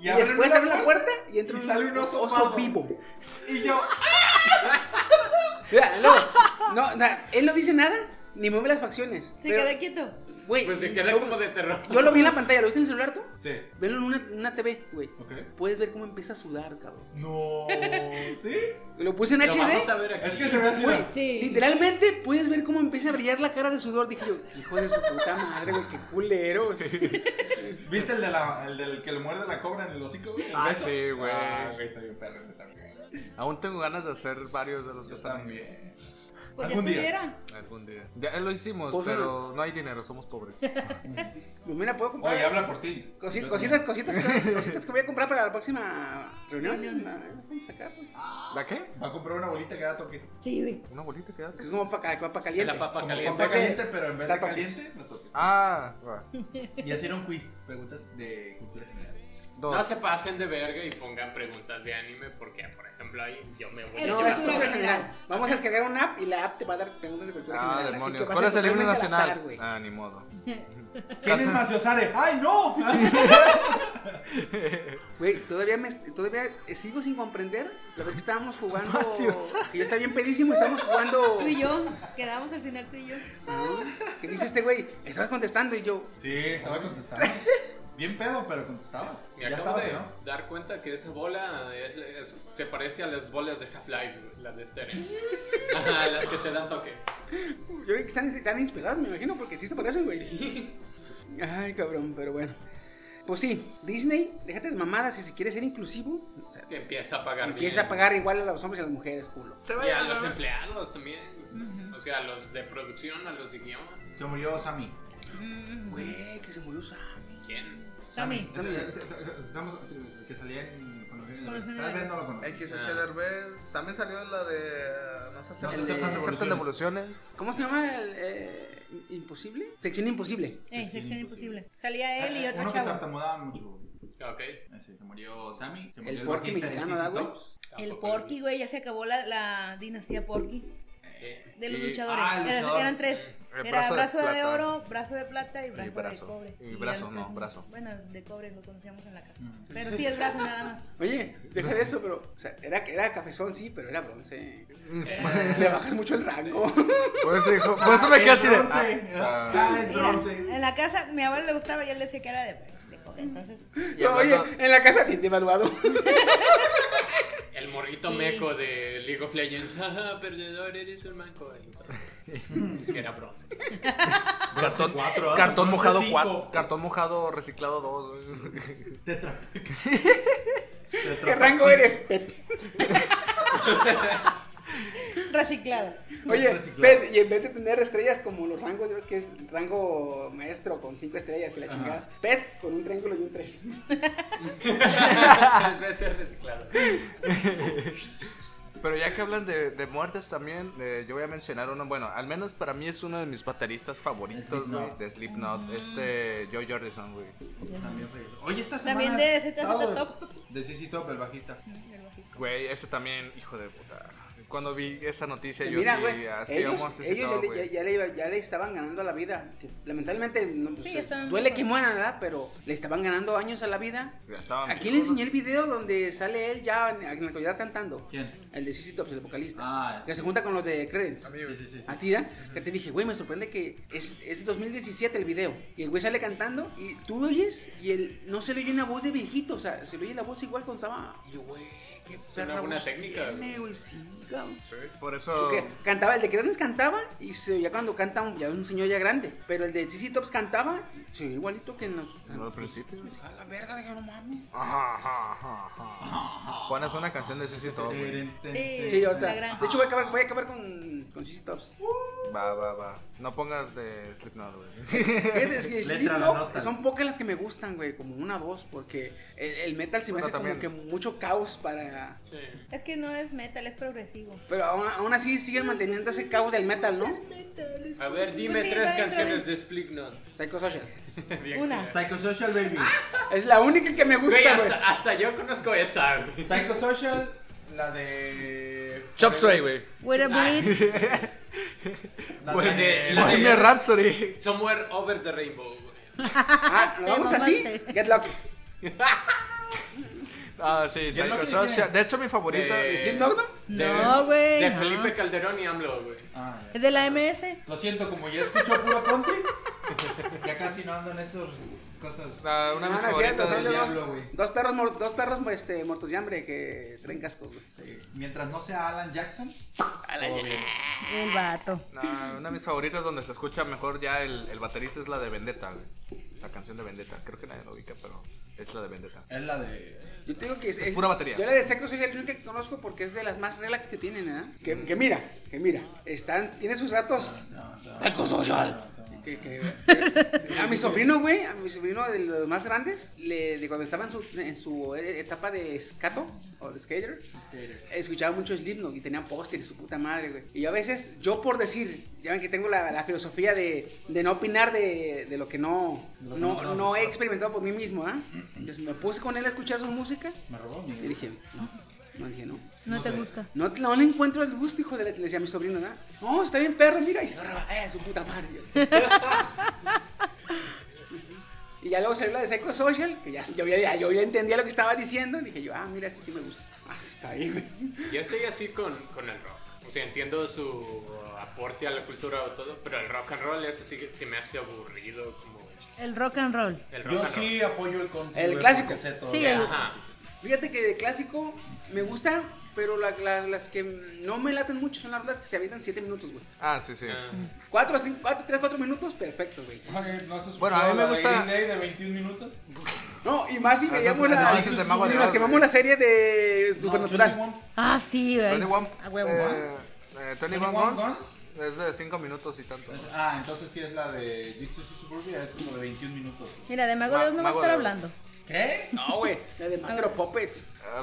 Speaker 6: Y
Speaker 4: Y,
Speaker 6: abren
Speaker 4: después
Speaker 6: una
Speaker 4: abren la puerta y entra
Speaker 6: y
Speaker 4: un,
Speaker 6: sale un oso
Speaker 4: oso,
Speaker 6: pardo.
Speaker 4: vivo.
Speaker 6: Y yo, ¡ah!
Speaker 4: Mira, no, no, na- él no dice nada Ni mueve las facciones.
Speaker 8: Se
Speaker 4: Pero,
Speaker 8: queda quieto.
Speaker 4: Güey,
Speaker 2: Pues se queda como de terror.
Speaker 4: yo lo vi en la pantalla, ¿lo viste en el celular tú?
Speaker 6: Sí.
Speaker 4: Velo en una, una TV, güey.
Speaker 6: Ok.
Speaker 4: Puedes ver cómo empieza a sudar, cabrón.
Speaker 6: No. ¿Sí?
Speaker 4: Lo puse en
Speaker 2: Lo vamos a
Speaker 4: HD.
Speaker 2: ver aquí.
Speaker 6: Es que se ve así.
Speaker 4: Güey,
Speaker 6: ¿no?
Speaker 8: Sí.
Speaker 4: literalmente puedes ver cómo empieza a brillar la cara de sudor. Dije yo, hijo de su puta madre, güey, qué culeros.
Speaker 6: ¿Viste el, de la, el del que le muerde la cobra en el hocico, güey? ¿El
Speaker 9: Ah,
Speaker 6: beso?
Speaker 9: sí, güey.
Speaker 6: Ah, güey, está bien perro ese también.
Speaker 9: Aún tengo ganas de hacer varios de los que
Speaker 6: Yo
Speaker 9: están aquí.
Speaker 6: también.
Speaker 8: Pues ya
Speaker 6: Algún día.
Speaker 8: estuvieron.
Speaker 9: Algún día. Ya lo hicimos,
Speaker 4: Pues,
Speaker 9: pero no hay dinero, somos <laughs> pobres.
Speaker 4: Pues mira, puedo comprar.
Speaker 6: Oye, habla por ti.
Speaker 4: cosi-
Speaker 6: Yo
Speaker 4: cositas, cositas, cositas, cositas que voy a comprar para la próxima reunión. Ah, Vamos a sacar, güey.
Speaker 9: ¿La qué?
Speaker 6: también. Va a comprar una bolita que da toques.
Speaker 8: Sí, güey.
Speaker 9: Una bolita que
Speaker 4: Es como para, para, caliente.
Speaker 2: La papa
Speaker 6: Como
Speaker 2: caliente.
Speaker 6: papa caliente, pero en vez
Speaker 4: da
Speaker 6: de
Speaker 4: toques.
Speaker 6: caliente, no toques.
Speaker 9: Ah, va.
Speaker 6: Y hacer un quiz. Preguntas de cultura general.
Speaker 9: Dos.
Speaker 2: No se pasen de verga y pongan preguntas de anime porque, por ejemplo, ahí yo me voy
Speaker 8: El
Speaker 4: No,
Speaker 2: a
Speaker 4: es cultura
Speaker 8: Cultura general.
Speaker 4: general. Vamos a descargar una app y la app te va a dar preguntas de cultura
Speaker 9: Ah,
Speaker 4: general. así
Speaker 9: demonios.
Speaker 4: que va a
Speaker 9: ¿Cuál es
Speaker 4: ser
Speaker 9: el himno
Speaker 4: totalmente al
Speaker 9: nacional?
Speaker 4: azar, güey.
Speaker 9: ah, ni modo.
Speaker 6: ¿Quién es
Speaker 9: Cata.
Speaker 6: Maciosare? ¡Ay, no!
Speaker 4: Güey, todavía, me, todavía eh, sigo sin comprender la vez que estábamos jugando.
Speaker 9: Vacíos.
Speaker 4: Que yo estaba bien pedísimo, estábamos jugando.
Speaker 8: <laughs> Tú y yo. Quedamos al final tú y yo.
Speaker 4: ¿Qué dice este güey? Estabas contestando y yo.
Speaker 6: Sí,
Speaker 4: <laughs>
Speaker 6: estaba contestando. Bien pedo, pero contestabas.
Speaker 2: Me
Speaker 6: ya
Speaker 2: acabo
Speaker 6: estabas,
Speaker 2: de
Speaker 6: ¿no?
Speaker 2: dar cuenta que esa bola es- es- se parece a las bolas de Half-Life, güey, las de Steren. Ajá, las que te dan toque.
Speaker 4: Yo creo que están, están inspiradas, me imagino, porque sí se parecen, güey. Ay, cabrón, pero bueno. Pues sí, Disney, déjate de mamadas y si quieres ser inclusivo, o sea,
Speaker 2: Que empieza a pagar
Speaker 4: empieza a
Speaker 2: bien.
Speaker 4: pagar igual a los hombres y a las mujeres, culo.
Speaker 9: Se
Speaker 2: Y a los empleados también. O sea, a los de producción, a los de guión.
Speaker 6: Se murió Sammy.
Speaker 4: Güey, que se murió Sammy.
Speaker 2: ¿Quién?
Speaker 8: Sammy.
Speaker 6: Sammy, estamos- que salía en. cuando salía en-
Speaker 8: Con los
Speaker 6: Tal vez no lo conozco.
Speaker 9: X H Derbez. También salió la de. No sé si
Speaker 6: No
Speaker 9: aceptan-
Speaker 6: aceptan
Speaker 9: aceptan devoluciones.
Speaker 4: ¿Cómo se llama el. eh, imposible? Sección Imposible.
Speaker 8: Eh, sección imposible. Salía él y
Speaker 6: Ah,
Speaker 8: otro
Speaker 6: Uno que
Speaker 8: chavo.
Speaker 6: tartamudaba mucho, güey.
Speaker 2: Ok.
Speaker 6: Ese, se murió Sammy. Se
Speaker 4: El
Speaker 6: murió
Speaker 4: porky
Speaker 6: bajista de
Speaker 4: mexicano,
Speaker 6: CC
Speaker 4: ¿da, güey?
Speaker 6: Tops.
Speaker 2: Tampoco
Speaker 8: El
Speaker 2: lo
Speaker 8: Porky, güey. Ya se acabó la, la dinastía Porky.
Speaker 2: vi.
Speaker 8: De los
Speaker 9: Y-
Speaker 8: luchadores.
Speaker 6: ah, el
Speaker 8: Eran-
Speaker 6: luchador.
Speaker 8: Eran tres.
Speaker 9: El
Speaker 8: Era
Speaker 9: brazo de
Speaker 8: brazo de,
Speaker 9: plata.
Speaker 8: oro, brazo de plata y brazo,
Speaker 9: brazo.
Speaker 8: de cobre.
Speaker 9: Y
Speaker 8: ya
Speaker 9: brazo,
Speaker 8: los
Speaker 9: no,
Speaker 8: tres-
Speaker 9: brazo.
Speaker 8: Bueno, de cobre lo conocíamos en la casa. Pero sí, es brazo nada más.
Speaker 4: Oye, deja de eso, pero. O sea, era, era cafezón, sí, pero era bronce.
Speaker 2: Eh,
Speaker 4: Le bajas mucho el rango.
Speaker 9: Por eso dijo. Por eso me quedé así de.
Speaker 6: Bronce.
Speaker 9: ah, ah.
Speaker 6: Ah, es
Speaker 8: Mira,
Speaker 6: bronce.
Speaker 8: en la casa, mi abuelo le gustaba, yo le decía que era de, pues, de cobre. Entonces,
Speaker 9: Y hablando-
Speaker 4: Oye, en la casa bien devaluado.
Speaker 2: el morrito meco de League of Legends. <laughs> Ajá, perdedor, eres un
Speaker 4: <laughs>
Speaker 2: manco. Es que era bronce.
Speaker 9: Cartón,
Speaker 6: cuatro, ah,
Speaker 9: cartón
Speaker 6: bronce
Speaker 9: mojado
Speaker 6: cinco.
Speaker 9: 4. Cartón mojado reciclado 2.
Speaker 6: Tetra.
Speaker 4: ¿Qué rango eres, Pet?
Speaker 8: reciclado.
Speaker 4: Oye,
Speaker 6: Reciclado.
Speaker 4: Pet, y en vez de tener estrellas como los rangos, ya ves que es rango maestro con cinco estrellas y la chingada. Pet con un triángulo y un tres.
Speaker 2: Tres veces reciclado.
Speaker 9: Pero ya que hablan de, de muertes también, eh, yo voy a mencionar uno. Bueno, al menos para mí es uno de mis bateristas favoritos, güey,
Speaker 6: Slipknot.
Speaker 9: de Slipknot. Este, Joe Jordison, güey.
Speaker 6: También fue eso. Oye, esta semana.
Speaker 8: También de ZZ Top.
Speaker 6: De CC Top, el bajista.
Speaker 8: El bajista.
Speaker 9: Güey, ese también, hijo de puta. Cuando vi esa noticia, yo
Speaker 4: Mira,
Speaker 9: sí,
Speaker 4: güey,
Speaker 9: así
Speaker 4: ellos,
Speaker 9: vamos, ese
Speaker 4: ellos ya,
Speaker 9: todo,
Speaker 4: le, ya,
Speaker 9: güey.
Speaker 4: ya le iba- ya le estaban ganando la vida. que lamentablemente, no, pues,
Speaker 8: Sí,
Speaker 4: eh,
Speaker 8: están-
Speaker 4: duele que mueran, ¿verdad? Pero le estaban ganando años a la vida.
Speaker 9: Ya estaban
Speaker 4: Aquí
Speaker 9: bien
Speaker 4: le enseñé
Speaker 9: gordos.
Speaker 4: el video donde sale él ya en, en la actualidad cantando.
Speaker 6: ¿Quién?
Speaker 4: El de CC Tops, el vocalista.
Speaker 6: Ah,
Speaker 4: que se junta con los de Credence.
Speaker 6: Sí, sí, sí. sí.
Speaker 4: A ti, ¿verdad? Que te dije, güey, me sorprende que es, es 2017 el video. Y el güey sale cantando y tú oyes y él no se le oye una voz de viejito, o sea, se le oye la voz igual cuando estaba. Y yo, güey, qué
Speaker 2: Es
Speaker 4: perra
Speaker 2: una buena
Speaker 4: voz
Speaker 2: técnica,
Speaker 4: tiene,
Speaker 2: güey.
Speaker 4: güey, sí, cabrón.
Speaker 9: Por eso.
Speaker 4: Porque cantaba, el de Credence cantaba y se oía cuando canta un, ya un señor ya grande. Pero el de CC Tops cantaba, se oía igualito que en los.
Speaker 9: No, al principio.
Speaker 4: A la verga, dije, no mames.
Speaker 9: Ajá, ajá, ajá, ajá. Juan es una canción de Sissy Top, güey.
Speaker 8: Sí,
Speaker 4: Sí,
Speaker 8: Eh, la
Speaker 4: ahorita.
Speaker 8: gran.
Speaker 4: De hecho, voy a acabar, voy a acabar con, con CC
Speaker 8: <laughs>
Speaker 4: Tops.
Speaker 9: Va, va, va. No pongas de Slipknot, güey. <laughs>
Speaker 4: Fíjate, es que
Speaker 6: Letra
Speaker 4: Slipknot
Speaker 6: la nostalgia.
Speaker 4: son pocas las que me gustan, güey, como una o dos, porque el, el metal se me
Speaker 9: Bueno,
Speaker 4: hace como
Speaker 9: también.
Speaker 4: que mucho caos para...
Speaker 2: Sí.
Speaker 8: Es que no es metal, es progresivo.
Speaker 4: Pero aún, aún así siguen manteniendo ese caos del metal, ¿no?
Speaker 2: A ver, dime
Speaker 8: Pues sí,
Speaker 2: tres
Speaker 8: va dentro
Speaker 2: canciones de Slipknot.
Speaker 4: Psychosocial.
Speaker 2: <laughs>
Speaker 8: Una.
Speaker 6: Psychosocial Baby.
Speaker 4: Es la única que me
Speaker 2: Güey,
Speaker 4: gusta, güey.
Speaker 2: hasta, hasta yo conozco esa, güey.
Speaker 6: Psychosocial, la de.
Speaker 9: Chop Suey, güey.
Speaker 8: Where a
Speaker 2: Ah,
Speaker 8: Blitz.
Speaker 6: La de.
Speaker 2: Bueno,
Speaker 9: Bohemian Rhapsody.
Speaker 2: Somewhere Over the Rainbow, güey.
Speaker 4: Ah, ¿nos
Speaker 8: Te
Speaker 4: vamos así?
Speaker 8: mamaste.
Speaker 4: Get Lucky.
Speaker 9: Ah, sí,
Speaker 6: ¿Y el Loki
Speaker 9: Psychosocial. Ah,
Speaker 6: tienes?
Speaker 9: De hecho, mi favorita.
Speaker 2: Eh,
Speaker 9: Slipknot.
Speaker 4: ¿No, no?
Speaker 2: De-
Speaker 7: No, güey,
Speaker 2: De
Speaker 7: no.
Speaker 2: Felipe Calderón y AMLO, güey.
Speaker 6: Ah, ya.
Speaker 7: ¿Es de la MS?
Speaker 6: Lo siento, como ya escucho puro country, <laughs> ya casi no ando en esas cosas.
Speaker 9: Ah, una de mis
Speaker 4: Ah, no es cierto,
Speaker 9: favoritas.
Speaker 4: son de
Speaker 6: diablo,
Speaker 4: dos,
Speaker 6: güey.
Speaker 4: dos perros, mor- dos perros este, muertos de hambre que traen cascos, güey.
Speaker 6: Mientras no sea Alan Jackson, todo bien.
Speaker 7: El vato.
Speaker 9: Ah, una de mis favoritas donde se escucha mejor ya el, el baterista es la de Vendetta, güey. La canción de Vendetta. Creo que nadie lo ubica, pero es la de Vendetta.
Speaker 6: es la de.
Speaker 4: Yo te digo que es, es-
Speaker 9: pura batería.
Speaker 4: Yo la de Seco soy la única que conozco porque es de las más relax que tienen, ¿eh? Que, que mira, que mira, están, tiene sus ratos. Taco social. Que- que- que- a mi sobrino, güey, a mi sobrino de los más grandes, le, de cuando estaba en su, en su etapa de escato o de skater, escuchaba mucho Slipknot y tenían póster y su puta madre, güey. Y yo a veces, yo por decir, ya ven que tengo la, la filosofía de, de no opinar de, de lo que no,
Speaker 6: De lo que no
Speaker 4: no,
Speaker 6: conoces.
Speaker 4: no he experimentado por mí mismo, ¿ah? Entonces me puse con él a escuchar su música
Speaker 6: Me robó
Speaker 4: y
Speaker 6: mi.
Speaker 4: dije, no, no dije, no.
Speaker 7: No te gusta.
Speaker 4: No, no le encuentro el gusto, hijo de la... Le decía a mi sobrino, ¿no? No, está bien perro, mira. Y se agarraba, ¡eh, su puta madre! <laughs> y ya luego salió la de Seco Social, que ya yo, ya, yo ya entendía lo que estaba diciendo. Y dije yo, ah, mira, este sí me gusta. Ah, está bien, <laughs> güey.
Speaker 2: Yo estoy así con, con el rock. O sea, entiendo su aporte a la cultura o todo, pero el rock and roll es así que se me hace aburrido como
Speaker 7: El rock and roll.
Speaker 2: el rock
Speaker 6: Yo
Speaker 2: and roll.
Speaker 6: sí apoyo el country.
Speaker 4: El
Speaker 6: güey,
Speaker 4: clásico.
Speaker 6: porque sé todo.
Speaker 7: Sí, el-
Speaker 2: Ajá.
Speaker 4: Fíjate que de clásico me gusta, pero la- la- las que no me laten mucho son las rolas que se habitan 7 minutos, güey.
Speaker 9: Ah, sí, sí.
Speaker 2: Ah.
Speaker 4: 4, 3, 4 minutos, perfecto, güey.
Speaker 6: Ok, ¿No has escuchado
Speaker 9: Bueno, a mí me
Speaker 6: la de
Speaker 9: gusta-
Speaker 6: Green Day de 21 minutos?
Speaker 4: No, y más si
Speaker 9: Ah, Esas-
Speaker 4: veíamos
Speaker 9: no,
Speaker 4: la...
Speaker 9: esas de Mago
Speaker 4: si
Speaker 9: de
Speaker 4: nos
Speaker 9: Oz,
Speaker 4: quemamos
Speaker 9: güey.
Speaker 4: la serie de Supernatural.
Speaker 6: No, 21
Speaker 7: Ah, sí, güey.
Speaker 9: 21,
Speaker 7: A huevo.
Speaker 9: eh, eh, 21
Speaker 6: 21
Speaker 9: Guns es de 5 minutos
Speaker 6: <laughs>
Speaker 9: y tanto.
Speaker 6: Ah, entonces sí es la de Jigsaw y Suburbia, es como de 21 minutos.
Speaker 7: Mira, de Mago de Oz no va a
Speaker 9: Mago de
Speaker 7: estar
Speaker 9: Oz.
Speaker 7: hablando.
Speaker 6: ¿Qué?
Speaker 4: No, güey, la de Master of Puppets.
Speaker 9: Ah,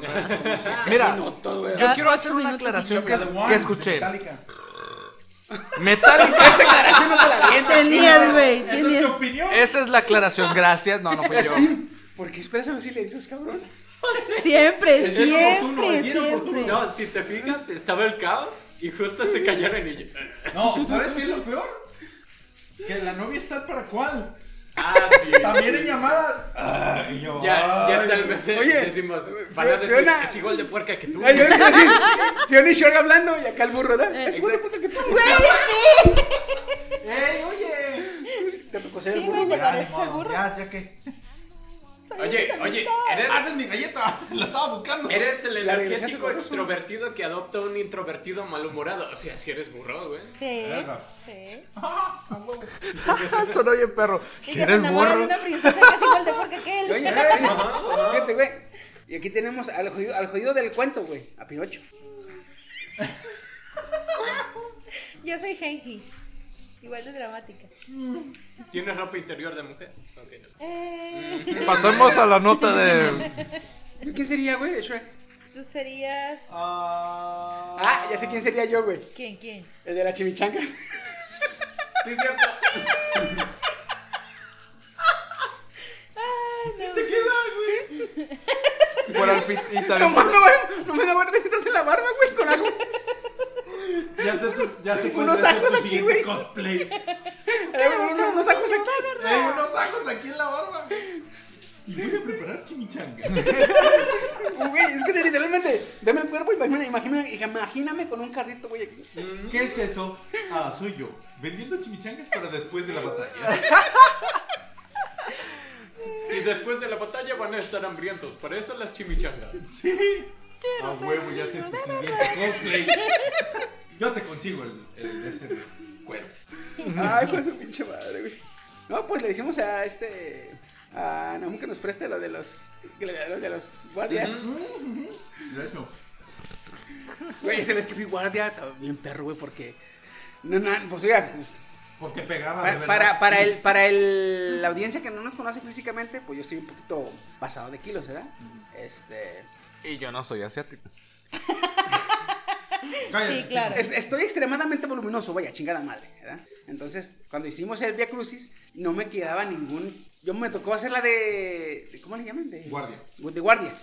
Speaker 9: Mira, yo
Speaker 7: Ah,
Speaker 9: quiero hacer
Speaker 7: ocho
Speaker 9: una
Speaker 7: minutos y
Speaker 9: aclaración que,
Speaker 6: La de One,
Speaker 9: que escuché.
Speaker 6: Metallica.
Speaker 9: Metallica.
Speaker 4: Esa aclaración no te la avientas,
Speaker 7: Tenías, güey.
Speaker 6: Esa es tu
Speaker 7: Tenías.
Speaker 6: opinión.
Speaker 9: Esa es la aclaración, gracias. No, no fui yo.
Speaker 4: Steve, ¿por qué esperas a los silencios, cabrón?
Speaker 7: Siempre,
Speaker 6: Es oportuno,
Speaker 7: siempre,
Speaker 6: es bien
Speaker 7: siempre.
Speaker 2: No, si te fijas, estaba el caos y justo se cayeron y yo-
Speaker 6: No, ¿sabes qué es lo peor? Que la novia está para cuál.
Speaker 2: Ah, sí.
Speaker 6: También
Speaker 2: sí,
Speaker 6: en
Speaker 2: sí.
Speaker 6: llamada. Ay, yo,
Speaker 2: Ya, ya
Speaker 6: ay,
Speaker 2: está el <laughs> meme.
Speaker 4: Oye,
Speaker 2: decimos, van a decir,
Speaker 4: Fiona-
Speaker 2: es igual de puerca que tú.
Speaker 4: Ay, yo iba a decir, Fiona y Shorga hablando y acá el burro, ¿verdad?
Speaker 7: Eh,
Speaker 4: Es una puta que tú.
Speaker 6: ¡Ey, oye!
Speaker 4: Te tocó ser el
Speaker 7: Sí,
Speaker 4: burro.
Speaker 7: güey, te
Speaker 6: Ya,
Speaker 7: pareces
Speaker 6: ni modo,
Speaker 7: seguro.
Speaker 6: Ya, ya que.
Speaker 2: Oye, oye, eres, Eh,
Speaker 6: ¡Haces mi galleta! <laughs> ¡La estaba buscando!
Speaker 2: eres el
Speaker 4: Ah, La regresaste
Speaker 2: energético
Speaker 4: con eso.
Speaker 2: extrovertido que adopta a un introvertido malhumorado. O sea, si eres burro, güey.
Speaker 7: Sí,
Speaker 6: Verga.
Speaker 7: sí.
Speaker 9: Sonó bien perro.
Speaker 7: Y
Speaker 9: Si
Speaker 7: que
Speaker 9: eres
Speaker 7: se enamora de
Speaker 9: burro.
Speaker 7: una princesa que es igual de porque que él.
Speaker 4: Oye, fíjate, güey. Y aquí tenemos al jodido, al jodido del cuento, güey. A Pinocho.
Speaker 7: <laughs> Yo soy Genji. Igual de dramática.
Speaker 2: ¿Tienes ropa interior de mujer? Ok, no.
Speaker 7: Eh,
Speaker 9: Pasemos a la nota de.
Speaker 4: ¿Yo ¿Quién sería, güey, de Shrek?
Speaker 2: Mm.
Speaker 7: Tú serías.
Speaker 6: Ah,
Speaker 4: Ah, ya sé quién sería yo, güey.
Speaker 7: ¿Quién? ¿Quién?
Speaker 4: El de las chimichangas.
Speaker 2: Sí, es cierto.
Speaker 4: <laughs>
Speaker 7: Ay, no.
Speaker 9: Por alfitita.
Speaker 4: No, no, güey, no me daba tresitas en la barba, güey, con ajos.
Speaker 6: ya sé, tus- ya sé cuál
Speaker 4: Unos
Speaker 6: es tu
Speaker 4: ajos aquí,
Speaker 6: siguiente
Speaker 4: güey.
Speaker 6: cosplay.
Speaker 4: Era unos, unos ajos aquí.
Speaker 6: Hay unos ajos aquí en la barba. Y voy a preparar chimichanga.
Speaker 4: Güey, es que literalmente, veme el cuerpo y imagina- imagina- imagíname con un carrito, güey, aquí.
Speaker 6: ¿Qué es eso? Ah, soy yo. Vendiendo chimichangas para después de la batalla.
Speaker 2: Y después de la batalla van a estar hambrientos. Para eso las chimichangas.
Speaker 6: Sí. A Ah, huevo, ya sé tu siguiente cosplay. Yo te consigo el, el de ese cuero.
Speaker 4: Ay, fue su pinche madre, güey. No, pues le decimos a este. A Nahum que nos preste lo de los. Lo de los guardias.
Speaker 6: De hecho,
Speaker 4: Güey, se vez que fui guardia, estaba bien perro, güey, porque. No, no, pues oiga, pues,
Speaker 6: porque pegaba Ah, de
Speaker 4: para, para,
Speaker 6: verdad.
Speaker 4: para el, para el, la audiencia que no nos conoce físicamente, pues yo estoy un poquito pasado de kilos, ¿verdad? Este.
Speaker 9: Y yo no soy asiático.
Speaker 6: Cállate,
Speaker 7: Sí, claro.
Speaker 4: es- estoy extremadamente voluminoso, vaya, chingada madre, ¿verdad? Entonces, cuando hicimos el Via Crucis, no me quedaba ningún. Yo me tocó hacer la de. de- ¿Cómo le llaman? De,
Speaker 6: Guardia.
Speaker 4: De guardia.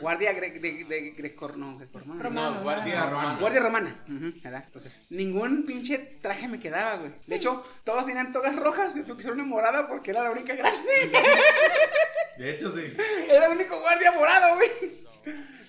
Speaker 4: Guardia gre- de, de grecor- no, grecorromana.
Speaker 2: No, guardia romana.
Speaker 4: Guardia romana. Ujú, ¿verdad? Entonces, ningún pinche traje me quedaba, güey. De hecho, todos tenían togas rojas. Yo tuve que hacer una morada porque era la única grande.
Speaker 6: De hecho, sí.
Speaker 4: era el único guardia morado, güey.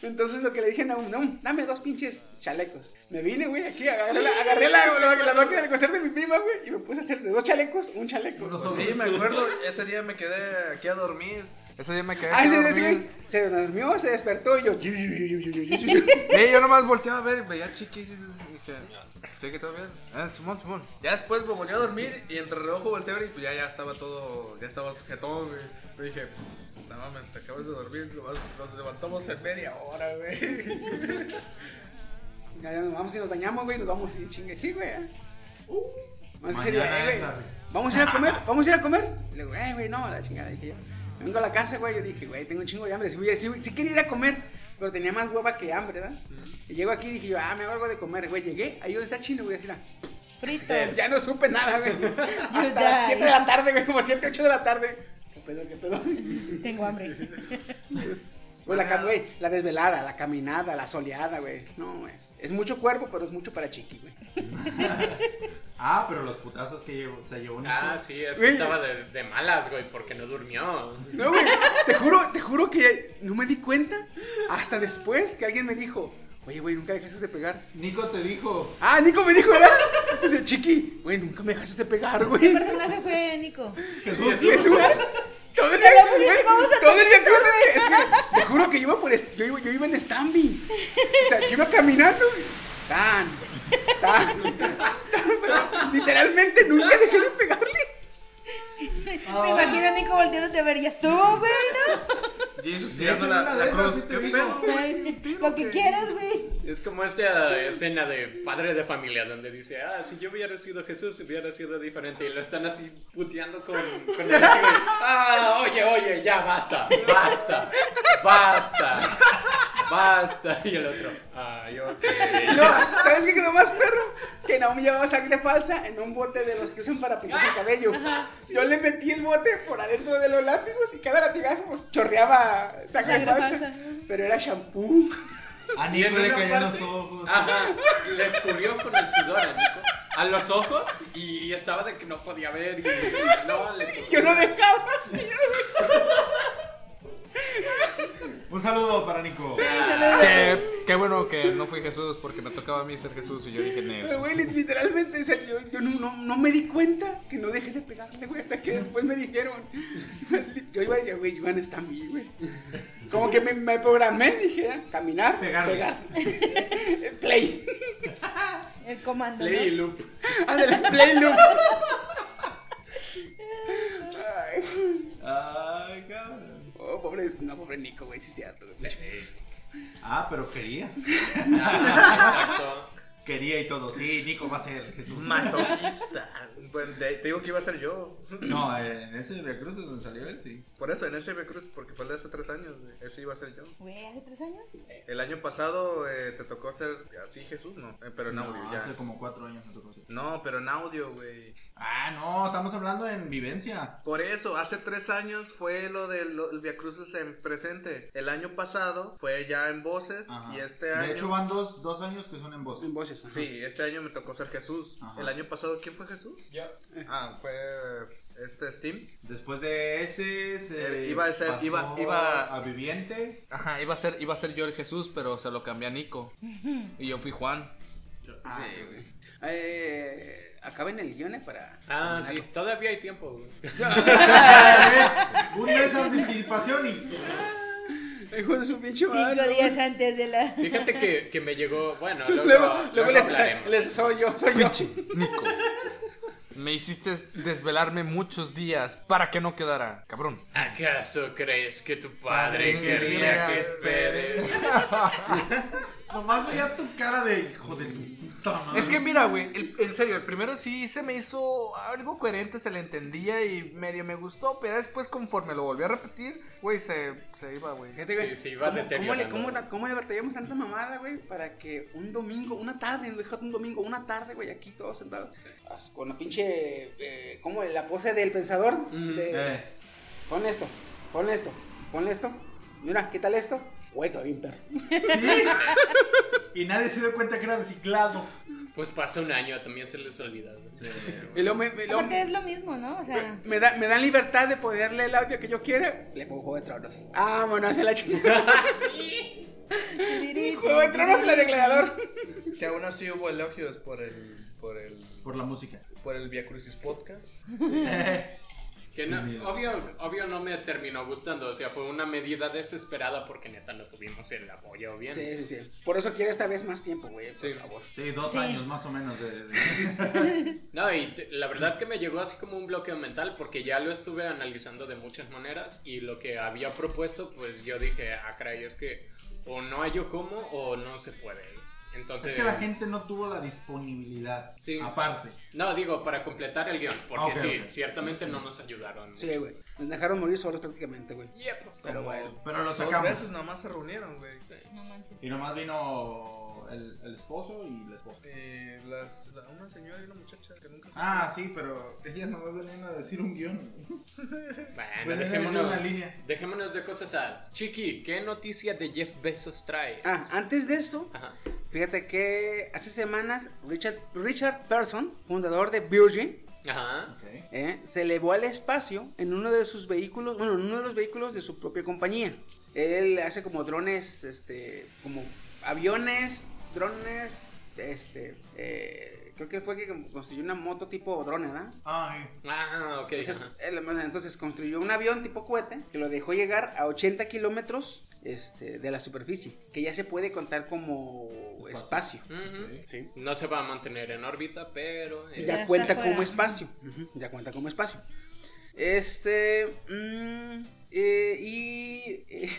Speaker 4: Entonces lo que le dije a Naum, Naum, dame dos pinches chalecos. Me vine, güey, aquí, agarré, la, agarré la, la- la máquina de coser de mi prima, güey, y me puse a hacer de dos chalecos un chaleco.
Speaker 9: Sí, me acuerdo, ese día me quedé aquí a dormir. Ese día me quedé
Speaker 4: Ah,
Speaker 9: aquí a
Speaker 4: ese,
Speaker 9: dormir.
Speaker 4: ese güey se durmió, se despertó y yo. "Yu, yu, yu, yu, yu, yu, yu, yu".
Speaker 9: Sí, yo nomás volteaba a ver, veía a Chiqui y dije, Chiqui, ¿todo bien? Ah, Simón, Simón. Ya después me volví a dormir y entre reojo volteé a ver y pues ya, ya estaba todo, ya estaba sujetón, güey. Yo dije, no mames, te acabas de dormir, lo vas- nos levantamos en media hora, güey.
Speaker 4: Ya, ya nos vamos y nos bañamos, güey, nos vamos y chingue. Sí, güey. ¿eh? Vamos a ir,
Speaker 6: Mañana
Speaker 4: eh, güey,
Speaker 6: entra, güey.
Speaker 4: vamos a ir a comer, vamos a ir a comer. Le digo, eh, güey, no, a la chingada, dije yo. Vengo a la casa, güey, yo dije, güey, tengo un chingo de hambre. Sí, güey, sí, güey, sí quería ir a comer, pero tenía más hueva que hambre, ¿verdad? Y llego aquí y dije yo, ah, me hago algo de comer, güey. Llegué, ahí donde está chino, güey, así la-
Speaker 8: Frito.
Speaker 4: Ya no supe nada, güey. Hasta las
Speaker 8: die.
Speaker 4: 7 de la tarde, güey, como 7, 8 de la tarde. ¿Qué pedo, qué pedo?
Speaker 8: Tengo hambre.
Speaker 4: Güey, la, cam- güey, la desvelada, la caminada, la soleada, güey. No, güey. Es mucho cuerpo, pero es mucho para chiqui, güey.
Speaker 6: Ah, pero los putazos que llevó, se llevó Nico.
Speaker 2: Ah, sí, es que
Speaker 4: Güey.
Speaker 2: estaba de, de malas, güey, porque no durmió.
Speaker 4: No, güey, te juro, te juro que no me di cuenta hasta después que alguien me dijo, oye, güey, nunca dejaste de pegar.
Speaker 9: Nico te dijo.
Speaker 4: Ah, Nico me dijo, ¿verdad? Dice, chiqui, güey, nunca me dejaste de pegar, güey.
Speaker 8: ¿Qué personaje fue Nico?
Speaker 4: Jesús. Todo el día, güey, todo el día cruces, es que, te juro que yo iba, por est- yo iba, yo iba en standing. O sea, yo iba caminando. güey. Tan, tan, tan, pero Literalmente nunca dejé de pegarle.
Speaker 8: Me imagino a Nico volteándote a ver, ya estuvo, güey,
Speaker 9: Jesus
Speaker 6: De hecho,
Speaker 9: tirando
Speaker 6: en
Speaker 9: la,
Speaker 6: una
Speaker 9: la
Speaker 6: de esas
Speaker 9: cruz.
Speaker 6: sí te
Speaker 9: ¿Qué
Speaker 6: digo.
Speaker 9: pedo?
Speaker 8: ¿no? Lo que quieras, güey.
Speaker 2: Es como esta escena de padre de familia donde dice, ah, si yo hubiera sido Jesús, hubiera sido diferente. Y lo están así puteando con, con el látigo. Ah, oye, oye, ya, basta, basta, basta, basta. Y el otro, ay, ok.
Speaker 4: No, ¿sabes qué quedó más perro? Que Naomi llevaba sangre falsa en un bote de los que usan para pintar el cabello. Yo le metí el bote por adentro de los látigos y cada latigazo pues, chorreaba sangre,
Speaker 8: Sangre
Speaker 4: falsa.
Speaker 8: falsa.
Speaker 4: Pero era shampoo. <laughs>
Speaker 6: A
Speaker 2: Y en
Speaker 6: Nico le
Speaker 2: una
Speaker 6: caían
Speaker 2: parte-
Speaker 6: los ojos.
Speaker 2: Ajá, le escurrió con el sudor a Nico, a los ojos y, y estaba de que no podía ver. Y, no, le-
Speaker 4: Yo no dejaba.
Speaker 6: Un saludo para Nico.
Speaker 9: Qué, qué bueno que no fui Jesús porque me tocaba a mí ser Jesús y yo dije,
Speaker 4: Pero,
Speaker 9: negro.
Speaker 4: güey, lit- literalmente, o sea, yo, yo no, no- no me di cuenta que no dejé de pegarle, güey, hasta que después me dijeron. O sea, li- yo iba y decía, güey, Iván está a mí, güey. Como que me, me programé, dije, ah, caminar,
Speaker 6: Pegarle.
Speaker 4: pegar. <laughs> play.
Speaker 8: El comando.
Speaker 2: Play y
Speaker 8: ¿no?
Speaker 2: loop.
Speaker 4: Ándale, play loop.
Speaker 6: Ay, cabrón.
Speaker 4: Oh, pobre, no, pobre Nico, güey, sí es cierto. güey.
Speaker 6: Ah, pero quería.
Speaker 2: Ah, exacto.
Speaker 6: Quería y todo. Sí, Nico va a ser Jesús.
Speaker 9: Masoquista. Bueno, de- te digo que iba a ser yo.
Speaker 6: No, en ese Veracruz es donde salió él, sí.
Speaker 9: Por eso, en ese Cruz, porque fue el de hace tres años, güey, ese iba a ser yo.
Speaker 8: Güey, ¿hace tres años?
Speaker 9: El año pasado eh, te tocó hacer a ti Jesús, no, eh, pero en
Speaker 6: No,
Speaker 9: audio
Speaker 6: hace
Speaker 9: ya.
Speaker 6: como cuatro años. me tocó.
Speaker 9: No, pero en audio, güey.
Speaker 6: Ah, no, estamos hablando en vivencia.
Speaker 9: Por eso, hace tres años fue lo del lo- el Via Cruces en presente. El año pasado fue ya en voces
Speaker 6: Ajá.
Speaker 9: y este año.
Speaker 6: De hecho, van dos, dos años que son en voz.
Speaker 4: En voces. ajá.
Speaker 9: Sí, este año me tocó ser Jesús.
Speaker 6: Ajá.
Speaker 9: El año pasado, ¿quién fue Jesús?
Speaker 2: Yo,
Speaker 9: Ah, fue este Steam.
Speaker 6: Después de ese, se
Speaker 9: Eh, iba a ser-
Speaker 6: pasó
Speaker 9: iba- iba-
Speaker 6: a
Speaker 9: <laughs>
Speaker 6: viviente.
Speaker 9: Ajá, iba a ser, iba a ser yo el Jesús, pero se lo cambié a Nico. Y yo fui Juan.
Speaker 4: Ah, güey. Eh, acaben el guión eh, para.
Speaker 2: Ah, sí, todavía hay tiempo. güey.
Speaker 6: Un mes de anticipación y.
Speaker 4: <laughs> Hijo de su pinche madre.
Speaker 8: Cinco días antes de la.
Speaker 2: Fíjate que, que me llegó, bueno, luego,
Speaker 4: <laughs> Luego, luego,
Speaker 2: luego
Speaker 4: les,
Speaker 2: hablaremos.
Speaker 4: les- soy yo, soy yo.
Speaker 9: Nico. Me hiciste desvelarme muchos días para que no quedara, cabrón.
Speaker 2: ¿Acaso crees que tu padre
Speaker 6: Padre,
Speaker 2: querría que
Speaker 6: querías
Speaker 2: espere?
Speaker 6: <laughs> Nomás veía tu cara de hijo de tu puta madre.
Speaker 9: Es que mira, güey, el- en serio, el primero sí se me hizo algo coherente, se le entendía y medio me gustó, pero después conforme lo volví a repetir, güey, se, se iba, güey.
Speaker 4: Fíjate,
Speaker 2: Sí,
Speaker 4: güey,
Speaker 2: se iba
Speaker 4: ¿cómo- ¿cómo, le,
Speaker 2: deteriorando,
Speaker 4: cómo,
Speaker 2: güey.
Speaker 4: la- cómo le batallamos tanta mamada, güey? Para que un domingo, una tarde, déjate un domingo, una tarde, güey, aquí todos sentados. as- Con la pinche. Eh, ¿Cómo? La pose del pensador. de,
Speaker 6: Eh,
Speaker 4: Pon esto, pon esto, pon esto. Mira, ¿qué tal esto? Güey, quedó bien perro.
Speaker 6: Y nadie se dio cuenta que era reciclado.
Speaker 2: Pues pasa un año, también se les olvida.
Speaker 4: Y luego me, me- luego-
Speaker 8: Aparte es lo mismo, ¿no? O sea,
Speaker 4: me da- me dan libertad de poder leer el audio que yo quiera. Le pongo Juego de Tronos. Ah, bueno,
Speaker 12: <laughs>
Speaker 4: hace la chingada. Juego de Tronos la de gladiador.
Speaker 12: Que aún así hubo elogios por el. por el.
Speaker 6: Por la música.
Speaker 12: por el Via Crucis Podcast.
Speaker 2: Que no, obvio, obvio no me terminó gustando, o sea, fue una medida desesperada porque neta no tuvimos el apoyo bien.
Speaker 4: Sí, sí, sí. Por eso quiero esta vez más tiempo, güey. Por favor.
Speaker 6: Sí, dos
Speaker 8: Sí.
Speaker 6: años más o menos de- de-
Speaker 2: No, y te- la verdad que me llegó así como un bloqueo mental porque ya lo estuve analizando de muchas maneras y lo que había propuesto, pues yo dije, ah, caray, es que o no hay yo cómo o no se puede. Entonces...
Speaker 6: Es que la gente no tuvo la disponibilidad.
Speaker 2: Sí.
Speaker 6: Aparte.
Speaker 2: No, digo, para completar el guión, porque
Speaker 6: Ah, Ok,
Speaker 2: sí,
Speaker 6: ok.
Speaker 2: ciertamente no nos ayudaron.
Speaker 4: Sí, güey. Nos dejaron morir solos prácticamente, güey.
Speaker 2: Yep.
Speaker 4: Pero bueno.
Speaker 6: Pero lo
Speaker 12: Dos
Speaker 6: sacamos.
Speaker 12: veces nomás se reunieron, güey.
Speaker 6: Y nomás vino el, el esposo y la esposa.
Speaker 12: Eh, las, la- una señora y una muchacha que nunca.
Speaker 6: Ah, sí, pero ellas nomás venían a decir un guión.
Speaker 2: Bueno,
Speaker 6: Bueno, esa es
Speaker 2: dejémonos,
Speaker 6: una línea.
Speaker 2: dejémonos de cosas al. Chiqui, ¿qué noticia de Jeff Bezos trae?
Speaker 4: Ah, antes de eso,
Speaker 2: Ajá.
Speaker 4: fíjate que hace semanas Richard, Richard Person, fundador de Virgin,
Speaker 2: Ajá.
Speaker 4: eh, se elevó al espacio en uno de sus vehículos, bueno, en uno de los vehículos de su propia compañía. Él hace como drones, este, como aviones, drones, este, eh, creo que fue que construyó una moto tipo drone, ¿verdad?
Speaker 6: Ay.
Speaker 2: Ah, ok.
Speaker 4: Entonces,
Speaker 2: ajá.
Speaker 4: él, bueno, entonces construyó un avión tipo cohete que lo dejó llegar a 80 kilómetros este, de la superficie, que ya se puede contar como espacio.
Speaker 2: Ujú.
Speaker 4: Sí.
Speaker 2: No se va a mantener en órbita, pero. eh,
Speaker 8: Ya
Speaker 4: Ya
Speaker 8: está
Speaker 4: cuenta
Speaker 8: fuera.
Speaker 4: como espacio. Ujú, Ya cuenta como espacio. Este. mm, eh, y. eh,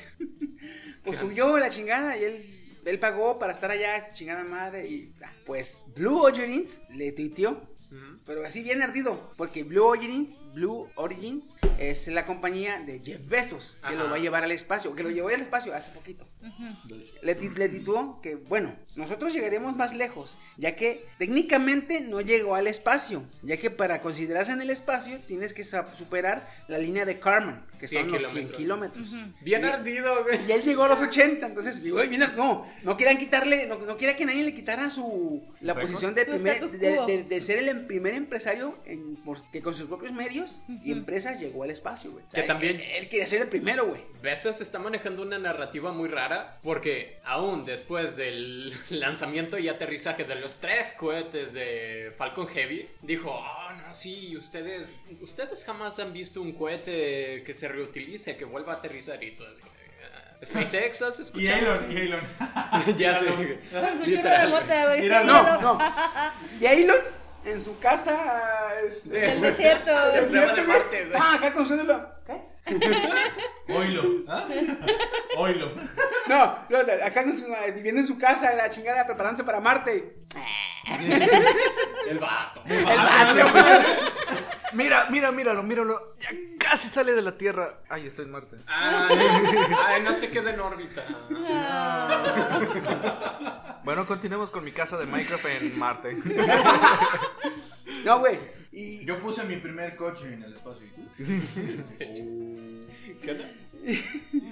Speaker 4: <laughs> pues subió la chingada y él. Él pagó para estar allá, esa chingada madre. Y ah, pues Blue Origins le tuiteó.
Speaker 2: ujú.
Speaker 4: Pero así bien ardido. Porque Blue Origins, Blue Origins es la compañía de Jeff Bezos. Que
Speaker 2: Ajá.
Speaker 4: lo va a llevar al espacio. Que lo llevó al espacio hace poquito. Le, ti- le tituló que, bueno, nosotros llegaremos más lejos, ya que técnicamente no llegó al espacio, ya que para considerarse en el espacio tienes que sa- superar la línea de Carmen, que
Speaker 2: 100
Speaker 4: son los 100 kilómetros.
Speaker 2: Bien
Speaker 4: Y-
Speaker 2: ardido, güey.
Speaker 4: Y él llegó a los 80, entonces, güey, bien ar- no, no quieran quitarle, no, no quiera que nadie le quitara su, la posición de,
Speaker 8: Su
Speaker 4: primer-
Speaker 8: status
Speaker 4: de,
Speaker 8: quo.
Speaker 4: de- de ser el em- primer empresario en- por- que con sus propios medios y empresas llegó al espacio, güey. O sea,
Speaker 2: Que también-
Speaker 4: Él, él quería ser el primero, güey.
Speaker 2: Bezos está manejando una narrativa muy rara porque aún después del <laughs> lanzamiento y aterrizaje de los tres cohetes de Falcon Heavy, dijo, ah, no, sí, ustedes, ustedes jamás han visto un cohete que se reutilice, que vuelva a aterrizar y todo así. "Ah, SpaceX, ¿has
Speaker 6: Y
Speaker 2: escuchado?
Speaker 6: Elon, y Elon.
Speaker 2: <laughs> ya sé.
Speaker 8: con su chorro de
Speaker 2: Literal.
Speaker 8: mota, güey.
Speaker 6: Mira,
Speaker 4: No, no. Y Elon en su casa, este, <laughs>
Speaker 8: El desierto,
Speaker 4: El
Speaker 8: güey.
Speaker 4: desierto, güey. Ah, acá con su celular. ¿Qué?
Speaker 6: Oilo. ¿Ah? Oilo.
Speaker 4: No, no, no, acá con su- viviendo en su casa, la chingada, preparándose para Marte.
Speaker 2: El vato.
Speaker 9: Mira, mira, míralo, míralo. Ya casi sale de la Tierra. Ay, estoy en Marte.
Speaker 2: Ay, ay, no se queda en órbita.
Speaker 9: Bueno, continuemos con mi casa de Minecraft en <laughs> Marte.
Speaker 4: No, güey. Y,
Speaker 6: Yo puse mi primer coche en el espacio.
Speaker 2: ¿Qué onda?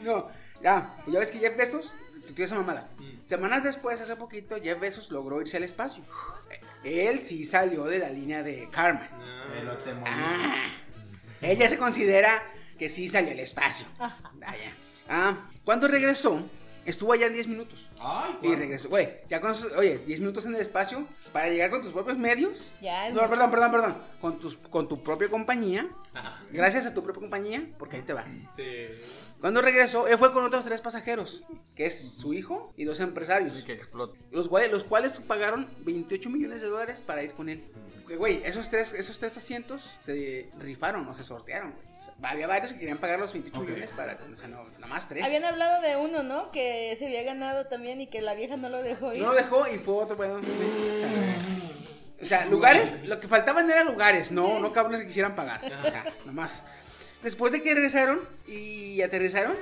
Speaker 4: No, ya, pues ya ves que Jeff Bezos, tu tío esa mamada. Semanas después, hace poquito, Jeff Bezos logró irse al espacio. Él sí salió de la línea de Carmen.
Speaker 6: Pero te molí.
Speaker 4: Ah, ella se considera que sí salió al espacio. Vaya. Ah, cuando regresó, estuvo allá en 10 minutos.
Speaker 6: Ay,
Speaker 4: Y
Speaker 6: cuál.
Speaker 4: regresó, güey, ya conoces, oye, 10 minutos en el espacio para llegar con tus propios medios.
Speaker 8: Ya, es
Speaker 4: No,
Speaker 8: mucho.
Speaker 4: perdón, perdón, perdón. Con, tus, con tu propia compañía. Gracias a tu propia compañía, porque ahí te va.
Speaker 2: Sí.
Speaker 4: Cuando regresó, él fue con otros tres pasajeros, que es su hijo y dos empresarios,
Speaker 9: que explote.
Speaker 4: los cuales, los cuales pagaron 28 millones de dólares para ir con él. Que, Güey, esos tres, esos tres asientos se rifaron o se sortearon. güey. O sea, había varios que querían pagar los 28 millones para, o sea, no, nada más tres.
Speaker 8: Habían hablado de uno, ¿no? Que se había ganado también y que la vieja no lo dejó ir.
Speaker 4: No lo dejó y fue otro. bueno, o sea, lugares, lo que faltaban eran lugares, no, no cabrones que quisieran pagar. O sea, nomás. Después de que regresaron y aterrizaron,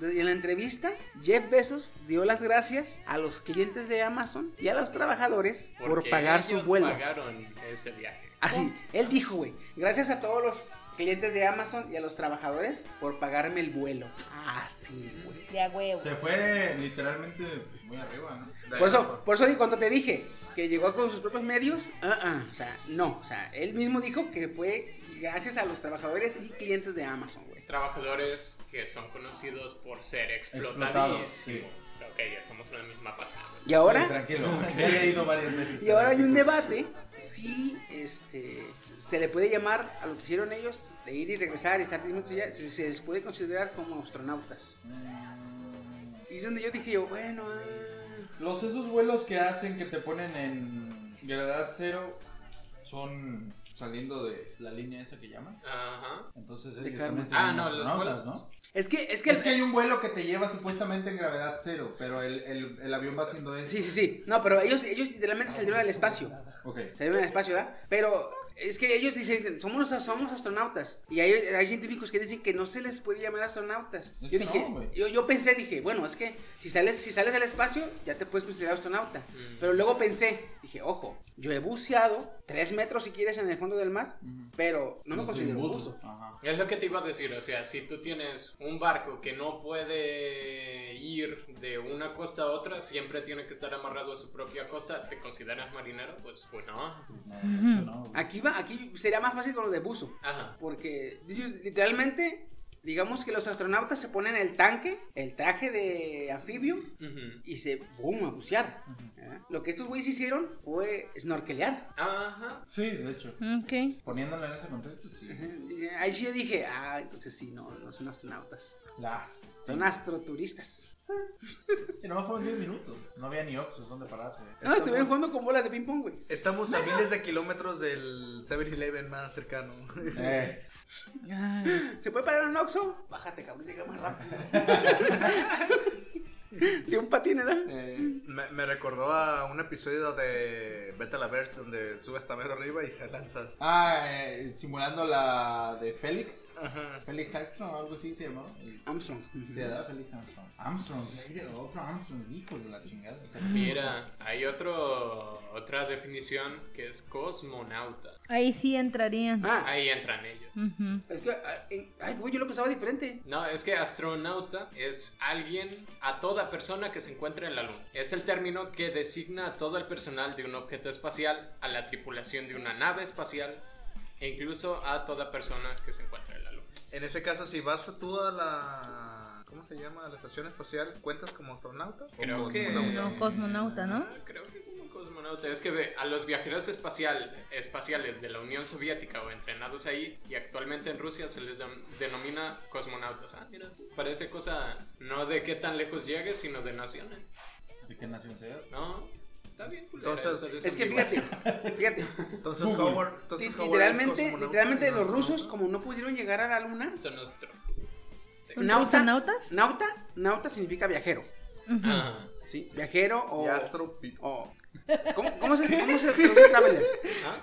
Speaker 4: en la entrevista, Jeff Bezos dio las gracias a los clientes de Amazon y a los trabajadores por
Speaker 2: Porque
Speaker 4: pagar su
Speaker 2: ellos
Speaker 4: vuelo.
Speaker 2: pagaron ese viaje.
Speaker 4: Así, él dijo, güey, gracias a todos los clientes de Amazon y a los trabajadores por pagarme el vuelo. Así, güey.
Speaker 8: De a huevo.
Speaker 6: Se fue literalmente muy arriba, ¿no?
Speaker 4: Por eso, por eso di- cuando te dije que llegó con sus propios medios, ah, ah, o sea, no, o sea, él mismo dijo que fue gracias a los trabajadores y clientes de Amazon, güey.
Speaker 2: Trabajadores que son conocidos por ser
Speaker 6: Explotados,
Speaker 2: explotadísimos.
Speaker 6: sí.
Speaker 2: Ok, ya estamos en la misma patada.
Speaker 4: Y ahora, <laughs>
Speaker 6: Sí, tranquilo. Ya he ido varias veces.
Speaker 4: y ahora hay un debate si este se le puede llamar a lo que hicieron ellos de ir y regresar y estar 10 minutos allá, si se les puede considerar como astronautas. Y es donde yo dije yo, bueno, ah,
Speaker 6: Los esos vuelos que hacen que te ponen en gravedad cero son saliendo de la línea esa que llaman.
Speaker 2: Ajá.
Speaker 6: Entonces
Speaker 4: De
Speaker 6: ellos
Speaker 4: Carmen.
Speaker 6: también serían
Speaker 2: Ah, no, los
Speaker 6: astronautas,
Speaker 2: vuelos.
Speaker 6: ¿no?
Speaker 4: es que es que,
Speaker 6: Es que hay un vuelo que te lleva supuestamente en gravedad cero, pero el, el, el avión va haciendo eso.
Speaker 4: sí, sí, sí. No, pero ellos ellos literalmente salieron al espacio.
Speaker 6: Ok.
Speaker 4: Salieron al espacio, ¿verdad? Pero es que ellos dicen, somos, los- somos astronautas. Y hay, hay científicos que dicen que no se les puede llamar astronautas.
Speaker 6: Es
Speaker 4: Yo,
Speaker 6: que
Speaker 4: dije,
Speaker 6: no, güey.
Speaker 4: yo, yo pensé, dije, bueno, es que si sales, si sales al espacio, ya te puedes considerar astronauta. Pero luego pensé, dije, ojo, yo he buceado tres metros si quieres en el fondo del mar, pero no me
Speaker 6: Entonces,
Speaker 4: considero
Speaker 6: un
Speaker 4: un
Speaker 6: buzo.
Speaker 4: buzo.
Speaker 6: Ajá.
Speaker 2: Es lo que te iba a decir, o sea, si tú tienes un barco que no puede ir de una costa a otra, siempre tiene que estar amarrado a su propia costa, ¿te consideras marinero? Pues, pues no.
Speaker 6: Pues no, de hecho, no, güey.
Speaker 4: Aquí, va, aquí sería más fácil con lo de buzo.
Speaker 2: Ajá.
Speaker 4: Porque literalmente, digamos que los astronautas se ponen el tanque, el traje de anfibio,
Speaker 2: Ujú.
Speaker 4: y se boom a bucear. ¿verdad? Lo que estos güeyes hicieron fue snorkelear.
Speaker 2: Ajá.
Speaker 6: Sí, de hecho.
Speaker 7: Ok.
Speaker 6: Poniéndole en ese contexto, sí.
Speaker 4: Y Eh, Ahí sí yo dije, ah, entonces sí, no, no son astronautas,
Speaker 6: Las.
Speaker 4: son astroturistas.
Speaker 6: Y nomás fueron 10 minutos. No había ni Oxxos donde pararse.
Speaker 7: Ah,
Speaker 4: No, estuvieron jugando con bolas de ping pong, güey.
Speaker 9: Estamos a miles de kilómetros del 7-Eleven más cercano.
Speaker 6: Eh,
Speaker 7: Ay,
Speaker 4: ¿Se puede parar en un Oxxo? Bájate, cabrón, llega más rápido. <laughs> de un patín, ¿verdad?
Speaker 6: eh,
Speaker 9: Me, me recordó a un episodio de Beta la Verge donde sube hasta mero arriba y se lanza.
Speaker 6: Ah, eh, simulando la de Félix. Félix Armstrong o algo así se llamaba.
Speaker 4: Armstrong.
Speaker 6: Se llamaba Félix Armstrong. Armstrong, mira, otro Armstrong, hijo de la chingada. O sea,
Speaker 2: Mira, hay otro, otra definición que es cosmonauta.
Speaker 7: Ahí sí entrarían.
Speaker 4: Ah,
Speaker 2: Ahí entran ellos.
Speaker 7: Ujú.
Speaker 4: es que, ah, en- ay, güey, yo lo pensaba diferente.
Speaker 2: No, es que astronauta es alguien, a toda persona que se encuentra en la Luna. Es el término que designa a todo el personal de un objeto espacial, a la tripulación de una nave espacial e incluso a toda persona que se encuentra en la Luna.
Speaker 9: En ese caso, si vas tú a la. ¿Cómo se llama? A la estación espacial, ¿cuentas como astronauta?
Speaker 2: Creo
Speaker 9: ¿O
Speaker 2: que-
Speaker 9: cosmonauta?
Speaker 7: No, cosmonauta, ¿no?
Speaker 2: Ah, Creo que como cosmonauta es que ve, a los viajeros espacial, espaciales de la Unión Soviética o entrenados ahí y actualmente en Rusia se les dem- denomina cosmonautas. Ah, mira, parece cosa no de qué tan lejos llegues, sino de naciones.
Speaker 6: ¿De qué nación seas?
Speaker 2: No, está bien, culera,
Speaker 9: Entonces,
Speaker 2: esta
Speaker 4: Es que fíjate, fíjate.
Speaker 9: Entonces, Howard. Entonces, Howard es
Speaker 4: literalmente,
Speaker 9: cosmonauta
Speaker 4: literalmente
Speaker 9: y no
Speaker 4: los rusos,
Speaker 9: astronauta.
Speaker 4: como no pudieron llegar a la luna,
Speaker 2: Son los tro-
Speaker 7: ¿Son
Speaker 4: nauta,
Speaker 7: astronautas?
Speaker 4: nauta, nauta significa viajero.
Speaker 7: Ujú.
Speaker 2: Ah,
Speaker 4: ¿Sí? Viajero o.
Speaker 9: Y astro. pi-
Speaker 4: o- ¿Cómo, cómo se cómo se traduce traveler?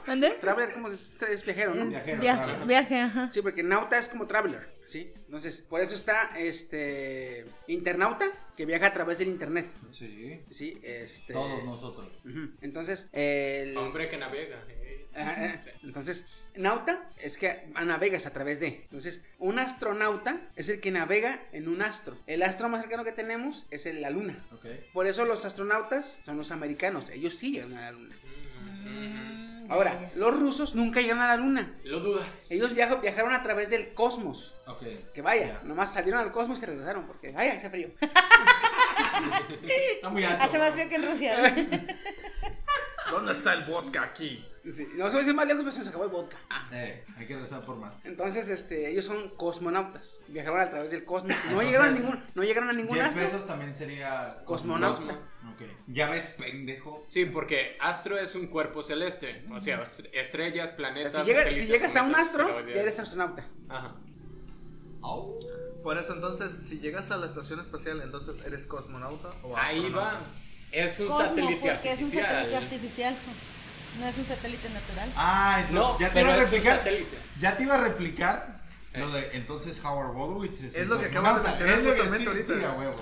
Speaker 7: ¿Dónde?
Speaker 4: Traveler como es, es viajero,
Speaker 7: Mm,
Speaker 4: ¿no?
Speaker 6: Viajero.
Speaker 7: Viaje, viaje, ajá.
Speaker 4: Sí, porque nauta es como traveler, ¿sí? Entonces, por eso está este internauta que viaja a través del internet,
Speaker 6: Sí.
Speaker 4: ¿sí? Este
Speaker 6: Todos nosotros.
Speaker 4: ujú. Entonces, el
Speaker 2: hombre que navega. eh.
Speaker 4: Ajá, eh, Entonces, nauta es que a- navegas a través de. Entonces, un astronauta es el que navega en un astro. El astro más cercano que tenemos es el- la luna.
Speaker 6: Ok.
Speaker 4: Por eso los astronautas son los americanos. Ellos sí llegan a la luna.
Speaker 2: Mm, mm.
Speaker 4: Ahora, los rusos nunca llegaron a la luna.
Speaker 2: Lo dudas.
Speaker 4: Ellos viaja- viajaron a través del cosmos.
Speaker 6: Ok.
Speaker 4: Que vaya, nomás salieron al cosmos y se regresaron porque, ay, hace frío. <laughs>
Speaker 6: Está muy alto.
Speaker 7: Hace más frío que en Rusia.
Speaker 9: ¿Dónde está el vodka aquí?
Speaker 4: Sí, Nos fuimos más lejos, pero se nos acabó el vodka. Ah.
Speaker 6: Eh, hay que rezar por más.
Speaker 4: Entonces, este, ellos son cosmonautas. Viajaron a través del cosmos.
Speaker 2: <laughs>
Speaker 4: No llegaron a ningún, no llegaron a ningún
Speaker 6: Jeff
Speaker 2: pues,
Speaker 4: astro.
Speaker 6: Bezos también sería
Speaker 4: Cosmonauta.
Speaker 6: Ok. Ya ves, pendejo.
Speaker 2: Sí, porque astro es un cuerpo celeste, o sea, est- estrellas,
Speaker 4: O
Speaker 2: planetas.
Speaker 4: sea, si, llega- si
Speaker 2: satélites,
Speaker 4: llegas a un
Speaker 2: cometas,
Speaker 4: astro,
Speaker 2: asteroides.
Speaker 4: ya eres astronauta.
Speaker 2: Ajá.
Speaker 9: Por eso, entonces, si llegas a la estación espacial, entonces eres cosmonauta o
Speaker 2: Ahí
Speaker 9: astronauta?
Speaker 2: va. Es un
Speaker 7: Cosmo,
Speaker 2: satélite
Speaker 7: porque es un satélite
Speaker 2: artificial.
Speaker 7: artificial. No es un satélite natural.
Speaker 6: Ah, entonces
Speaker 2: No,
Speaker 6: ya te
Speaker 2: pero
Speaker 6: iba a
Speaker 2: es un
Speaker 6: replicar.
Speaker 2: satélite.
Speaker 6: Ya te iba a replicar lo de entonces Howard Baldwin.
Speaker 9: Es lo que acabas de mencionar justamente ahorita.
Speaker 6: Sí, a huevo.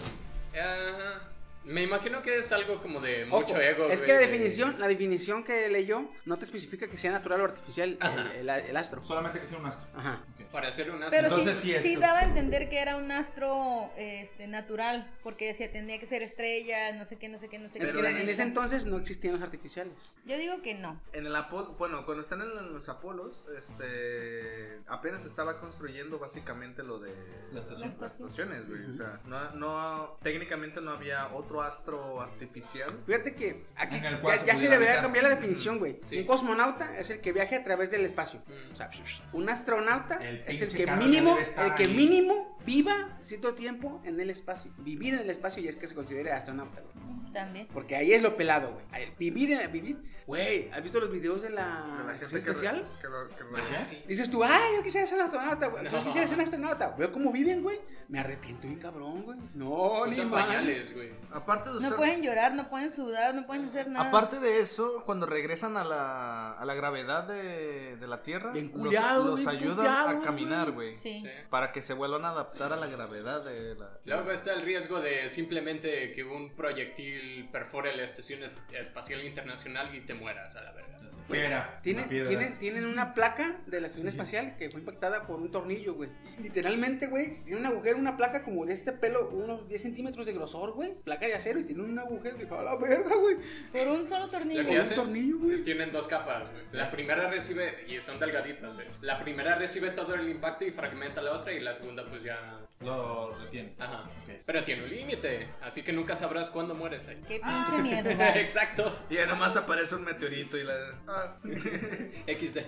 Speaker 2: Ajá. Me imagino que es algo como de
Speaker 4: Ojo,
Speaker 2: mucho ego.
Speaker 4: Es
Speaker 2: güey,
Speaker 4: que la
Speaker 2: de-
Speaker 4: definición, la definición que leyó no te especifica que sea natural o artificial
Speaker 2: Ajá.
Speaker 4: el, el- el astro.
Speaker 6: Solamente que sea un astro.
Speaker 4: Ajá.
Speaker 2: Para hacer un astro.
Speaker 8: Pero
Speaker 6: Entonces
Speaker 8: sí,
Speaker 6: sí es
Speaker 8: sí
Speaker 6: tu-
Speaker 8: daba a entender que era un astro este, natural, porque decía tenía que ser estrella, no sé qué, no sé qué, no sé
Speaker 4: Es
Speaker 8: qué.
Speaker 4: que en ese entonces no existían los artificiales.
Speaker 8: Yo digo que no.
Speaker 9: En el Apolo, bueno, cuando están en los Apolos, este, apenas estaba construyendo básicamente lo de
Speaker 6: La estación.
Speaker 9: las estaciones, güey. O sea, no, no, técnicamente no había otro astro artificial.
Speaker 4: Fíjate que aquí
Speaker 6: En el
Speaker 4: ya-
Speaker 6: cual
Speaker 4: ya,
Speaker 6: se
Speaker 4: se
Speaker 6: pudiera
Speaker 4: debería
Speaker 6: habitar.
Speaker 4: cambiar la definición, güey.
Speaker 2: Sí.
Speaker 4: Un cosmonauta es el que viaje a través del espacio. O sea, un astronauta
Speaker 6: El
Speaker 4: es el
Speaker 6: pinche
Speaker 4: que
Speaker 6: carro
Speaker 4: mínimo,
Speaker 6: debe estar
Speaker 4: el que
Speaker 6: ahí.
Speaker 4: mínimo viva cierto tiempo en el espacio. Vivir en el espacio y es que se considere astronauta, güey.
Speaker 8: También.
Speaker 4: Porque ahí es lo pelado, güey. Ahí- Vivir en vivir. Güey, ¿has visto los videos de
Speaker 12: Pero
Speaker 4: la,
Speaker 12: la
Speaker 4: estación
Speaker 12: gente que,
Speaker 4: espacial?
Speaker 12: re- que lo- que lo-
Speaker 2: Ah, sí.
Speaker 4: Dices tú, ay, yo quisiera ser astronauta, güey. Yo
Speaker 2: No.
Speaker 4: quisiera ser astronauta. Veo cómo viven, güey. Me arrepiento bien cabrón, güey. No, ni
Speaker 2: Usan Pues
Speaker 4: más.
Speaker 2: pañales, güey.
Speaker 9: Aparte de
Speaker 8: No
Speaker 9: usar-
Speaker 8: pueden llorar, no pueden sudar, no pueden hacer nada.
Speaker 9: Aparte de eso, cuando regresan a la, a la gravedad de, de la Tierra,
Speaker 4: Bien
Speaker 9: los-
Speaker 4: culiados,
Speaker 9: los,
Speaker 4: bien
Speaker 9: ayudan
Speaker 4: culiados,
Speaker 9: a caminar,
Speaker 4: güey.
Speaker 9: güey.
Speaker 8: Sí.
Speaker 2: Sí.
Speaker 9: Para que se vuelvan a adaptar a la gravedad de la...
Speaker 2: Luego está el riesgo de simplemente que un proyectil perfore la Estación Es- Espacial Internacional y te mueras a la verga.
Speaker 6: Piedra.
Speaker 4: Tienen,
Speaker 6: una piedra.
Speaker 4: tienen, tienen una placa de la estación espacial que fue impactada por un tornillo, güey. Literalmente, güey, tiene un agujero, una placa como de este pelo, unos 10 centímetros de grosor, güey. Placa de acero y tiene un agujero. Dijo, a la verga, güey.
Speaker 8: Por un solo
Speaker 2: Lo
Speaker 8: tornillo.
Speaker 2: que
Speaker 4: un
Speaker 2: hacen
Speaker 4: tornillo, güey.
Speaker 2: es Pues tienen dos capas, güey. La primera recibe, y son delgaditas, güey. La primera recibe todo el impacto y fragmenta la otra y la segunda pues ya...
Speaker 6: Lo retiene.
Speaker 2: Ajá.
Speaker 6: Ok.
Speaker 2: Pero tiene un límite, así que nunca sabrás cuándo mueres ahí.
Speaker 8: Qué pinche miedo.
Speaker 2: <laughs>
Speaker 8: güey.
Speaker 2: Exacto.
Speaker 9: Y nada más aparece un meteorito y la... Ah.
Speaker 2: XD.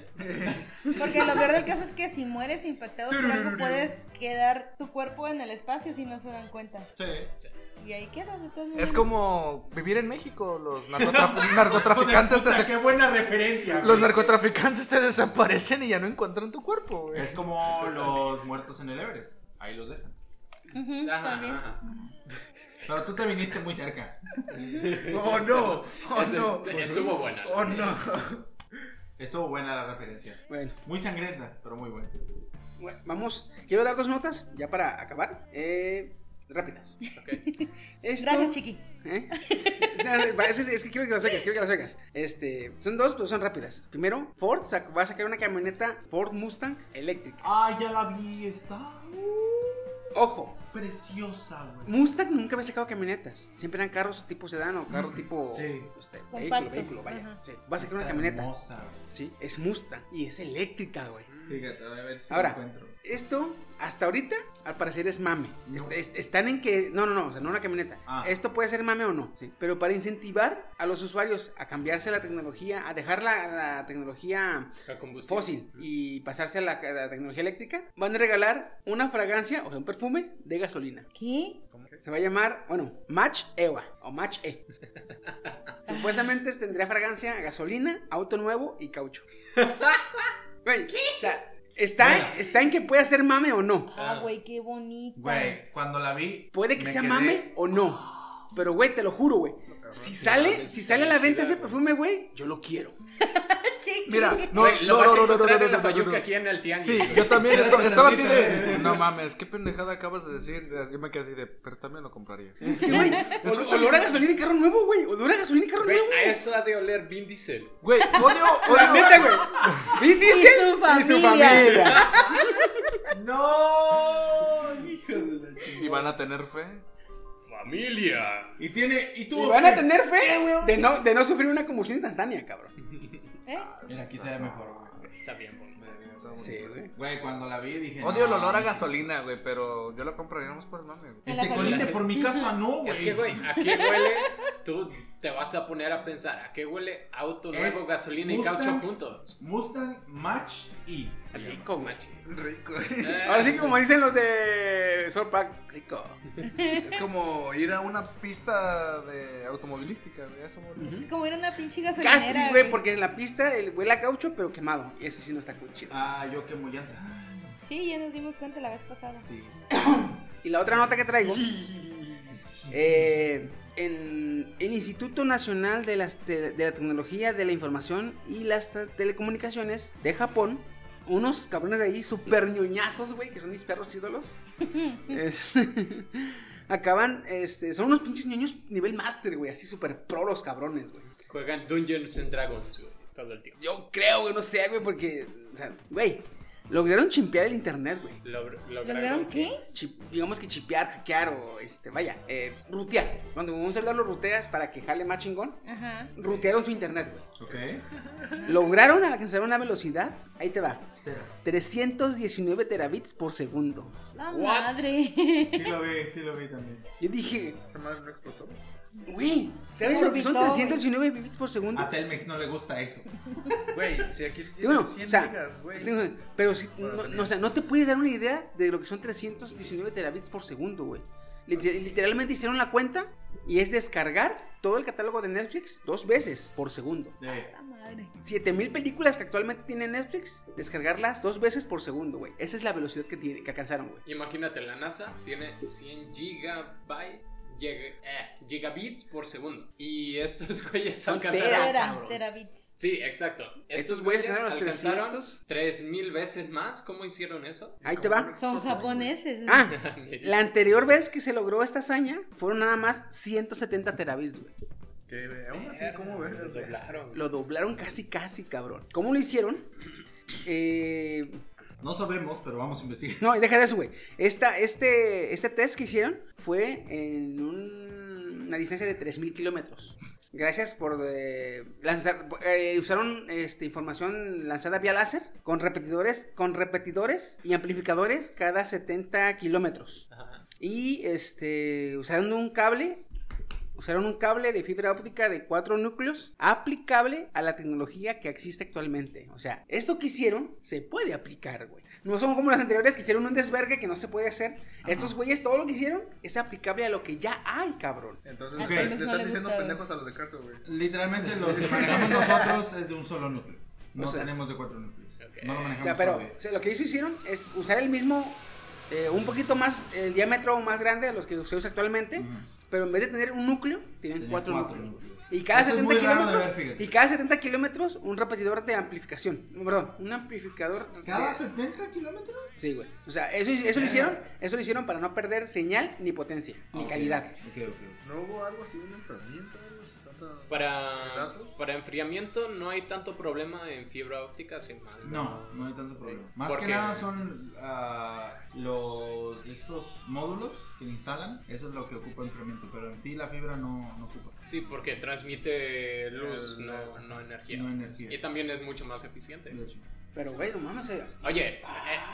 Speaker 8: Porque lo peor del caso es que si mueres impactado por algo, puedes quedar tu cuerpo en el espacio si no se dan cuenta.
Speaker 6: Sí.
Speaker 8: Y ahí quedas. entonces-
Speaker 9: Es como vivir en México, los narcotra- narcotraficantes te
Speaker 6: qué
Speaker 9: se-
Speaker 6: buena referencia.
Speaker 9: Los
Speaker 6: güey.
Speaker 9: narcotraficantes te desaparecen y ya no encuentran tu cuerpo, güey.
Speaker 6: Es como los muertos en el Everest. Ahí los dejan.
Speaker 8: Ujú,
Speaker 2: Ajá,
Speaker 8: también.
Speaker 2: ajá.
Speaker 6: Pero tú te viniste muy cerca.
Speaker 9: Oh no, oh no.
Speaker 6: Pues
Speaker 2: Estuvo buena. la
Speaker 9: Oh
Speaker 2: verdad.
Speaker 9: no.
Speaker 6: Estuvo buena la referencia.
Speaker 4: Bueno,
Speaker 6: Muy sangrienta, pero muy buena.
Speaker 4: bueno, vamos. Quiero dar dos notas ya para acabar. Eh, rápidas. <laughs> Esto-
Speaker 8: Gracias, chiqui.
Speaker 4: ¿Eh? <laughs> No, es, es que quiero que las oigas, quiero que las oigas. Este, son dos, pero son rápidas. Primero, Ford sac- va a sacar una camioneta Ford Mustang eléctrica.
Speaker 6: Ah, ya la vi, está
Speaker 4: Ojo,
Speaker 6: preciosa, güey.
Speaker 4: Mustang nunca había sacado camionetas. Siempre eran carros tipo sedán o carro tipo
Speaker 6: Sí.
Speaker 4: este, vehículo,
Speaker 8: Compactos.
Speaker 4: vehículo, vaya.
Speaker 8: Ajá.
Speaker 4: Sí. Va a sacar una
Speaker 6: Está
Speaker 4: camioneta.
Speaker 6: Hermosa, güey.
Speaker 4: Sí, es Mustang y es eléctrica, güey.
Speaker 6: Fíjate, a ver si
Speaker 4: Ahora.
Speaker 6: lo encuentro.
Speaker 4: Esto, hasta ahorita, al parecer es mame.
Speaker 6: No.
Speaker 4: Est- est- están en que. No, no, no, o sea, no una camioneta.
Speaker 6: Ah.
Speaker 4: Esto puede ser mame o no. ¿sí? Pero para incentivar a los usuarios a cambiarse la tecnología, a dejar la, la tecnología
Speaker 2: Con combustible.
Speaker 4: fósil y pasarse a la, a la tecnología eléctrica, van a regalar una fragancia, o sea, un perfume de gasolina.
Speaker 8: ¿Qué?
Speaker 4: Se va a llamar, bueno, Match Ewa o Match E. Supuestamente tendría fragancia, a gasolina, auto nuevo y caucho. Güey, o sea, está, está en que puede ser mame o no.
Speaker 8: Ah, güey, qué bonito.
Speaker 6: Güey, cuando la vi.
Speaker 4: Puede que
Speaker 6: me
Speaker 4: sea
Speaker 6: quedé-
Speaker 4: mame o no. Pero, güey, te lo juro, güey. Si sale, si sale a la venta ese perfume, güey, yo lo quiero.
Speaker 8: Chiqui.
Speaker 9: Mira, no,
Speaker 2: Güey, lo
Speaker 9: no,
Speaker 2: vas
Speaker 9: no,
Speaker 2: a
Speaker 9: no, no,
Speaker 2: encontrar
Speaker 9: no,
Speaker 2: en la
Speaker 9: no, no,
Speaker 2: Fayuca
Speaker 9: no.
Speaker 2: aquí en el tianguis.
Speaker 9: Sí,
Speaker 2: güey.
Speaker 9: yo también esto- estaba así de. No mames, qué pendejada acabas de decir. Yo me quedé así de. Pero también lo compraría.
Speaker 4: Sí, güey. Olor, olor a gasolina y carro nuevo, güey. Olor a gasolina y carro
Speaker 2: Güey,
Speaker 4: nuevo.
Speaker 2: a eso ha de oler Vin Diesel.
Speaker 9: Güey, odio,
Speaker 4: La
Speaker 9: odio,
Speaker 4: neta, güey. Vin Diesel
Speaker 8: Y su familia.
Speaker 4: familia.
Speaker 6: ¡No! hijo de la
Speaker 9: Y van a tener fe.
Speaker 2: Familia.
Speaker 6: Y tiene. Y tú.
Speaker 4: Y van a tener fe de no, de no sufrir una combustión instantánea, cabrón.
Speaker 8: ¿Eh?
Speaker 6: Mira, aquí se ve mejor, güey.
Speaker 2: Está bien bonito.
Speaker 4: Sí, güey.
Speaker 6: Güey, cuando la vi dije.
Speaker 9: Odio el
Speaker 6: no,
Speaker 9: olor a gasolina, güey, pero yo lo compraría nomás por el mame, güey.
Speaker 6: El
Speaker 8: la
Speaker 6: tecolín de
Speaker 2: familia.
Speaker 6: por mi casa no, güey.
Speaker 2: Es que, güey, ¿a qué huele? Tú te vas a poner a pensar, ¿a qué huele auto
Speaker 6: Es
Speaker 2: nuevo, gasolina y
Speaker 6: Mustang.
Speaker 2: caucho juntos?
Speaker 6: Mustang E. Match y.
Speaker 4: Rico, güey.
Speaker 2: Machi.
Speaker 9: Rico.
Speaker 4: Ahora sí que como dicen los de Soul Pack, rico.
Speaker 9: Es como ir a una pista de automovilística, güey. a Eso, güey.
Speaker 8: Es como ir a una pinche gasolinera.
Speaker 4: Casi, güey, porque en la pista el- huele a caucho, pero quemado. Y eso sí no está cool, chido.
Speaker 6: Ah, yo que muy llanta.
Speaker 8: Sí, ya nos dimos cuenta la vez pasada.
Speaker 4: Y la otra nota que traigo. eh, en el Instituto Nacional de, las Te- de la Tecnología de la Información y las Te- Telecomunicaciones de Japón. Unos cabrones de ahí super ñoñazos, güey, que son mis perros ídolos. es- este, <laughs> Acaban, este, son unos pinches niños nivel master, güey, así súper pro los cabrones, güey.
Speaker 13: Juegan Dungeons and Dragons, güey, todo el tiempo.
Speaker 4: Yo creo, güey, no sé, güey, porque, o sea, güey, lograron chimpear el internet, güey.
Speaker 13: Logr-
Speaker 4: ¿Lograron qué? digamos que chipear, hackear o, este, vaya, eh, rutear. Cuando un celular lo ruteas para que jale más chingón,
Speaker 8: Ajá.
Speaker 4: rutearon su internet, güey.
Speaker 6: Ok.
Speaker 4: Lograron alcanzar una velocidad, ahí te va, 319 terabits por segundo.
Speaker 8: La
Speaker 4: What?
Speaker 8: madre. <laughs>
Speaker 6: Sí lo vi, sí lo vi también.
Speaker 4: Yo dije,
Speaker 6: ¿Esa madre no explotó?
Speaker 4: güey, ¿sabes lo que son
Speaker 8: Orbitó, güey.
Speaker 4: 319 bits por segundo?
Speaker 6: A Telmex no le gusta eso.
Speaker 12: Güey, si aquí tienes
Speaker 4: Y bueno,
Speaker 12: 100
Speaker 4: o sea,
Speaker 12: gigas, güey.
Speaker 4: tengo- pero si, no, no, o sea, no te puedes dar una idea de lo que son 319 terabits por segundo, güey. Liter- Literalmente hicieron la cuenta y es descargar todo el catálogo de Netflix dos veces por segundo.
Speaker 8: La madre.
Speaker 4: 7000 películas que actualmente tiene Netflix, descargarlas dos veces por segundo, güey. Esa es la velocidad que tiene, que alcanzaron, güey.
Speaker 2: Imagínate, la NASA tiene 100 gigabyte, giga- eh, gigabits por segundo. Y estos <laughs> güeyes
Speaker 4: Son
Speaker 2: alcanzaron.
Speaker 4: tera,
Speaker 8: Tera,
Speaker 4: cabrón.
Speaker 8: terabits.
Speaker 2: Sí, exacto.
Speaker 4: Estos
Speaker 2: Estos
Speaker 4: güeyes
Speaker 2: güeyes
Speaker 4: ganaron los
Speaker 2: alcanzaron
Speaker 4: 300.
Speaker 2: 3000 veces más. ¿Cómo hicieron eso?
Speaker 4: Ahí te va.
Speaker 8: Son japoneses. güey.
Speaker 4: Ah,
Speaker 12: <laughs>
Speaker 4: la anterior vez que se logró esta hazaña fueron nada más 170 terabits, güey.
Speaker 12: Que, güey, aún así, ¿cómo ves?
Speaker 2: pues,
Speaker 13: Lo doblaron.
Speaker 4: Lo doblaron casi, casi, cabrón. ¿Cómo lo hicieron? Eh,
Speaker 6: No sabemos, pero vamos a
Speaker 8: <laughs>
Speaker 6: investigar.
Speaker 4: <laughs> no, y deja de eso, güey. Esta, este, este test que hicieron fue en un- una distancia de 3.000 kilómetros. Gracias por eh, lanzar, eh, usaron este, información lanzada vía láser con repetidores, con repetidores y amplificadores cada 70 kilómetros. Y este usaron un cable usaron un cable de fibra óptica de cuatro núcleos aplicable a la tecnología que existe actualmente. O sea, esto que hicieron se puede aplicar, güey. No son como las anteriores que hicieron un desvergue que no se puede hacer. Estos güeyes todo lo que hicieron es aplicable a lo que ya hay, cabrón.
Speaker 12: Entonces,
Speaker 8: A
Speaker 12: güey, le
Speaker 8: Telmex no
Speaker 12: están
Speaker 8: le
Speaker 12: diciendo
Speaker 8: gusta,
Speaker 12: pendejos a los de Carso, güey.
Speaker 6: Literalmente los
Speaker 8: <laughs>
Speaker 6: que manejamos nosotros es de un solo núcleo. No
Speaker 4: O sea-
Speaker 6: tenemos de cuatro núcleos. No lo manejamos
Speaker 4: O sea, pero
Speaker 6: todavía.
Speaker 4: o sea, lo que ellos hicieron es usar el mismo, eh, un poquito más, el diámetro más grande de los que se usa actualmente.
Speaker 6: Ujú.
Speaker 4: Pero en vez de tener un núcleo, tienen
Speaker 6: Tenía
Speaker 4: cuatro,
Speaker 6: cuatro
Speaker 4: núcleos.
Speaker 6: núcleos.
Speaker 4: Y cada,
Speaker 6: Eso es
Speaker 4: 70
Speaker 6: muy raro de
Speaker 4: kilómetros,
Speaker 6: ver, fíjate.
Speaker 4: y cada 70 kilómetros, un repetidor de amplificación. Perdón, un amplificador. de-
Speaker 6: ¿Cada 70 kilómetros?
Speaker 4: Sí, güey. O sea, eso, eso lo hicieron, eso lo hicieron para no perder señal ni potencia, ni calidad.
Speaker 6: Ok, ok.
Speaker 12: ¿No hubo algo así, una herramienta, algo así, tanta-
Speaker 2: Para,
Speaker 12: ¿Datos?
Speaker 2: para enfriamiento no hay tanto problema en fibra óptica, sin mal.
Speaker 6: No, no hay tanto problema. Más
Speaker 2: ¿Por
Speaker 6: que
Speaker 2: qué?
Speaker 6: nada son ah, los estos módulos que le instalan. Eso es lo que ocupa el enfriamiento. Pero en sí la fibra no, no ocupa.
Speaker 2: Sí, porque transmite luz,
Speaker 12: El-
Speaker 2: no, no energía.
Speaker 6: no energía.
Speaker 2: Y también es mucho más eficiente.
Speaker 6: De hecho.
Speaker 4: Pero, güey, no mames. eh,
Speaker 2: Oye, eh,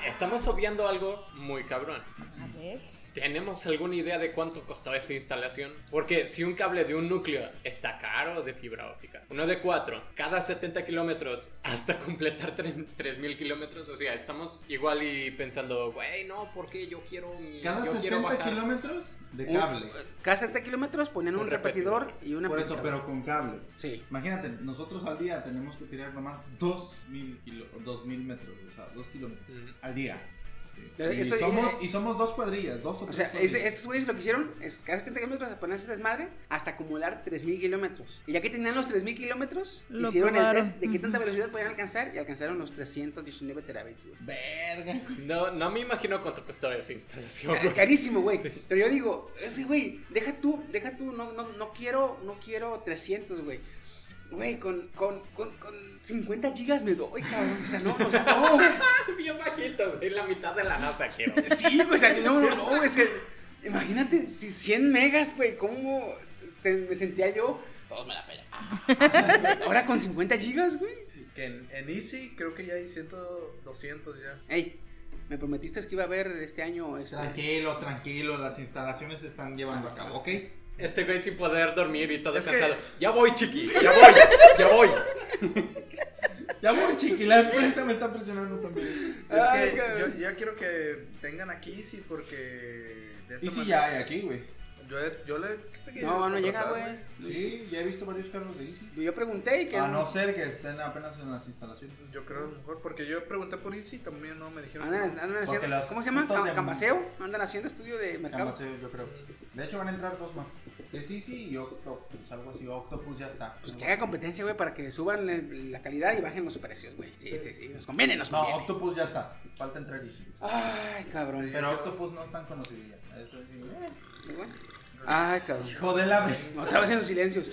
Speaker 2: estamos obviando algo muy cabrón.
Speaker 7: A ver.
Speaker 2: ¿Tenemos alguna idea de cuánto costó esa instalación? Porque si un cable de un núcleo está caro de fibra óptica, uno de cuatro, cada 70 kilómetros hasta completar tre- 3.000 kilómetros, o sea, estamos igual y pensando, güey, no, porque yo quiero mi...
Speaker 6: Cada
Speaker 2: yo quiero
Speaker 6: 70
Speaker 2: bajar".
Speaker 6: kilómetros de
Speaker 4: un-
Speaker 6: cable.
Speaker 4: cada 70 kilómetros ponían un,
Speaker 2: Un
Speaker 4: repetidor,
Speaker 2: repetidor.
Speaker 4: y un
Speaker 6: Por eso,
Speaker 4: amplificador.
Speaker 6: pero con cable.
Speaker 4: Sí.
Speaker 6: Imagínate, nosotros al día tenemos que tirar nomás 2000 kilo- 2000 metros, o sea, 2 kilómetros
Speaker 2: Ujú.
Speaker 6: al día. Y,
Speaker 4: Pero eso-
Speaker 6: somos,
Speaker 4: eh,
Speaker 6: y somos dos cuadrillas, dos o
Speaker 4: O
Speaker 6: tres.
Speaker 4: sea,
Speaker 6: cuadrillas.
Speaker 4: ese- esos güeyes lo que hicieron es cada 70 kilómetros se ponían ese desmadre hasta acumular 3.000 kilómetros. Y ya que tenían los 3.000 kilómetros,
Speaker 7: Lo
Speaker 4: hicieron
Speaker 7: probaron.
Speaker 4: el test de qué tanta
Speaker 7: Ujú.
Speaker 4: velocidad podían alcanzar y alcanzaron los 319 terabits, güey.
Speaker 2: No, no me imagino cuánto costó esa instalación.
Speaker 4: <laughs> O sea,
Speaker 2: güey.
Speaker 4: carísimo, güey. Pero yo digo, ese güey, deja tú, deja tú, no, no, no quiero, no quiero 300, güey. Güey, con, con, con, con 50 gigas me doy, cabrón. O sea, no, o sea, no.
Speaker 2: Bien bajito, güey, la mitad de la NASA quiero.
Speaker 4: <laughs> Sí, güey, o sea, no, no, no, güey, o sea, imagínate, si 100 megas, güey, cómo se- me sentía yo. Todos me la pelan. <laughs> Ahora con 50 gigas, güey.
Speaker 12: Que en, en Easy creo que ya hay 100, 200 ya.
Speaker 4: Ey, me prometiste que iba a haber este año este,
Speaker 6: Tranquilo, tranquilo, las instalaciones se están llevando a cabo, ¿ok?
Speaker 2: Este güey sin poder dormir y todo
Speaker 12: Es que-
Speaker 2: cansado. Ya voy, chiqui, ya voy, ya voy.
Speaker 6: Ya voy, chiqui, la empresa me está presionando también.
Speaker 12: Es
Speaker 4: Ay,
Speaker 12: que
Speaker 4: cabrón.
Speaker 12: yo, yo quiero que tengan aquí Easy porque. De esa
Speaker 6: Y si
Speaker 12: manera-
Speaker 6: ya hay aquí, güey.
Speaker 12: Yo, yo le
Speaker 4: que No, no llega, güey.
Speaker 6: Sí, ya he visto varios carros de Easy.
Speaker 4: Yo pregunté y que no.
Speaker 6: A Ah, no ser que estén apenas en las instalaciones.
Speaker 9: Yo creo a lo mejor, porque yo pregunté por Easy y también no me dijeron.
Speaker 4: Andan, andan
Speaker 9: Porque
Speaker 4: haciendo,
Speaker 9: las
Speaker 4: ¿Cómo se llama?
Speaker 9: putas
Speaker 4: Cam-
Speaker 9: de-
Speaker 4: Campaseo. Andan haciendo estudio de mercado.
Speaker 6: Camaseo, yo creo. De hecho, van a entrar dos más. Es Easy y Octopus, algo así. Octopus ya está.
Speaker 4: Pues que haga competencia, güey, para que suban el- la calidad y bajen los precios, güey. Sí, sí, sí. Nos conviene, nos
Speaker 6: No,
Speaker 4: conviene.
Speaker 6: Octopus ya está. Falta entrar Easy.
Speaker 4: Ay, cabrón.
Speaker 6: Pero Octopus no es tan conocido ya. Eso sí. eh,
Speaker 4: Ay, cabrón.
Speaker 6: Hijo de la ve-
Speaker 4: Otra vez en los silencios.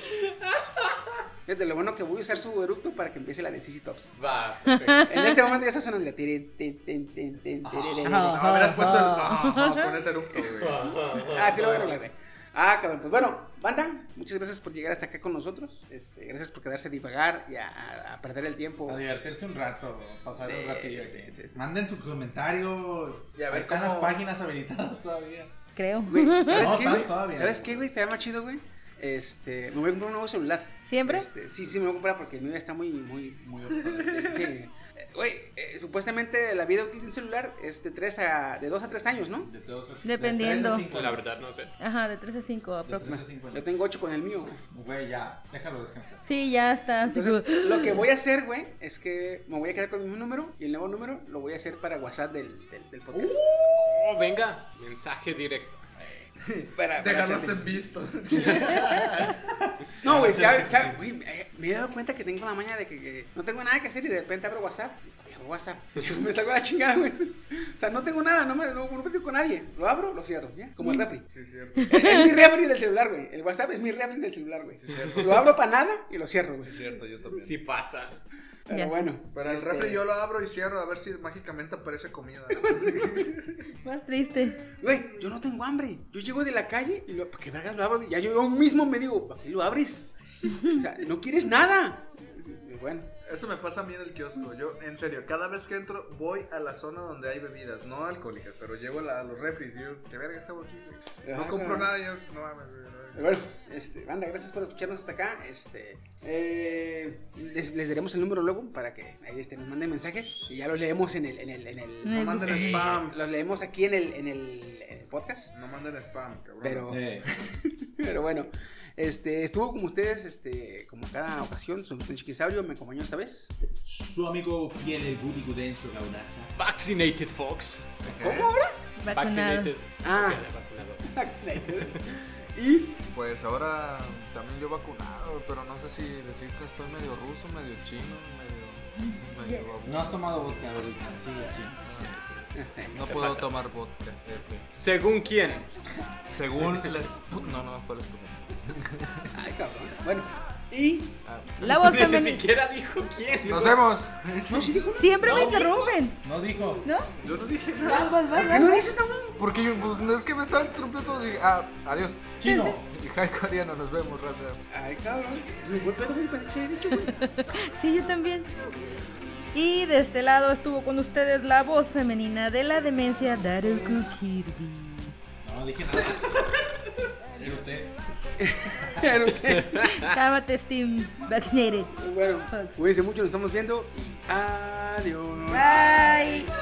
Speaker 4: Fíjate, lo bueno que voy a usar su eructo para que empiece la de CC Tops.
Speaker 2: Va,
Speaker 4: En este momento ya está sonando la tirin, tin, tin, tin, tin, tirin.
Speaker 2: Ah, no, hubieras puesto el- ah, ah, con ese
Speaker 10: eructo, güey.
Speaker 4: Ah, sí lo voy a arreglar, güey. Ah, cabrón. Pues bueno, banda, muchas gracias por llegar hasta acá con nosotros. Este, gracias por quedarse a divagar y a- a, a perder el tiempo.
Speaker 6: A divertirse un rato, pasar
Speaker 4: Oh. Sí,
Speaker 6: un ratillo.
Speaker 4: sí,
Speaker 6: aquí. Manden su comentario.
Speaker 4: Ya
Speaker 6: Ahí
Speaker 4: ves
Speaker 6: están
Speaker 4: cómo-
Speaker 6: las páginas habilitadas todavía.
Speaker 8: Creo.
Speaker 4: Güey, ¿sabes
Speaker 6: No,
Speaker 4: qué,
Speaker 6: están
Speaker 4: güey?
Speaker 6: todavía.
Speaker 4: ¿Sabes qué, güey? Estaría más chido, güey. Este, me voy a comprar un nuevo celular.
Speaker 8: ¿Siempre?
Speaker 4: Este, sí, sí, me voy a comprar porque mi vida está muy, muy, muy
Speaker 6: pues,
Speaker 4: obsoleta. Sí. Eh, Güey, eh, supuestamente la vida útil de un celular es de, tres a, de dos a tres años, ¿no?
Speaker 8: Dependiendo.
Speaker 6: cinco.
Speaker 2: La verdad, no sé.
Speaker 8: Ajá, de 3 a 5 aproximadamente.
Speaker 4: Yo tengo ocho con el mío, güey.
Speaker 6: Güey, ya, déjalo descansar.
Speaker 8: Sí, ya está. así
Speaker 4: Entonces, <laughs>
Speaker 8: como-
Speaker 4: lo que voy a hacer, güey, es que me voy a quedar con mi mismo número y el nuevo número lo voy a hacer para WhatsApp del, del, del podcast.
Speaker 2: Oh, venga, mensaje directo.
Speaker 4: Para- para
Speaker 2: Déjanos
Speaker 4: Chate.
Speaker 2: en visto.
Speaker 4: <laughs> No, güey, ¿sabes? ¿sabes? Güey, eh, me he dado cuenta que tengo la maña de que, que no tengo nada que hacer y de repente abro WhatsApp. Y abro WhatsApp. <laughs> me salgo a la chingada, güey. O sea, no tengo nada, no me no, no platico con nadie. Lo abro, lo cierro, ¿ya? Como el refri.
Speaker 9: Sí, cierto.
Speaker 4: Es, es mi refri del celular, güey. El WhatsApp es mi refri del celular, güey. Lo abro para nada y lo cierro, güey.
Speaker 9: cierto, yo también.
Speaker 2: Sí pasa.
Speaker 4: Pero bueno.
Speaker 9: Para el
Speaker 4: este,
Speaker 9: refri yo lo abro y cierro a ver si mágicamente aparece comida.
Speaker 8: <laughs> Más triste.
Speaker 4: Güey, yo no tengo hambre. Yo llego de la calle y lo, ¿para qué vergas lo abro? Ya yo, yo mismo me digo, ¿para qué lo abres? O sea, no quieres nada. Y Bueno.
Speaker 9: <laughs> Eso me pasa a mí en el kiosco. Yo, en serio, cada vez que entro, voy a la zona donde hay bebidas, no alcohólicas, pero llego a, la- a los refris. y Yo, qué verga hago aquí, güey? No
Speaker 4: Ah,
Speaker 9: compro
Speaker 4: cabrón.
Speaker 9: nada, yo, no mames, güey, no,
Speaker 4: Pero bueno, este, banda, gracias por escucharnos hasta acá. Este, eh, les, les daremos el número luego para que ahí este, nos manden mensajes y ya los leemos en el. En el, en el
Speaker 9: No manden
Speaker 4: eh,
Speaker 9: spam.
Speaker 4: Los leemos aquí en el, en el, en el podcast.
Speaker 9: No manden spam, cabrón.
Speaker 4: Pero, pero bueno, este, estuvo como ustedes, este, como cada ocasión, su su chiquisaurio me acompañó esta vez.
Speaker 14: Su amigo fiel, el Woody Gudencio Gaudaza.
Speaker 2: Vaccinated Fox.
Speaker 4: ¿Cómo ahora?
Speaker 2: Vaccinated.
Speaker 4: Ah.
Speaker 2: O sea, vacunado.
Speaker 4: Vaccinated. <laughs> ¿Y?
Speaker 10: Pues ahora también yo vacunado, pero no sé si decir que estoy medio ruso, medio chino, medio... medio baboso.
Speaker 6: No has tomado vodka ahorita, sí,
Speaker 4: sí.
Speaker 10: No puedo tomar vodka, F.
Speaker 2: ¿Según quién?
Speaker 10: Según les... No, no, fue la Sputnik.
Speaker 4: Ay, cabrón. Bueno, y.
Speaker 8: La
Speaker 2: <laughs>
Speaker 8: voz
Speaker 2: Ni
Speaker 8: también.
Speaker 2: siquiera dijo quién.
Speaker 10: Nos
Speaker 2: güey.
Speaker 10: vemos.
Speaker 8: Siempre me interrumpen.
Speaker 6: No dijo.
Speaker 8: ¿No?
Speaker 6: Yo no dije
Speaker 8: Vas, vas, vas, vas.
Speaker 10: Porque yo, pues, no es que me estaban interrumpiendo todos y... Ah, adiós.
Speaker 6: Chino.
Speaker 10: Y hi, coreano, nos vemos, raza.
Speaker 4: Ay, cabrón. Me golpeó, güey, parece que se había dicho, güey.
Speaker 8: Sí, yo también. Y de este lado estuvo con ustedes la voz femenina de la demencia Daruku Kirby.
Speaker 6: No dije nada. Era usted.
Speaker 8: <laughs> Cálmate, Steam. Vaccinated.
Speaker 4: Bueno, cuídense mucho, nos estamos viendo. Adiós.
Speaker 8: Bye.